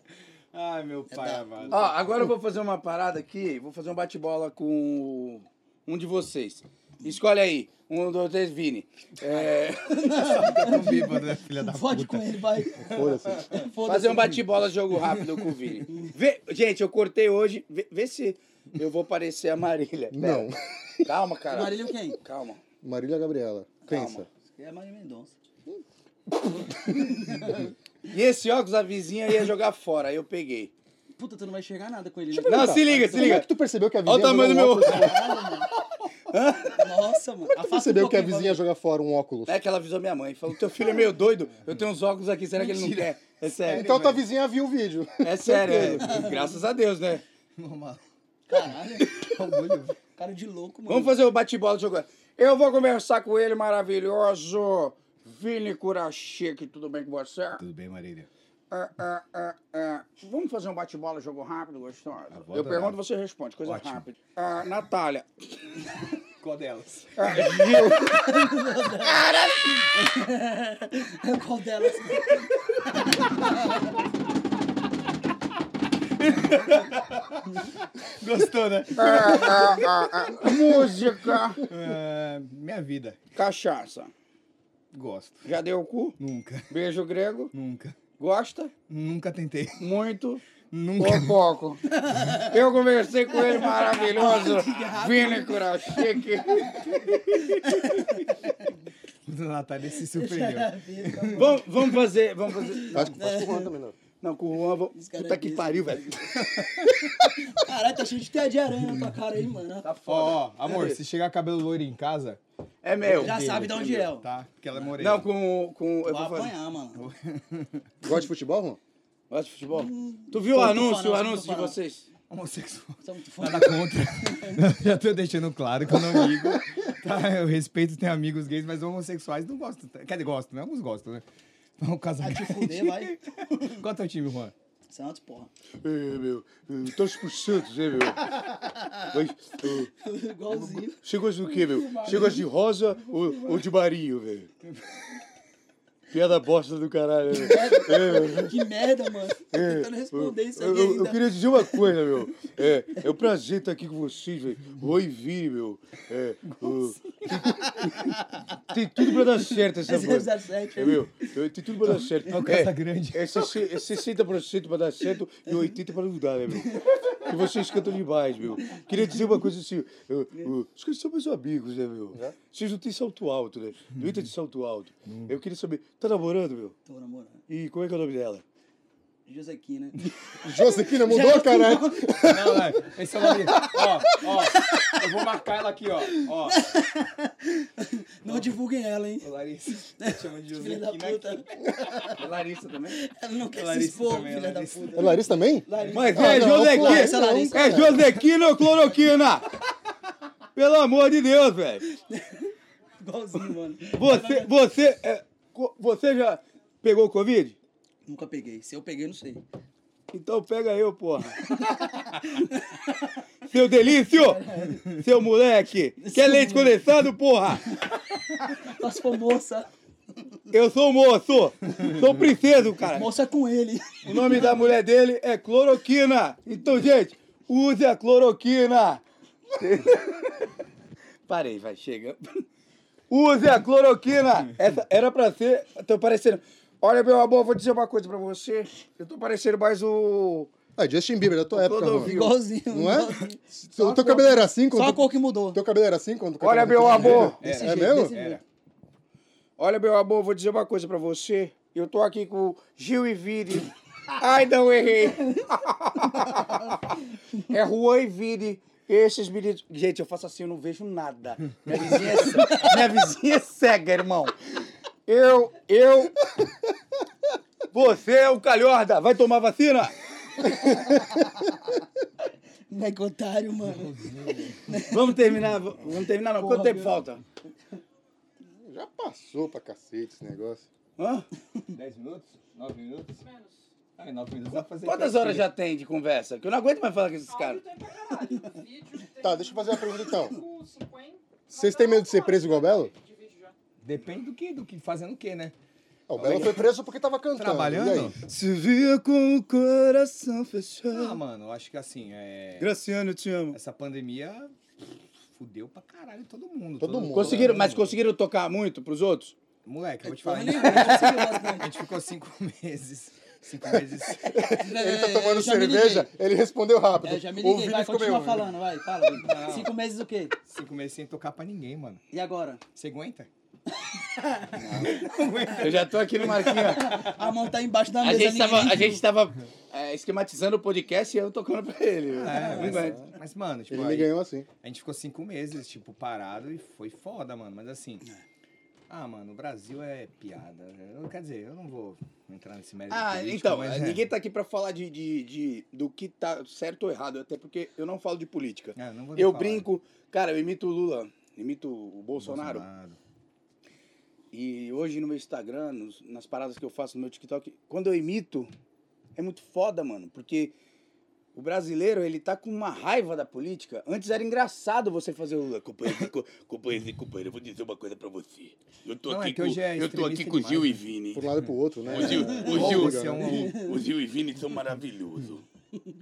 Speaker 4: Ai, meu pai
Speaker 3: da-
Speaker 4: amado.
Speaker 1: Ó, agora eu vou fazer uma parada aqui, vou fazer um bate-bola com um de vocês. Escolhe aí. Um, dois, três, Vini. É,
Speaker 4: Eu tô bêbado, né, filha da
Speaker 3: Fode
Speaker 4: puta.
Speaker 3: com
Speaker 1: *laughs*
Speaker 3: ele, vai.
Speaker 2: Foda-se.
Speaker 3: Foda-se.
Speaker 1: Tá fazer um bate-bola jogo rápido com o
Speaker 2: *laughs*
Speaker 1: Vini. Vê- gente, eu cortei hoje. Vê, vê se eu vou parecer a Marília. Pera.
Speaker 2: Não.
Speaker 1: Calma, cara.
Speaker 3: Marília quem?
Speaker 1: Calma.
Speaker 2: Marília Gabriela. Pensa.
Speaker 3: É Marília Mendonça.
Speaker 1: E esse óculos, a vizinha ia jogar fora. aí Eu peguei.
Speaker 3: Puta, tu não vai enxergar nada com ele. né?
Speaker 1: Não, se liga, se
Speaker 2: Como é
Speaker 1: liga.
Speaker 2: que tu percebeu que a
Speaker 1: Olha
Speaker 2: vizinha.
Speaker 1: o tamanho do meu
Speaker 2: joga um óculos?
Speaker 1: *laughs* óculos.
Speaker 3: Nossa, mano. um
Speaker 2: Tu percebeu que a vizinha joga fora um óculos?
Speaker 1: É que ela avisou minha mãe. Falou, teu filho é meio doido. Eu tenho uns óculos aqui. Será que ele não quer? É sério.
Speaker 2: Então tá tua vizinha viu o vídeo.
Speaker 1: É sério. é. Graças a Deus, né?
Speaker 4: Normal.
Speaker 1: *laughs*
Speaker 3: Caralho.
Speaker 4: Tá um olho
Speaker 3: Cara de louco, mano.
Speaker 1: Vamos fazer o bate-bola jogando. Eu vou conversar com ele, maravilhoso. Vini Kurachique, tudo bem com você?
Speaker 4: Tudo bem, Marília?
Speaker 1: É, é, é, é. Vamos fazer um bate-bola, jogo rápido, gostoso.
Speaker 4: vou
Speaker 1: Eu
Speaker 4: adorar.
Speaker 1: pergunto, você responde, coisa
Speaker 4: Ótimo.
Speaker 1: rápida. É, Natália.
Speaker 4: Qual delas?
Speaker 1: É, Gil.
Speaker 3: *laughs* Qual delas?
Speaker 4: Gostou, né?
Speaker 1: É, é, é, é. Música.
Speaker 4: Ah, minha vida.
Speaker 1: Cachaça.
Speaker 4: Gosto.
Speaker 1: Já deu o cu?
Speaker 4: Nunca.
Speaker 1: Beijo grego.
Speaker 4: Nunca.
Speaker 1: Gosta?
Speaker 4: Nunca tentei.
Speaker 1: Muito.
Speaker 4: Nunca.
Speaker 1: Ô, Coco. Eu conversei com ele, maravilhoso.
Speaker 3: *laughs*
Speaker 1: Vini Kurachique.
Speaker 4: A Natália se surpreendeu.
Speaker 1: Vamos, vamos fazer, vamos fazer.
Speaker 2: Acho que faz com o também, não.
Speaker 1: Não, com o Juan, eu vou...
Speaker 3: Esse cara
Speaker 1: puta
Speaker 3: é
Speaker 1: que
Speaker 3: besta.
Speaker 1: pariu, velho.
Speaker 3: Caralho, tá cheio de teia de aranha na tua cara aí, mano.
Speaker 1: Tá
Speaker 4: Ó, ó, amor, se chegar cabelo loiro em casa,
Speaker 1: É meu.
Speaker 3: Já sabe de onde é, ó.
Speaker 4: tá? Porque ela é morena.
Speaker 1: Não, com, o- com... Eu
Speaker 3: Vai
Speaker 1: vou fazer.
Speaker 3: apanhar, mano.
Speaker 2: Gosta de futebol, Juan?
Speaker 1: Gosta de futebol? Tu viu o
Speaker 3: Hum, tô
Speaker 1: anúncio,
Speaker 3: falando,
Speaker 1: o
Speaker 3: tô
Speaker 1: anúncio de
Speaker 3: falando.
Speaker 1: vocês?
Speaker 4: Homossexual.
Speaker 3: Sou muito foda.
Speaker 4: Nada Tá contra. *laughs* Já tô deixando claro que eu não ligo. Tá? Eu respeito, tenho amigos gays, mas homossexuais não gosto. tanto. Quer dizer, gosto, né? Alguns gostam, né? Vamos casar.
Speaker 3: Vai te fuder, vai.
Speaker 1: *laughs*
Speaker 4: Qual é o teu time, Juan?
Speaker 3: Santos, porra.
Speaker 1: É, meu. Torce por Santos, é, meu. eh,
Speaker 3: Igualzinho.
Speaker 1: Você gosta do quê, meu? Você gosta de rosa ou, de marinho, velho? Piada bosta do caralho, né?
Speaker 3: Que merda, mano. Tô tentando responder isso
Speaker 1: É,
Speaker 3: é
Speaker 1: Eu,
Speaker 3: aqui
Speaker 1: eu- eu
Speaker 3: ainda.
Speaker 1: queria dizer uma coisa, meu. É, é um prazer estar aqui com vocês, velho. Oi, Vini, meu. É, o- *laughs* tem, tem tudo pra dar certo essa coisa.
Speaker 3: 17,
Speaker 1: É, meu, é, tem tudo pra dar certo.
Speaker 4: É o
Speaker 1: É,
Speaker 4: Casagrande.
Speaker 1: é, 60 é 60% pra dar certo e 80% pra não dar, né, meu? E vocês cantam demais, meu. Queria dizer uma coisa assim. Eu, eu, os caras são meus amigos, né, meu? Vocês não têm salto alto, né? Não entra de salto alto.
Speaker 2: Hum.
Speaker 1: Eu queria saber, tá namorando, meu?
Speaker 3: Tô namorando.
Speaker 1: E como é que é o nome dela?
Speaker 3: Josequina.
Speaker 2: Josequina mudou, caralho.
Speaker 4: Não, vai. Esse é o nome. Ó, ó. Eu vou marcar ela aqui, ó. Ó.
Speaker 3: Não divulguem ela, hein.
Speaker 4: Ô, Larissa. Tá chamando de
Speaker 3: *laughs* Filha da
Speaker 4: Josequina
Speaker 3: puta.
Speaker 4: aqui. Larissa também?
Speaker 3: Ela não quer se
Speaker 4: Larissa
Speaker 3: expor,
Speaker 4: também,
Speaker 3: filha da
Speaker 4: Larissa.
Speaker 2: É
Speaker 3: puta.
Speaker 2: Larissa também?
Speaker 1: Mas
Speaker 2: Ah,
Speaker 1: é
Speaker 2: não, pô,
Speaker 3: essa é
Speaker 1: Josequina,
Speaker 3: Larissa,
Speaker 2: um
Speaker 1: é
Speaker 3: cara.
Speaker 1: Josequina ou cloroquina? Pelo amor de Deus, velho.
Speaker 3: Igualzinho, mano.
Speaker 1: Você, você, é, co- você já pegou Covid?
Speaker 3: Nunca peguei. Se eu peguei, não sei.
Speaker 1: Então pega eu, porra. Seu delício! Seu moleque! Quer leite condensado, porra?
Speaker 3: Só se for moça.
Speaker 1: Eu sou um moço! Sou um princeso, cara!
Speaker 3: Moça é com ele.
Speaker 1: O nome da mulher dele é cloroquina. Então, gente, use a cloroquina. Parei, vai, chega. Use a cloroquina. Essa era pra ser. Tô parecendo. Olha, meu amor, vou dizer uma coisa pra você. Eu tô parecendo mais o.
Speaker 2: Ah, Justin Bieber da tua época,
Speaker 1: Clodovil.
Speaker 2: Juan.
Speaker 3: Igualzinho.
Speaker 2: Não é?
Speaker 3: igualzinho.
Speaker 2: Teu teu cabelo era assim
Speaker 3: Só a
Speaker 2: quando...
Speaker 3: cor que mudou.
Speaker 2: Teu cabelo era assim quando...
Speaker 1: Olha, meu amor.
Speaker 3: Desse
Speaker 2: É
Speaker 3: jeito,
Speaker 2: mesmo?
Speaker 3: desse jeito.
Speaker 1: Olha, meu amor, vou dizer uma coisa pra você. Eu tô aqui com Gil e Vini. Ai, não errei. É Juan e Vini. Esses meninos. Gente, eu faço assim, eu não vejo nada. Minha vizinha é, ce- minha vizinha é cega, irmão. Eu, eu. Você é um calhorda. Vai tomar vacina?
Speaker 3: Moleque otário, é mano.
Speaker 1: Vamos terminar. v- Vamos terminar, não. Quanto
Speaker 3: Porra,
Speaker 1: tempo
Speaker 3: meu.
Speaker 1: falta?
Speaker 2: Já passou pra cacete esse negócio.
Speaker 1: Hã?
Speaker 4: 10 minutos? 9 minutos?
Speaker 5: Menos.
Speaker 4: Ai, nove minutos dá pra fazer
Speaker 1: Quantas
Speaker 4: café.
Speaker 1: horas já tem de conversa? Que eu não aguento mais falar com esses
Speaker 5: Áudio
Speaker 1: caras.
Speaker 5: tem pra caralho. Vídeo tem
Speaker 2: Tá, deixa eu fazer uma pergunta então.
Speaker 5: cinco, cinquenta,
Speaker 2: Vocês têm medo de ser preso igual Belo?
Speaker 5: de vídeo já.
Speaker 4: Depende do que, do que, fazendo o que, né?
Speaker 2: Ah, o Belo foi preso porque tava
Speaker 1: Tá
Speaker 2: cantando. E aí?
Speaker 4: Trabalhando?
Speaker 1: Se via com o coração
Speaker 4: Ah,
Speaker 1: fechado.
Speaker 4: mano, eu acho que assim, é...
Speaker 1: Graciano, eu te amo.
Speaker 4: Essa pandemia fudeu pra caralho todo mundo.
Speaker 2: Todo mundo.
Speaker 1: Conseguiram,
Speaker 4: todo
Speaker 1: mas
Speaker 4: mundo.
Speaker 1: conseguiram tocar muito pros outros?
Speaker 4: Moleque, eu vou te
Speaker 3: Porra
Speaker 4: *laughs* falar.
Speaker 3: nenhuma, conseguiu
Speaker 4: A
Speaker 3: bastante.
Speaker 4: gente ficou cinco meses. Cinco meses.
Speaker 2: *laughs* Ele tá tomando
Speaker 3: Eu É, já me
Speaker 2: cerveja,
Speaker 3: liguei.
Speaker 2: ele respondeu rápido.
Speaker 3: É, já me
Speaker 2: o
Speaker 3: liguei,
Speaker 2: vídeo
Speaker 3: vai,
Speaker 2: ficou
Speaker 3: continua
Speaker 2: meio-
Speaker 3: falando, vai, fala. Cinco meses o quê?
Speaker 4: Cinco meses sem tocar pra ninguém, mano.
Speaker 3: E agora?
Speaker 4: Você aguenta?
Speaker 1: Eu já tô aqui no *laughs* Marquinhos.
Speaker 3: A mão tá embaixo da
Speaker 1: A
Speaker 3: mesa.
Speaker 1: gente
Speaker 3: ninguém
Speaker 1: tava, a
Speaker 3: viu.
Speaker 1: gente tava é, esquematizando o podcast e eu tocando pra ele.
Speaker 4: É,
Speaker 1: Ah, Não aguento.
Speaker 4: mas, mas, mano, tipo,
Speaker 2: Ele me
Speaker 4: aí-
Speaker 2: ganhou assim.
Speaker 4: a gente ficou cinco meses, tipo, parado e foi foda, mano. Mas assim.
Speaker 2: É.
Speaker 4: Ah, mano, o Brasil é piada. Eu- quer dizer, eu não vou entrar nesse mérito.
Speaker 1: Ah,
Speaker 4: é político,
Speaker 1: então,
Speaker 4: mas, é.
Speaker 1: ninguém tá aqui pra falar de, de, de- do que tá certo ou errado, até porque eu não falo de política.
Speaker 4: É, não vou nem
Speaker 1: Eu
Speaker 4: falar.
Speaker 1: brinco, cara, eu imito o Lula, imito o Bolsonaro.
Speaker 4: Bolsonaro.
Speaker 1: E hoje no meu Instagram, nos- nas paradas que eu faço no meu TikTok, quando eu imito, é muito foda, mano, porque o brasileiro, ele tá com uma raiva da política. Antes era engraçado você fazer o Lula. Companheiro, co- companheiro, companheiro, eu vou dizer uma coisa pra você. Eu tô
Speaker 4: Não, é
Speaker 1: aqui
Speaker 4: que
Speaker 1: com,
Speaker 4: hoje é
Speaker 1: eu tô aqui
Speaker 4: extremista
Speaker 1: com o Gil e
Speaker 4: demais, né?
Speaker 1: Vini.
Speaker 2: Por um lado e pro outro, né?
Speaker 1: O Gil, o
Speaker 4: Ou
Speaker 1: Gil,
Speaker 4: você é um-
Speaker 1: o Gil e Vini são maravilhosos.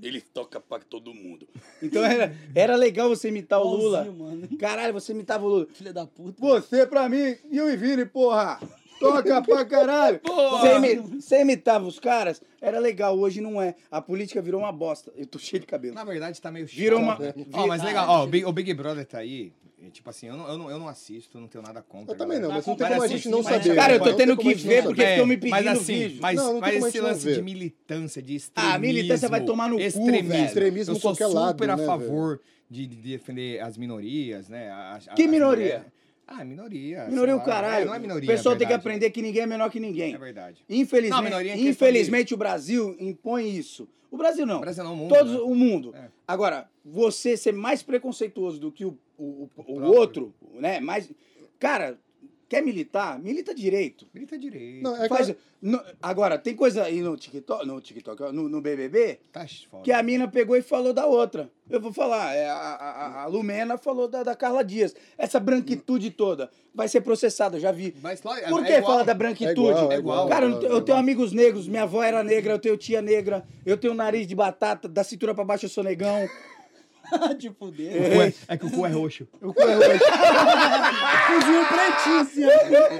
Speaker 1: Eles tocam pra todo mundo. Então era, era legal você imitar o
Speaker 3: Igualzinho,
Speaker 1: Lula.
Speaker 3: mano.
Speaker 1: Caralho, você imitava o Lula.
Speaker 3: Filha da puta.
Speaker 1: Você pra mim, Gil e Vini, porra! Toca pra
Speaker 4: *laughs*
Speaker 1: caralho! Você, imi- você imitava os caras, era legal, hoje não é. A política virou uma bosta. Eu tô cheio de cabelo.
Speaker 4: Na verdade, tá meio chato.
Speaker 1: Virou uma.
Speaker 4: Ó, mas legal, ó, o Big, o Big Brother tá aí. e, tipo assim, eu não, eu, não, eu não assisto, não tenho nada contra.
Speaker 2: Eu também não,
Speaker 4: galera.
Speaker 2: mas não tem
Speaker 4: Mas
Speaker 2: como a
Speaker 4: assim,
Speaker 2: gente não
Speaker 4: mas-
Speaker 2: saber.
Speaker 1: Cara, eu tô
Speaker 2: né? Não tem
Speaker 1: tendo
Speaker 2: como a
Speaker 1: que
Speaker 2: gente não
Speaker 1: ver,
Speaker 2: saber.
Speaker 1: porque ficam me pedindo
Speaker 4: mas assim,
Speaker 1: vídeo.
Speaker 4: Mas,
Speaker 2: Não, não tem
Speaker 4: mas
Speaker 2: como a
Speaker 4: esse
Speaker 2: gente não
Speaker 4: lance
Speaker 2: ver.
Speaker 4: de militância, de extremismo.
Speaker 1: Ah, militância vai tomar no cu,
Speaker 4: extremismo.
Speaker 1: velho.
Speaker 4: Extremismo
Speaker 2: Extremismo
Speaker 4: Eu sou
Speaker 2: qualquer
Speaker 4: super
Speaker 2: lado,
Speaker 4: a
Speaker 2: né,
Speaker 4: favor de, de defender as minorias, né? as-
Speaker 1: Que
Speaker 4: as
Speaker 1: minoria?
Speaker 4: mulheres. Ah, minoria.
Speaker 1: Minoria
Speaker 4: sei
Speaker 1: o
Speaker 4: lá.
Speaker 1: caralho.
Speaker 4: É, não é minoria.
Speaker 1: O pessoal
Speaker 4: é
Speaker 1: tem que
Speaker 4: verdade.
Speaker 1: aprender que ninguém é menor que ninguém.
Speaker 4: É verdade. Não, a
Speaker 1: Infelizmente,
Speaker 4: minoria é questão
Speaker 1: infelizmente o Brasil impõe isso. O Brasil não.
Speaker 4: O Brasil não, o mundo,
Speaker 1: Todo
Speaker 4: né?
Speaker 1: o mundo.
Speaker 4: É.
Speaker 1: Agora, você ser mais preconceituoso do que o, o, o- o
Speaker 4: próprio.
Speaker 1: outro, né? Mais, cara, quer militar? Milita direito.
Speaker 4: Grita direito.
Speaker 2: Não, é que
Speaker 1: Faz- no- agora, tem coisa aí no TikTok, no, TikTok ó, no, no BBB,
Speaker 4: Tá foda.
Speaker 1: que é a mina pegou e falou da outra. Eu vou falar, é, a, a- a- a Lumena falou da, da Carla Dias. Essa branquitude toda vai ser processada, eu já vi.
Speaker 4: Mas, lógico,
Speaker 1: Por
Speaker 4: é
Speaker 1: que
Speaker 4: igual-
Speaker 1: falar da branquitude?
Speaker 2: É igual,
Speaker 4: é igual.
Speaker 1: Cara, eu,
Speaker 2: É
Speaker 1: tenho- eu
Speaker 2: igual.
Speaker 1: tenho amigos negros, minha avó era negra, eu tenho tia negra, eu tenho nariz de batata, da cintura pra baixo eu sou negão.
Speaker 3: de
Speaker 4: O
Speaker 3: fuder.
Speaker 4: cu é- É que o cu
Speaker 1: *laughs*
Speaker 4: é roxo.
Speaker 3: Cozinho pretíssimo.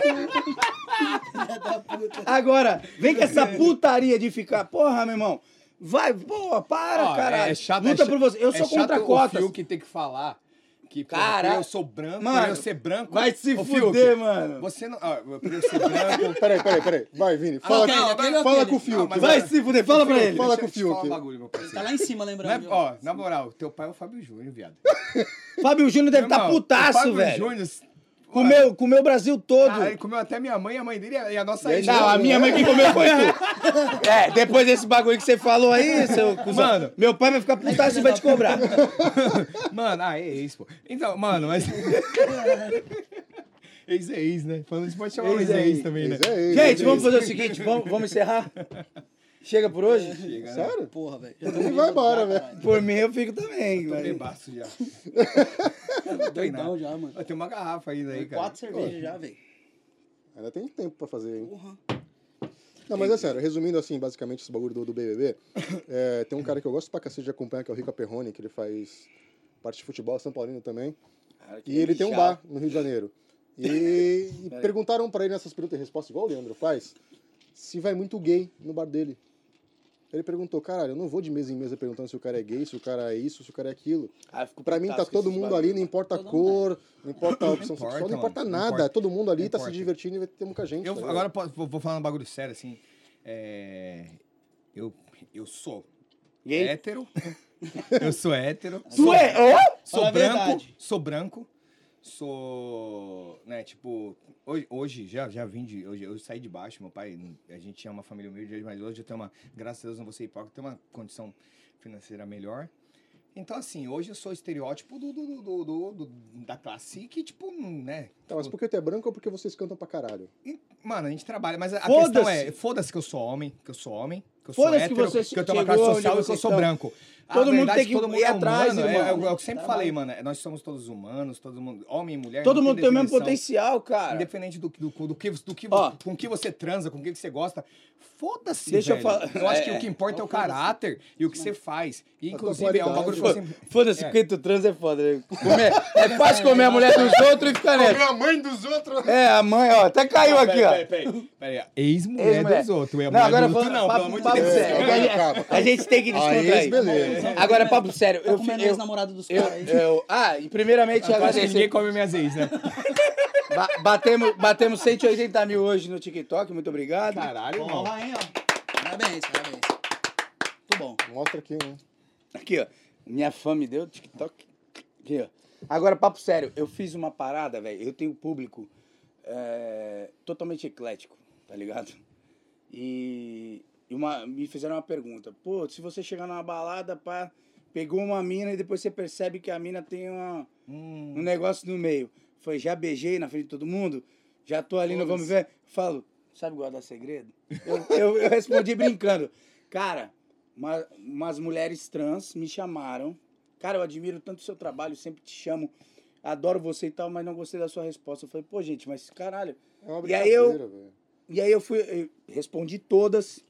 Speaker 3: Filha da puta.
Speaker 1: Agora, vem com essa putaria de ficar, porra, meu irmão. Vai, porra, para,
Speaker 4: Ó,
Speaker 1: caralho.
Speaker 4: É chato,
Speaker 1: Luta
Speaker 4: é
Speaker 1: por
Speaker 4: chato-
Speaker 1: você. Eu
Speaker 4: é
Speaker 1: sou
Speaker 4: chato
Speaker 1: contra
Speaker 4: o
Speaker 1: cotas.
Speaker 4: Fiuk tem que falar que pô,
Speaker 1: Cara,
Speaker 4: por eu sou branco,
Speaker 1: mano,
Speaker 4: por eu ser branco.
Speaker 1: vai se
Speaker 4: Ô,
Speaker 1: fuder, mano.
Speaker 4: Você não. ah, por eu ser branco.
Speaker 2: Peraí, peraí, peraí. Vai,
Speaker 3: Ah,
Speaker 2: Vini. Fala,
Speaker 3: aquele, aquele,
Speaker 2: fala
Speaker 3: aquele.
Speaker 2: com o Fiuk.
Speaker 4: Não, mas
Speaker 1: Vai
Speaker 4: Agora-
Speaker 1: se fuder, fala pra
Speaker 2: Fiuk,
Speaker 1: ele.
Speaker 2: fala-
Speaker 4: Deixa
Speaker 2: com
Speaker 4: eu
Speaker 2: o
Speaker 4: te falar
Speaker 2: Fiuk.
Speaker 4: um bagulho, meu parceiro.
Speaker 3: Tá lá em cima,
Speaker 4: Na-
Speaker 3: lembrando.
Speaker 4: é- ó, na moral, teu pai é o Fábio Júnior, viado.
Speaker 1: Fábio Júnior deve
Speaker 4: Meu
Speaker 1: estar
Speaker 4: irmão, o
Speaker 1: tá putaço,
Speaker 4: Fábio
Speaker 1: velho.
Speaker 4: Júnior.
Speaker 1: Comeu, comeu o Brasil todo.
Speaker 4: Caralho, ele comeu até minha mãe, a mãe dele e a nossa ex.
Speaker 1: Não, a minha mãe que comeu foi tu. É, depois desse bagulho que você falou aí, seu cuzão.
Speaker 4: Mano.
Speaker 1: Meu pai vai ficar putaço e vai te *laughs* cobrar.
Speaker 4: Mano, ah, é ex, pô. Então, mano, mas. *laughs* ex é ex, né? Falando isso, pode chamar
Speaker 1: Ex
Speaker 4: ex,
Speaker 1: é
Speaker 4: é ex
Speaker 1: ex,
Speaker 4: também, né?
Speaker 2: Isso aí,
Speaker 1: Gente,
Speaker 2: isso aí.
Speaker 1: vamos fazer o seguinte, vamos, vamos encerrar? Chega por hoje?
Speaker 4: Chega, né?
Speaker 2: Sério?
Speaker 3: Porra, velho.
Speaker 2: Ele vai embora, velho.
Speaker 1: Por mim eu fico também,
Speaker 4: Tô
Speaker 1: velho.
Speaker 4: bebaço já.
Speaker 3: Doidão já, mano.
Speaker 4: Ó, Tem uma garrafa ainda aí, cara.
Speaker 3: Quatro cervejas já, velho. Tá
Speaker 2: Ainda tem tempo pra fazer, hein?
Speaker 3: Porra.
Speaker 2: Não, mas é sério, resumindo assim, basicamente, esse bagulho do, do BBB, é, tem um cara que eu gosto pra cacete de acompanhar, que é o Rico Aperrone, que ele faz parte de futebol São Paulino também. E ele tem um bar no Rio de Janeiro. E, e perguntaram pra ele nessas perguntas e respostas, igual o Leandro faz, se vai muito gay no bar dele. Ele perguntou, caralho, eu não vou de mesa em mesa perguntando se o cara é gay, se o cara é isso, se o cara é aquilo.
Speaker 1: Ah, eu fico
Speaker 2: Pra mim tá
Speaker 1: putaço com
Speaker 2: todo
Speaker 1: esses
Speaker 2: mundo
Speaker 1: bagulho,
Speaker 2: ali, não importa a
Speaker 3: Todo
Speaker 2: cor, não importa a opção
Speaker 4: importa,
Speaker 2: sexual, não importa
Speaker 4: mano, não
Speaker 2: nada.
Speaker 4: importa.
Speaker 2: Todo mundo ali
Speaker 4: Não
Speaker 2: tá se
Speaker 4: importa.
Speaker 2: divertindo e vai ter muita gente.
Speaker 4: Eu,
Speaker 2: tá ligado?
Speaker 4: agora posso- vou, vou falar um bagulho sério, assim. É, eu, eu sou
Speaker 1: Gay?
Speaker 4: hétero. eu sou hétero.
Speaker 1: Tu
Speaker 4: sou,
Speaker 1: é? Ó!
Speaker 4: sou
Speaker 3: Fala a
Speaker 4: branco.
Speaker 3: verdade.
Speaker 4: Sou branco. Sou. Né, tipo. Hoje, hoje já, já vim de. Hoje, eu saí de baixo. Meu pai. A gente tinha uma família humilde, mas hoje eu tenho uma. Graças a Deus, não vou ser hipócrita. Tenho uma condição financeira melhor. Então, assim, hoje eu sou estereótipo do, do, do- do- do- da classe que, tipo, né?
Speaker 2: Tá, mas porque tu é branco ou porque vocês cantam pra caralho?
Speaker 4: Mano, a gente trabalha, mas a a
Speaker 1: Foda-se.
Speaker 4: questão é, foda-se que eu sou homem, que eu sou homem, eu sou
Speaker 1: Foda-se que
Speaker 4: hétero,
Speaker 1: você
Speaker 4: que eu tenho uma
Speaker 1: chegou
Speaker 4: classe
Speaker 1: onde
Speaker 4: social e que eu
Speaker 1: vocês
Speaker 4: sou
Speaker 1: estão.
Speaker 4: branco. A
Speaker 1: Todo mundo
Speaker 4: verdade
Speaker 1: tem
Speaker 4: é
Speaker 1: que
Speaker 4: todo mundo
Speaker 1: ir
Speaker 4: é
Speaker 1: atrás,
Speaker 4: humano,
Speaker 1: irmão.
Speaker 4: É, é o- é o que eu sempre
Speaker 1: Tá
Speaker 4: falei, mano. é- Nós somos todos humanos, todo mundo, homem e mulher.
Speaker 1: Todo
Speaker 4: não
Speaker 1: mundo tem o mesmo
Speaker 4: definição.
Speaker 1: potencial, cara.
Speaker 4: Independente do, do, do que, do que
Speaker 1: Ó.
Speaker 4: com que você transa, com que você gosta, foda-se.
Speaker 1: Deixa eu
Speaker 4: velho.
Speaker 1: falar-
Speaker 4: Eu acho que
Speaker 1: É,
Speaker 4: o que importa é o caráter e o que você faz. E,
Speaker 2: tua
Speaker 4: inclusive, é um bagulho que
Speaker 2: qualidade.
Speaker 4: eu sempre.
Speaker 1: Foda-se,
Speaker 4: É.
Speaker 1: porque tu trans é foda. né? Comer- é fácil comer a mulher dos outros e ficar
Speaker 4: É
Speaker 1: nessa.
Speaker 2: a mãe dos outros.
Speaker 1: É, a mãe, ó, até caiu aqui, ó.
Speaker 4: Peraí, ex-mulher
Speaker 1: Ex-mulher.
Speaker 4: dos outros. É
Speaker 1: Não,
Speaker 4: mulher
Speaker 1: agora
Speaker 4: do outro,
Speaker 1: falando,
Speaker 4: não,
Speaker 1: papo,
Speaker 4: pelo amor de
Speaker 1: papo
Speaker 4: Deus.
Speaker 1: sério.
Speaker 2: Calma,
Speaker 1: A gente-
Speaker 2: É, calma.
Speaker 1: A gente tem que
Speaker 2: Aí,
Speaker 1: descontrair.
Speaker 2: beleza.
Speaker 1: Agora, papo sério.
Speaker 3: Tá
Speaker 1: Eu,
Speaker 3: comendo
Speaker 1: eu,
Speaker 3: ex-namorado dos
Speaker 1: eu,
Speaker 3: caras aí.
Speaker 1: eu- ah, e primeiramente
Speaker 4: Eu acho que ninguém
Speaker 1: agradecer.
Speaker 4: come minhas ex, né?
Speaker 1: Ba batemos, batemos 180 mil hoje no TikTok, muito obrigado.
Speaker 4: Caralho, irmão.
Speaker 6: Porra, hein, ó.
Speaker 3: Parabéns, parabéns. Muito bom.
Speaker 2: Mostra aqui, né?
Speaker 1: Aqui, ó. Minha fã me deu TikTok. Aqui, ó. Agora, papo sério, eu fiz uma parada, velho. Eu tenho público é, totalmente eclético, tá ligado? E e uma, me fizeram uma pergunta. Pô, se você chegar numa balada, pá, pegou uma mina e depois você percebe que a mina tem uma, um negócio no meio. Foi, já beijei na frente de todo mundo? Já tô ali, não vamos ver? Falo, sabe guardar segredo? Eu, eu, eu respondi brincando. Cara, uma- umas mulheres trans me chamaram. Cara, eu admiro tanto o seu trabalho, sempre te chamo. Adoro você e tal, mas não gostei da sua resposta. Eu falei, pô, gente, mas caralho.
Speaker 2: É uma
Speaker 1: E aí eu-
Speaker 2: brincadeira, velho.
Speaker 1: E aí eu fui, eu respondi todas.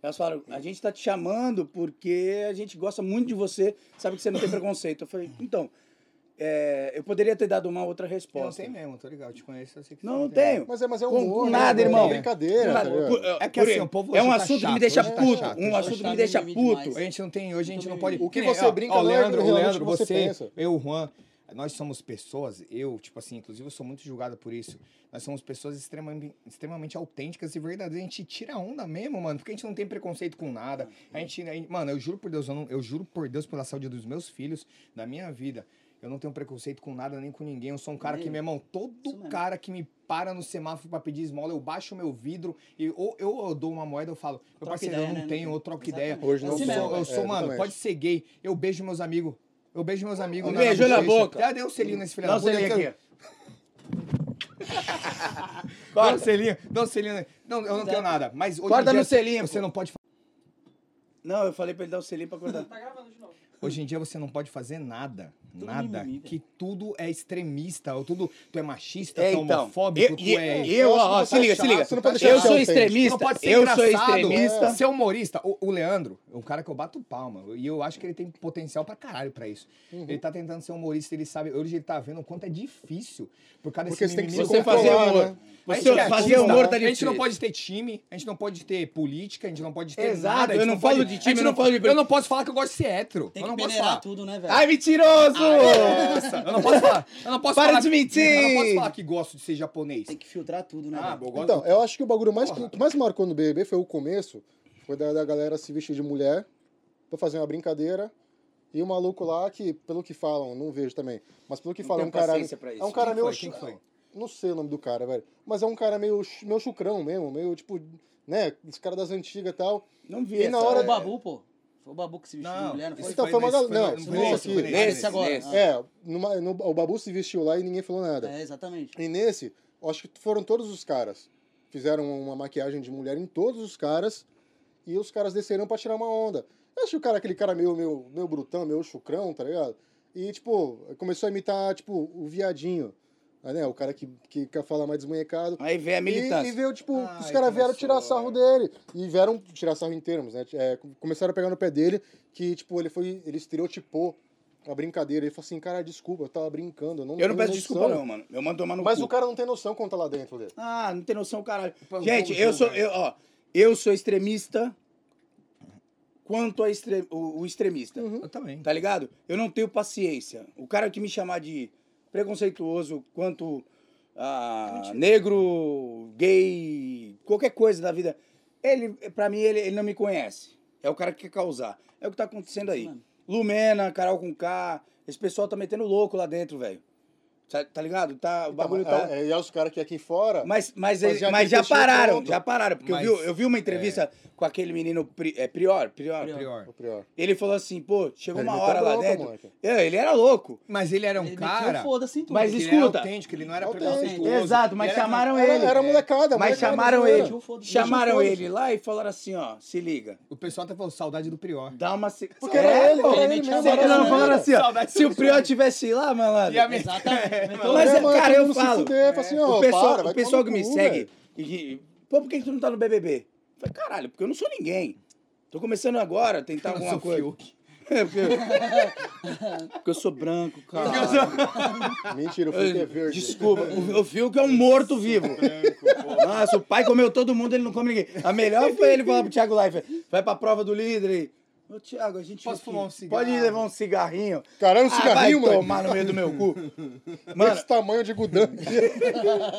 Speaker 1: Elas falaram, a gente tá te chamando porque a gente gosta muito de você, sabe que você não tem preconceito. Eu falei, então, é, eu poderia ter dado uma outra
Speaker 4: Não
Speaker 1: resposta.
Speaker 4: tem mesmo, tô ligado. Te conheço, eu sei que
Speaker 1: Não,
Speaker 4: você
Speaker 1: não
Speaker 4: tem.
Speaker 1: tenho.
Speaker 2: Mas é, mas é
Speaker 1: Com-
Speaker 2: humor,
Speaker 1: com
Speaker 2: né,
Speaker 1: nada,
Speaker 2: velho?
Speaker 1: irmão.
Speaker 2: É brincadeira, tá
Speaker 1: Mas, por-
Speaker 2: ligado?
Speaker 4: É que
Speaker 1: por-
Speaker 4: assim, o povo
Speaker 1: é
Speaker 4: hoje
Speaker 1: um
Speaker 4: tá
Speaker 1: assunto que
Speaker 4: chato,
Speaker 1: me deixa
Speaker 4: hoje tá
Speaker 1: puto.
Speaker 4: chato,
Speaker 1: um
Speaker 4: hoje
Speaker 1: assunto
Speaker 3: tá
Speaker 1: que me deixa
Speaker 3: mimimi
Speaker 1: puto.
Speaker 3: demais.
Speaker 4: A gente não tem, hoje a gente não pode.
Speaker 2: O que
Speaker 4: nem-
Speaker 2: você
Speaker 4: ó,
Speaker 2: brinca
Speaker 4: ó,
Speaker 2: não é
Speaker 4: Leandro, o
Speaker 2: realmente
Speaker 4: Leandro,
Speaker 2: o que você
Speaker 4: você,
Speaker 2: pensa.
Speaker 4: eu, o Juan, nós somos pessoas, eu, tipo assim, inclusive eu sou muito julgado por isso. Nós somos pessoas extremamente, extremamente autênticas e verdadeiras. A gente tira onda mesmo, mano, porque a gente não tem preconceito com nada. A gente, a gente- mano, eu juro por Deus, eu, não- eu juro por Deus pela saúde dos meus filhos, da minha vida. Eu não tenho preconceito com nada, nem com ninguém. Eu sou um cara que, meu irmão,
Speaker 3: Isso
Speaker 4: todo
Speaker 3: mesmo.
Speaker 4: cara que me para no semáforo pra pedir esmola, eu baixo meu vidro e ou eu, eu dou uma moeda, eu falo, meu
Speaker 3: Troca
Speaker 4: parceiro,
Speaker 3: ideia,
Speaker 4: eu não
Speaker 3: né?
Speaker 4: tenho, eu troco
Speaker 3: Exatamente.
Speaker 4: é ideia.
Speaker 2: Hoje
Speaker 4: Eu
Speaker 2: não
Speaker 4: sou,
Speaker 3: Assim mesmo,
Speaker 4: eu
Speaker 2: é,
Speaker 4: sou, mano,
Speaker 2: exatamente.
Speaker 4: pode ser gay, eu beijo meus amigos. Eu beijo meus amigos.
Speaker 1: Um
Speaker 4: na-
Speaker 1: beijo na
Speaker 4: bochecha.
Speaker 1: boca.
Speaker 4: Ah, deu um selinho nesse filho
Speaker 1: Dá um
Speaker 4: da puta,
Speaker 1: selinho
Speaker 4: que eu-
Speaker 1: aqui.
Speaker 4: Dá um
Speaker 1: Corta.
Speaker 4: selinho, dá um selinho. né? Não, eu não tenho nada. Mas hoje
Speaker 1: Corta
Speaker 4: em dia,
Speaker 1: no selinho,
Speaker 4: Você
Speaker 1: pô.
Speaker 4: não pode, fa-
Speaker 1: Não, eu falei pra ele dar o selinho pra acordar.
Speaker 5: Tá gravando de novo.
Speaker 4: hoje em dia você não pode fazer nada.
Speaker 3: Tudo
Speaker 4: nada.
Speaker 3: mimimi,
Speaker 4: que tudo é extremista. Ou tudo, tu é machista,
Speaker 1: É,
Speaker 4: tu é
Speaker 1: então.
Speaker 4: homofóbico,
Speaker 1: Eu-
Speaker 4: tu
Speaker 1: e-
Speaker 4: é...
Speaker 1: e eu, ó, ó, se liga, se liga.
Speaker 2: Você não pode deixar
Speaker 1: Eu
Speaker 2: de ser
Speaker 1: sou
Speaker 2: autêntico.
Speaker 4: Tu
Speaker 1: extremista.
Speaker 4: não pode ser
Speaker 1: Eu sou
Speaker 4: engraçado,
Speaker 1: extremista.
Speaker 4: ser humorista. O, o Leandro é um cara que eu bato palma. E eu acho que ele tem potencial pra caralho pra isso.
Speaker 1: Uhum.
Speaker 4: Ele tá tentando ser humorista, ele sabe. Hoje ele tá vendo o quanto é difícil. Por causa
Speaker 2: Porque
Speaker 4: desse
Speaker 2: você tem que
Speaker 4: mimimi.
Speaker 2: se
Speaker 1: Você fazer
Speaker 2: Controlar,
Speaker 1: humor.
Speaker 2: né?
Speaker 4: A gente
Speaker 1: Você
Speaker 4: é
Speaker 1: fazer
Speaker 4: artista,
Speaker 1: humor tá
Speaker 4: A gente não
Speaker 1: difícil.
Speaker 4: pode ter time, a gente não pode ter política, a gente não pode ter
Speaker 1: Exato,
Speaker 4: nada. a
Speaker 1: eu
Speaker 4: gente
Speaker 1: não falo
Speaker 4: pode-
Speaker 1: de
Speaker 4: a
Speaker 1: time,
Speaker 4: gente
Speaker 1: eu não falo de-
Speaker 4: Eu não posso falar que eu gosto de ser hétero.
Speaker 3: Tem
Speaker 4: eu
Speaker 3: que
Speaker 4: não posso falar.
Speaker 3: peneirar tudo, né, velho?
Speaker 1: Ai, mentiroso!
Speaker 4: Nossa, eu não posso falar. Eu não posso
Speaker 1: Para
Speaker 4: falar
Speaker 1: de mentir!
Speaker 4: Eu não posso falar que gosto de ser japonês.
Speaker 3: Tem que filtrar tudo, né?
Speaker 4: Ah,
Speaker 3: velho?
Speaker 4: eu gosto
Speaker 2: Então, eu acho que o bagulho mais, que mais marcou no BBB foi o começo, foi da, da galera se vestir de mulher pra fazer uma brincadeira. E o maluco lá, que pelo que falam, não vejo também, mas pelo que falam, é um
Speaker 1: tenho
Speaker 2: cara,
Speaker 1: paciência pra isso.
Speaker 2: é um cara
Speaker 4: Quem
Speaker 2: meio...
Speaker 4: foi? Quem foi?
Speaker 2: Não sei o nome do cara, velho. Mas é um cara meio, chu- meio chucrão mesmo, meio tipo, né, esse cara das antigas e tal.
Speaker 1: Não vi
Speaker 2: E
Speaker 1: essa-
Speaker 2: na hora-
Speaker 3: Foi o Babu, pô. Foi o Babu que se vestiu de mulher, não
Speaker 2: esse
Speaker 3: foi?
Speaker 1: então
Speaker 2: tá- foi uma
Speaker 4: nesse-
Speaker 2: gal- não,
Speaker 4: no-
Speaker 2: foi
Speaker 1: é
Speaker 4: nesse
Speaker 2: esse aqui.
Speaker 4: foi
Speaker 3: Nesse agora. Ah.
Speaker 2: É, numa- no- o Babu se vestiu lá e ninguém falou nada.
Speaker 3: É, exatamente.
Speaker 2: E nesse, eu acho que foram todos os caras. Fizeram uma maquiagem de mulher em todos os caras. E os caras desceram pra tirar uma onda. Eu acho que o cara, aquele cara meio, meio, meio brutão, meio chucrão, tá ligado? E, tipo, começou a imitar, tipo, o viadinho. Né? O cara que, que quer falar mais desmanhecado.
Speaker 1: Aí vem a
Speaker 2: E, e
Speaker 1: É militância.
Speaker 2: veio, tipo,
Speaker 4: Ai,
Speaker 2: os caras vieram
Speaker 4: começou,
Speaker 2: tirar sarro
Speaker 4: é.
Speaker 2: dele. E vieram tirar sarro em termos, né? É, com- começaram a pegar no pé dele que, tipo, ele foi. Ele estereotipou a brincadeira. Ele falou assim, cara, desculpa, eu tava brincando. Eu não,
Speaker 1: Eu não
Speaker 2: tenho
Speaker 1: peço
Speaker 2: noção."
Speaker 1: desculpa, não, mano. Eu mando tomar no
Speaker 2: um Mas
Speaker 1: cu.
Speaker 2: o cara um não tem noção quando tá lá dentro dele.
Speaker 1: Ah, não tem noção, caralho.
Speaker 4: Pô,
Speaker 1: Gente,
Speaker 4: como
Speaker 1: eu
Speaker 4: julga?
Speaker 1: sou, eu, ó, eu sou extremista quanto a extre- o, o extremista,
Speaker 2: Uhum.
Speaker 4: Eu também.
Speaker 1: tá ligado? Eu não tenho paciência. O cara que me chamar de preconceituoso quanto a negro, gay, qualquer coisa da vida, ele, pra mim, ele, ele não me conhece. É o cara que quer causar. É o que tá acontecendo
Speaker 3: Isso
Speaker 1: aí.
Speaker 3: mesmo.
Speaker 1: Lumena, Carol com K, esse pessoal tá metendo louco lá dentro, velho. Tá, tá ligado? Tá, o bagulho
Speaker 2: Então,
Speaker 1: tá.
Speaker 2: é, é, e é os caras que aqui fora.
Speaker 1: Mas, mas, eles-
Speaker 2: Fazia
Speaker 1: mas já
Speaker 2: aquele peixinho
Speaker 1: pararam,
Speaker 2: pronto.
Speaker 1: já pararam. Porque
Speaker 4: Mas-
Speaker 1: eu, vi, eu vi
Speaker 2: é.
Speaker 1: uma entrevista com aquele menino Pri- é, Prior, Prior.
Speaker 4: Prior.
Speaker 2: o pior.
Speaker 1: Ele falou assim, pô, chegou
Speaker 2: Ele tá
Speaker 1: uma
Speaker 2: meteu
Speaker 1: hora lá
Speaker 2: bronca,
Speaker 1: dentro.
Speaker 2: moleque.
Speaker 1: É, ele era louco.
Speaker 4: Mas ele era um
Speaker 3: Ele meteu
Speaker 4: cara.
Speaker 3: Foda-se em tudo.
Speaker 1: Mas
Speaker 4: que ele
Speaker 1: escuta.
Speaker 4: Era autêntico, ele não era
Speaker 2: Autêntico.
Speaker 4: preconceituoso.
Speaker 1: Exato, mas
Speaker 4: Ele era-
Speaker 1: chamaram
Speaker 2: Era,
Speaker 1: ele. é,
Speaker 2: era molecada,
Speaker 1: mas
Speaker 2: molecada,
Speaker 1: chamaram
Speaker 2: zoeira.
Speaker 1: ele. Chamaram ele lá e falaram assim, ó, se liga.
Speaker 4: O pessoal até falou saudade do Prior.
Speaker 1: Dá uma... se-
Speaker 2: Porque era ele,
Speaker 1: pô.
Speaker 2: era ele mesmo.
Speaker 1: Não,
Speaker 2: era ele
Speaker 1: falaram
Speaker 2: mesmo.
Speaker 1: assim, ó,
Speaker 4: Saudade
Speaker 1: se
Speaker 4: do
Speaker 1: o Prior tivesse lá, malandro...
Speaker 3: Exatamente. Então,
Speaker 1: Mas,
Speaker 2: É, mano,
Speaker 1: cara,
Speaker 2: todo
Speaker 1: eu
Speaker 2: mundo se
Speaker 1: falo.
Speaker 2: fuder, fala assim, ó,
Speaker 1: o pessoal,
Speaker 2: para, vai
Speaker 1: o pessoal que
Speaker 2: tomar
Speaker 1: me
Speaker 2: no cu,
Speaker 1: segue.
Speaker 2: velho.
Speaker 1: e que- Pô, por que que tu não tá no BBB? Eu Falei, caralho, porque eu não sou ninguém. Tô começando agora a tentar
Speaker 4: Eu não
Speaker 1: alguma
Speaker 4: sou
Speaker 1: coisa.
Speaker 4: Fiuk.
Speaker 1: *laughs* É, porque... porque eu *laughs* sou branco, cara.
Speaker 2: Mentira, o
Speaker 1: Eu-
Speaker 2: Fiuk é verde.
Speaker 1: Desculpa, o, o Fiuk é um morto-vivo. Nossa, o pai comeu todo mundo, ele não come ninguém. A melhor foi ele falar pro Thiago Leifert, vai pra prova do líder aí. Ô, Thiago, a gente...
Speaker 4: Posso
Speaker 1: aqui,
Speaker 4: fumar um cigarro?
Speaker 1: Pode levar um cigarrinho.
Speaker 2: Caralho, um cigarrinho,
Speaker 1: ah, vai
Speaker 2: mano.
Speaker 1: tomar no meio do meu
Speaker 2: *laughs*
Speaker 1: cu. Mano,
Speaker 2: Esse tamanho de gudan.
Speaker 1: *laughs*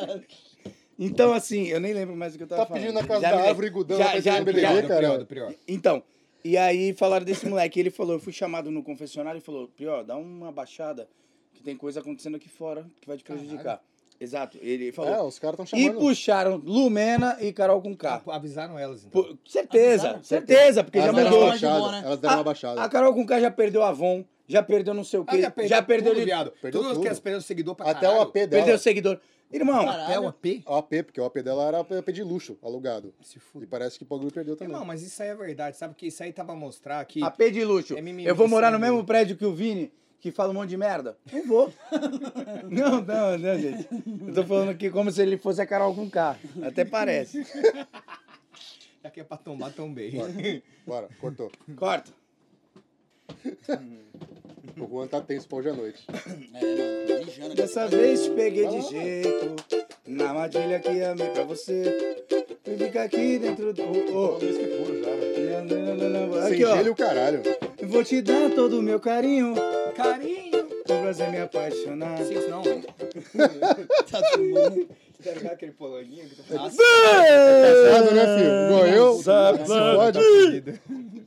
Speaker 1: Então, assim, eu nem lembro mais o que eu tava
Speaker 2: Tá
Speaker 1: falando.
Speaker 2: pedindo na casa
Speaker 1: Já
Speaker 2: da
Speaker 1: me lembro.
Speaker 2: árvore Gudão
Speaker 1: Já-
Speaker 2: pra ter
Speaker 1: já-
Speaker 2: um BBB,
Speaker 1: já.
Speaker 4: do
Speaker 2: cara.
Speaker 4: Prior, do Prior.
Speaker 1: Então, e aí falaram desse moleque. Ele falou, eu fui chamado no confessionário e falou, Prior, dá uma baixada que tem coisa acontecendo aqui fora que vai te prejudicar. Exato, ele
Speaker 2: É,
Speaker 1: falou.
Speaker 2: os caras estão
Speaker 1: e
Speaker 2: chamando.
Speaker 1: puxaram Lumena e Carol com
Speaker 4: Ah,
Speaker 1: K.
Speaker 4: Avisaram elas, então.
Speaker 1: Por- certeza,
Speaker 3: Avisaram?
Speaker 1: certeza, porque já
Speaker 2: Elas deram
Speaker 1: mudou.
Speaker 2: uma
Speaker 3: Mais de boa,
Speaker 2: baixada.
Speaker 3: né?
Speaker 2: Elas deram uma
Speaker 1: A
Speaker 2: baixada.
Speaker 1: Carol com K já perdeu a Avon, já perdeu não sei o quê,
Speaker 4: Ah,
Speaker 1: já perdeu,
Speaker 4: tudo,
Speaker 1: de-
Speaker 4: viado.
Speaker 2: Perdeu
Speaker 4: Todas
Speaker 2: tudo.
Speaker 4: que elas perderam seguidor Ah, pra
Speaker 2: Até o AP
Speaker 4: caralho.
Speaker 1: perdeu
Speaker 2: dela.
Speaker 1: seguidor. Irmão,
Speaker 4: Até o AP?
Speaker 2: A AP, porque o AP dela era o AP de luxo, alugado.
Speaker 4: Se
Speaker 2: E
Speaker 4: fudeu.
Speaker 2: parece que o bagulho perdeu também.
Speaker 4: Irmão, mas isso aí é verdade, sabe? Porque isso aí tá pra mostrar que...
Speaker 1: AP de luxo.
Speaker 4: É mimimi
Speaker 1: eu vou morar no
Speaker 4: sem lei.
Speaker 1: mesmo prédio que o Vini, que fala um monte de merda. Não vou. não, não, não, gente. Eu tô falando aqui como se ele fosse a Carol com K. Até parece.
Speaker 4: Já que é pra tombar, tombei. *laughs*
Speaker 2: Bora, cortou.
Speaker 1: Corta.
Speaker 2: O Juan tá tenso pra hoje à noite.
Speaker 3: É, mano, mijando aqui.
Speaker 1: Dessa vez te peguei de jeito. Na armadilha que amei pra você. E fica aqui dentro do. Oh, oh. Não, não, não, não, não. Aqui,
Speaker 2: Sem gelo e
Speaker 1: ó.
Speaker 2: o caralho.
Speaker 1: Vou te dar todo o meu carinho.
Speaker 4: Carinho!
Speaker 1: Pra você me apaixonar.
Speaker 4: Vocês não. né? *laughs*
Speaker 3: Tá tomando.
Speaker 4: Tá ligado aquele poloninho que tá
Speaker 2: Casado, né, filho?
Speaker 4: Ah,
Speaker 2: Igual eu.
Speaker 1: Sabe.
Speaker 2: Se fode.
Speaker 4: *laughs*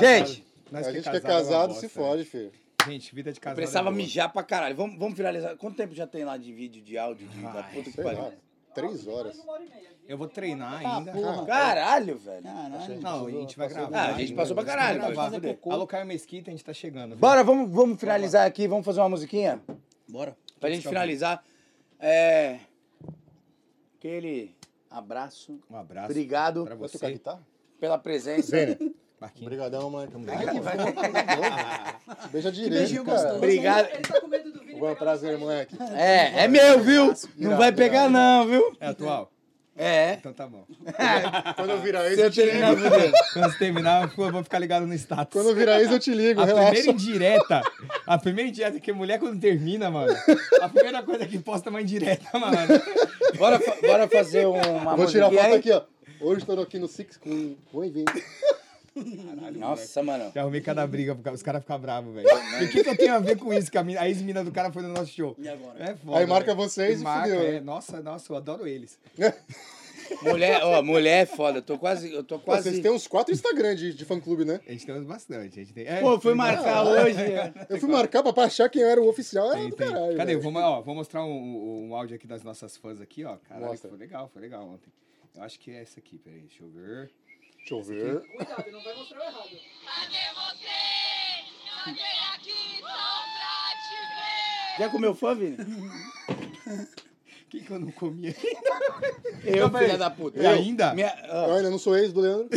Speaker 1: Gente,
Speaker 2: A gente que é casado se fode, filho.
Speaker 4: Gente, vida de casado.
Speaker 1: precisava
Speaker 4: é boa.
Speaker 1: mijar pra caralho. Vamos, vamos finalizar. Quanto tempo já tem lá de vídeo, de áudio, de, da puta que
Speaker 2: Sei lá.
Speaker 1: pariu?
Speaker 2: Três horas.
Speaker 5: Mais uma hora e meia.
Speaker 4: Eu vou treinar
Speaker 2: Tá,
Speaker 3: Ah,
Speaker 4: ainda.
Speaker 3: porra.
Speaker 1: Caralho, velho.
Speaker 3: Caralho.
Speaker 4: Não, a gente vai gravar.
Speaker 1: Ah, a gente passou pra caralho,
Speaker 4: Vai
Speaker 1: vai
Speaker 4: gravar.
Speaker 1: fazer cocô.
Speaker 4: Alô, Caio Mesquita, a gente tá chegando. viu?
Speaker 1: Bora, vamos, vamos finalizar aqui, vamos fazer uma musiquinha?
Speaker 3: Bora.
Speaker 1: Pra gente finalizar. É. Aquele abraço.
Speaker 4: Um abraço.
Speaker 1: Obrigado
Speaker 4: Pra
Speaker 2: Vai tocar
Speaker 4: você.
Speaker 2: guitarra?
Speaker 1: pela presença.
Speaker 2: Vem, né?
Speaker 4: Marquinhos.
Speaker 2: Obrigadão, moleque.
Speaker 1: vai.
Speaker 4: tá
Speaker 2: *laughs* Beija
Speaker 3: beijinho
Speaker 2: direito,
Speaker 3: gostoso.
Speaker 2: cara.
Speaker 1: Obrigado.
Speaker 5: Ele tá com medo do Vini.
Speaker 2: Juan,
Speaker 5: pegar
Speaker 2: prazer,
Speaker 5: na frente.
Speaker 2: moleque.
Speaker 1: É, é meu, viu? Não vai pegar, não, viu?
Speaker 4: É atual?
Speaker 1: É.
Speaker 4: Então tá bom.
Speaker 2: Quando eu virar ex,
Speaker 1: Se
Speaker 2: eu
Speaker 1: eu
Speaker 2: te
Speaker 1: terminar,
Speaker 2: ligo.
Speaker 1: fudeu.
Speaker 4: Quando você terminar, eu vou ficar ligado no status.
Speaker 2: Quando eu virar ex, eu te ligo,
Speaker 4: A primeira
Speaker 2: relaxa.
Speaker 4: indireta, a primeira indireta que a mulher quando termina, mano, a primeira coisa que posta é uma indireta, mano.
Speaker 1: Bora, fa- bora fazer uma
Speaker 2: Vou
Speaker 1: musiquinha
Speaker 2: tirar foto
Speaker 4: é
Speaker 1: aí?
Speaker 2: aqui, ó. Hoje estou aqui no Six com um Oi, vem.
Speaker 1: Nossa, mano.
Speaker 4: Já arrumei cada briga, porque os caras ficam bravos, velho. E o que, que eu tenho a ver com isso? Que a, mina- a ex-mina do cara foi no nosso show.
Speaker 3: E agora?
Speaker 4: É foda.
Speaker 2: Aí marca
Speaker 4: velho.
Speaker 2: vocês e
Speaker 4: marca,
Speaker 2: fudeu,
Speaker 4: é.
Speaker 2: né?
Speaker 4: Nossa, nossa, eu adoro eles.
Speaker 1: *laughs* Mulher, ó, mulher é foda. Eu tô quase. Eu tô
Speaker 2: Pô,
Speaker 1: quase.
Speaker 2: Vocês têm uns quatro Instagram de, de fã-clube, né?
Speaker 4: A gente tem uns bastante. A gente tem... é,
Speaker 1: Pô, fui marcar hoje.
Speaker 2: Eu fui marcar pra pra achar quem era o oficial. Era
Speaker 4: Tem,
Speaker 2: do
Speaker 4: tem.
Speaker 2: caralho.
Speaker 4: Cadê?
Speaker 2: velho.
Speaker 4: Vou, ma- ó, vou mostrar um, um- um áudio aqui das nossas fãs aqui, ó. Caralho,
Speaker 2: Mostra.
Speaker 4: foi legal, foi legal ontem. Eu acho que é essa aqui, peraí, deixa eu ver.
Speaker 2: Deixa eu ver.
Speaker 5: Cuidado, não vai mostrar o errado.
Speaker 7: Cadê você? Eu vim aqui só pra te ver.
Speaker 1: Já comeu fã, Vini?
Speaker 4: Quem que eu não
Speaker 2: *laughs*
Speaker 4: comi
Speaker 1: Eu, filha da puta.
Speaker 4: E ainda?
Speaker 1: Minha- ó.
Speaker 2: Eu ainda não sou ex do Leandro.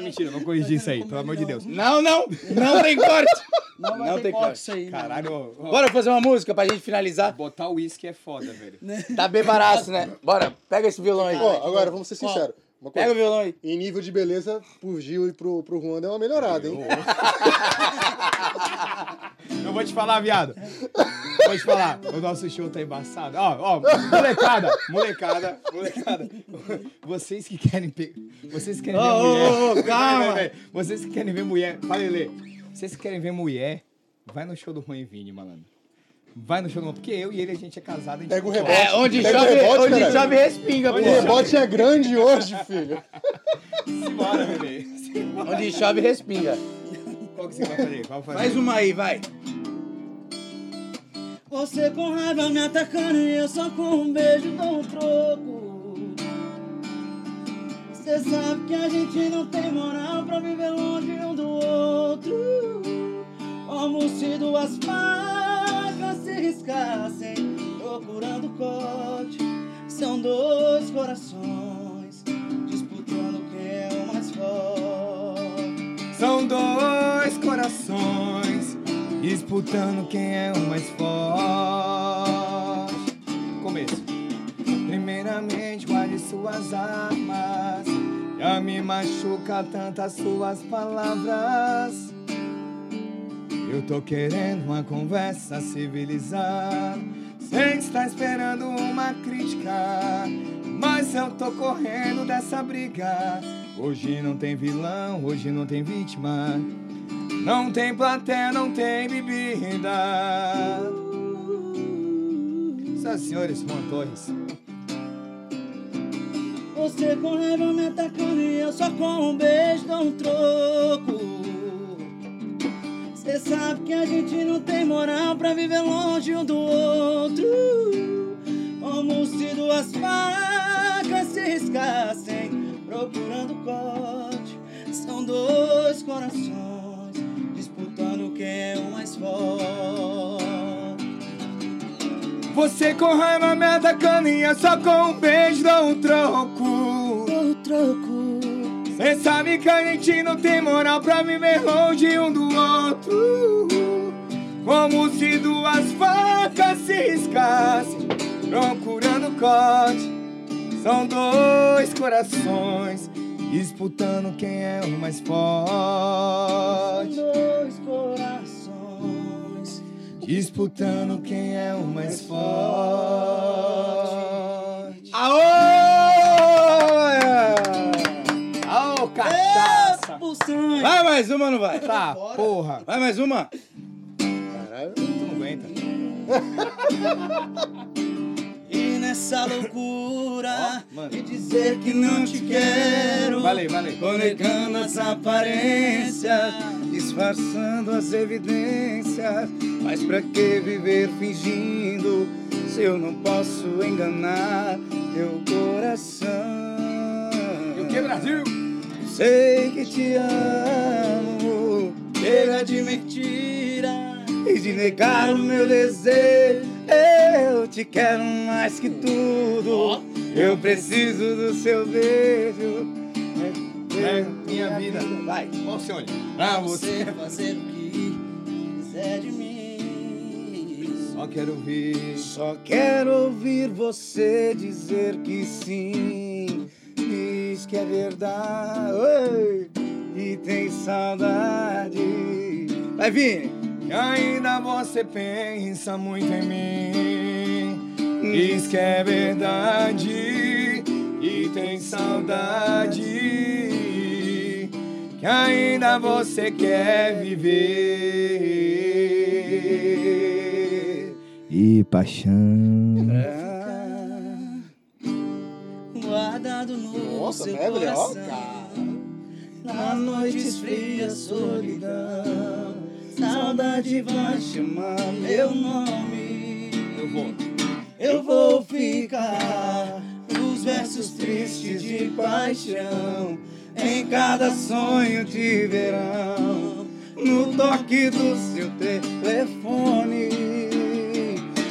Speaker 4: Mentira, vamos corrigir isso aí, pelo amor de Deus.
Speaker 1: Não, não! Não tem corte!
Speaker 3: Não, vai ter corte isso aí. mano.
Speaker 4: Caralho, ó, ó,
Speaker 1: Bora fazer uma música pra gente finalizar.
Speaker 4: botar o uísque é foda, velho.
Speaker 1: Tá bebaraço, né? Bora, pega esse violão aí.
Speaker 2: Ó, agora, vamos ser sinceros. Uma
Speaker 1: tipo, Pega o
Speaker 2: coisa.
Speaker 1: violão aí.
Speaker 2: Em nível de beleza, pro Gil e pro, pro Juan deu uma melhorada, *laughs* hein?
Speaker 4: Eu vou te falar, viado. Vou te falar, o nosso show tá embaçado. Ó, ó, molecada, molecada, molecada. Vocês que querem pe... Vocês que querem ver
Speaker 1: Ô, ô,
Speaker 4: mulher.
Speaker 1: ô, ô, calma.
Speaker 4: Vai, vai, vai. Vocês que querem ver mulher. Fala, Lê. Vocês que querem ver mulher, vai no show do Juan e Vini, malandro. Vai no show do Juan, porque eu e ele a gente é casado, a gente
Speaker 2: Pega o rebote.
Speaker 1: É, onde
Speaker 2: Pega o
Speaker 1: chove,
Speaker 2: rebote,
Speaker 1: onde
Speaker 2: caralho.
Speaker 1: chove respinga,
Speaker 2: O
Speaker 1: pô.
Speaker 2: rebote é grande hoje, filho.
Speaker 4: Simbora, bebê. Simbora.
Speaker 1: Onde chove respinga.
Speaker 4: Qual que você vai fazer? Qual vai fazer?
Speaker 1: Mais uma aí, vai.
Speaker 3: Você com raiva me atacando e eu só com um beijo dou um troco. Você sabe que a gente não tem moral pra viver longe um do outro. Como se duas facas se riscassem procurando corte. São dois corações disputando quem é o mais forte.
Speaker 4: São dois corações disputando quem é o mais forte. Começo. Primeiramente, guarde suas armas. Já me machuca tanto as suas palavras. Eu tô querendo uma conversa civilizada. Sei que está esperando uma crítica. Mas eu tô correndo dessa briga. Hoje não tem vilão, hoje não tem vítima. Não tem plateia, não tem bebida. Senhoras e senhores, Juan Torres.
Speaker 3: Você com raiva me atacando e eu só com um beijo dou um troco. Cê sabe que a gente não tem moral pra viver longe um do outro. Como se duas facas se riscassem procurando corte. São dois corações disputando quem é o mais forte.
Speaker 4: Você com raiva me atacando e eu só com um beijo dou um troco.
Speaker 3: Dou um troco.
Speaker 4: Cê sabe que a gente não tem moral pra viver longe um do outro. Como se duas facas se riscassem, procurando corte. São dois corações disputando quem é o mais forte.
Speaker 3: Dois corações.
Speaker 4: Disputando quem é o mais forte. Aô! Aô, cachaça!
Speaker 3: Pulsante.
Speaker 1: Vai mais uma, não vai?
Speaker 4: Tá, porra!
Speaker 1: Vai mais uma?
Speaker 2: Caralho.
Speaker 4: Tu não aguenta.
Speaker 3: E nessa loucura
Speaker 4: Ó, mano.
Speaker 3: de dizer que não te quero,
Speaker 4: Valeu, valeu.
Speaker 1: Tô negando as aparências, disfarçando as evidências. Mas pra que viver fingindo se eu não posso enganar teu coração?
Speaker 4: Brasil?
Speaker 1: Sei que te amo, chega de mentira e de negar o meu desejo. Eu te quero mais que tudo. Eu preciso do seu beijo.
Speaker 4: É minha vida.
Speaker 1: Vai.
Speaker 4: Ó, Cione. Pra Ah, você.
Speaker 3: você fazer o que quiser de mim.
Speaker 4: Só quero ver.
Speaker 1: Só quero ouvir você dizer que sim. Diz que é verdade oi, e tem saudade. Vai, Vini.
Speaker 4: E ainda você pensa muito em mim. Diz que é verdade e tem saudade. Que ainda você quer viver. E paixão.
Speaker 3: Guardado no
Speaker 2: Nossa,
Speaker 3: seu
Speaker 2: Beverly, ó,
Speaker 3: coração. Nas noites frias, solidão. Saudade vai chamar meu nome.
Speaker 4: Eu vou.
Speaker 3: Eu vou ficar nos versos tristes de paixão, em cada sonho de verão,
Speaker 1: no toque do seu telefone.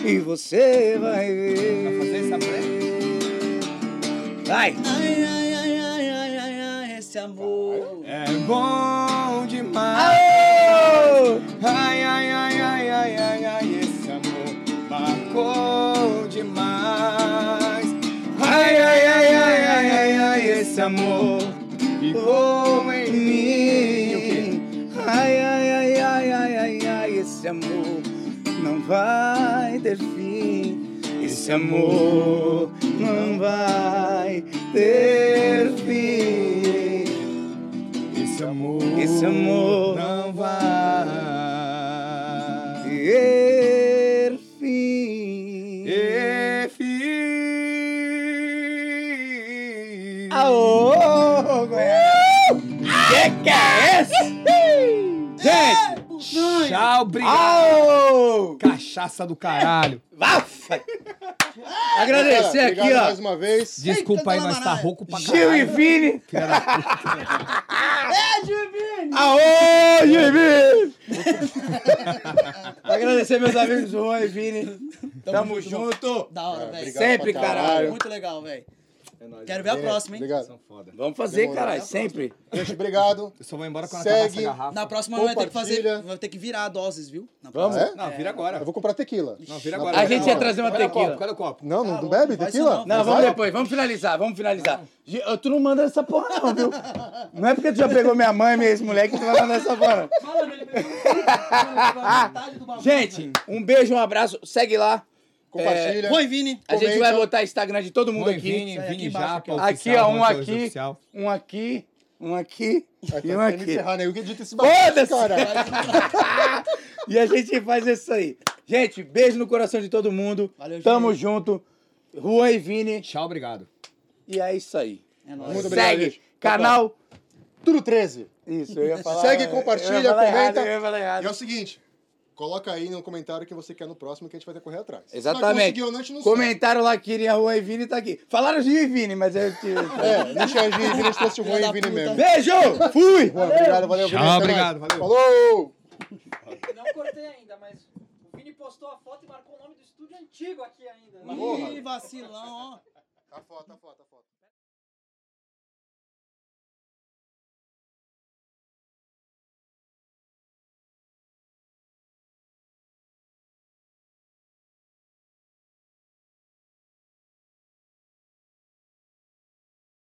Speaker 1: E você vai ver.
Speaker 4: Vai fazer essa Tá
Speaker 1: Vai!
Speaker 3: Ai, ai, ai, ai, ai, ai, ai, esse amor.
Speaker 4: É bom demais. Ai, ai, ai, ai, ai, ai, ai, esse amor marcou demais. Ai, ai, ai, ai, ai, ai, ai, esse amor ficou em mim.
Speaker 1: Ai, ai, ai, ai, ai, ai, ai, esse amor não vai ter fim. Esse amor não vai ter fim.
Speaker 4: Esse amor,
Speaker 1: Esse amor
Speaker 4: não vai
Speaker 1: Ter fim.
Speaker 4: ter fim.
Speaker 1: Aô, Goiás! Que que é esse? Gente!
Speaker 4: Tchau, obrigado.
Speaker 1: Aô!
Speaker 4: Cachaça. cachaça do caralho.
Speaker 1: Vafa! Agradecer
Speaker 2: Cara,
Speaker 1: aqui,
Speaker 2: obrigado
Speaker 1: ó.
Speaker 2: mais uma vez.
Speaker 4: Desculpa aí,
Speaker 3: Eita,
Speaker 4: nós tá
Speaker 3: Dona
Speaker 4: rouco pra
Speaker 1: Gil e
Speaker 4: caralho.
Speaker 1: Vini!
Speaker 4: Filha da puta.
Speaker 3: *laughs* É,
Speaker 1: Aô, Gil e Vini! Agradecer meus amigos Juan e Vini. Tamo, junto!
Speaker 3: Da hora,
Speaker 2: Cara, obrigado
Speaker 3: velho.
Speaker 2: pra
Speaker 1: Sempre, caralho.
Speaker 3: Muito legal, velho. Quero ver a próxima, hein?
Speaker 2: Obrigado.
Speaker 1: Vamos fazer,
Speaker 2: Demorou.
Speaker 1: caralho, sempre.
Speaker 2: Gente, obrigado.
Speaker 4: Eu só vou embora quando acabar
Speaker 2: Segue.
Speaker 4: essa garrafa.
Speaker 3: Na próxima vai ter que fazer.
Speaker 2: Compartilha.
Speaker 3: Vai ter que virar doses, viu? Na
Speaker 2: Ah,
Speaker 3: próxima.
Speaker 2: é?
Speaker 4: Não, vira agora.
Speaker 2: Eu vou comprar tequila.
Speaker 4: Não, vira
Speaker 2: Não,
Speaker 4: agora.
Speaker 1: A
Speaker 2: pera,
Speaker 1: gente ia
Speaker 2: não.
Speaker 1: trazer uma
Speaker 4: Cadê o copo?
Speaker 1: tequila.
Speaker 4: Cadê o copo?
Speaker 2: Não, não,
Speaker 3: louco,
Speaker 2: bebe
Speaker 3: faz
Speaker 2: tequila?
Speaker 3: isso não.
Speaker 1: Não, vamos
Speaker 2: vai?
Speaker 1: depois, vamos finalizar, vamos finalizar. Gi- eu- Tu não manda essa porra, não, viu? Não é porque tu já pegou minha mãe, minha ex-moleque, que tu vai mandar essa porra.
Speaker 5: Mano,
Speaker 3: *laughs*
Speaker 5: ele pegou metade do
Speaker 1: não.
Speaker 5: bagulho.
Speaker 1: Gente, um beijo, um abraço, segue lá.
Speaker 2: Compartilha.
Speaker 3: Oi, Vini.
Speaker 1: A gente vai
Speaker 2: Comenta.
Speaker 1: botar Instagram de todo mundo
Speaker 4: Mãe,
Speaker 1: aqui.
Speaker 4: Vini,
Speaker 3: Sai aqui
Speaker 4: Vini
Speaker 3: embaixo,
Speaker 4: Japa.
Speaker 1: Aqui,
Speaker 4: oficial,
Speaker 1: ó, um
Speaker 4: Matheus
Speaker 1: aqui,
Speaker 4: Oficial.
Speaker 1: um aqui, um aqui
Speaker 2: Aí
Speaker 1: e um
Speaker 2: tá, tem que
Speaker 1: aqui.
Speaker 2: encerrar, né? Eu que edito esse
Speaker 1: Foda-se!
Speaker 2: bagulho, cara.
Speaker 1: E a gente faz isso aí. Gente, beijo no coração de todo mundo.
Speaker 3: Valeu,
Speaker 1: Tamo
Speaker 3: gente.
Speaker 1: junto. Juan e Vini.
Speaker 4: Tchau, obrigado.
Speaker 1: E é isso aí.
Speaker 3: É nóis.
Speaker 2: Muito obrigado,
Speaker 1: Segue
Speaker 2: gente.
Speaker 1: canal.
Speaker 2: Tudo 13.
Speaker 1: Isso,
Speaker 2: *laughs*
Speaker 1: eu ia falar.
Speaker 2: Segue,
Speaker 1: eu ia
Speaker 2: compartilha,
Speaker 1: falar errado,
Speaker 2: comenta.
Speaker 1: eu ia falar errado.
Speaker 2: E é o seguinte, coloca aí no comentário que você quer no próximo que a gente vai ter que correr atrás. Se Não
Speaker 1: Exatamente.
Speaker 2: conseguiu, não, a gente não sabe.
Speaker 1: Comentaram lá que queria Juan e Vini tá aqui. Falaram Gil e Vini, mas eu te.
Speaker 2: *laughs* É, não tinha gente, nem se fosse ruim
Speaker 3: Filha da
Speaker 2: e Vini
Speaker 3: puta.
Speaker 2: mesmo.
Speaker 1: Beijo! Fui!
Speaker 2: Bom, Obrigado, valeu.
Speaker 4: Tchau,
Speaker 2: Vini, até
Speaker 4: obrigado,
Speaker 2: mais.
Speaker 4: valeu.
Speaker 2: Falou!
Speaker 5: Não cortei ainda, mas o Vini postou a foto e marcou o nome do estúdio antigo aqui ainda.
Speaker 3: Ih, vacilão, ó.
Speaker 2: Tá foda, tá foda, tá foda.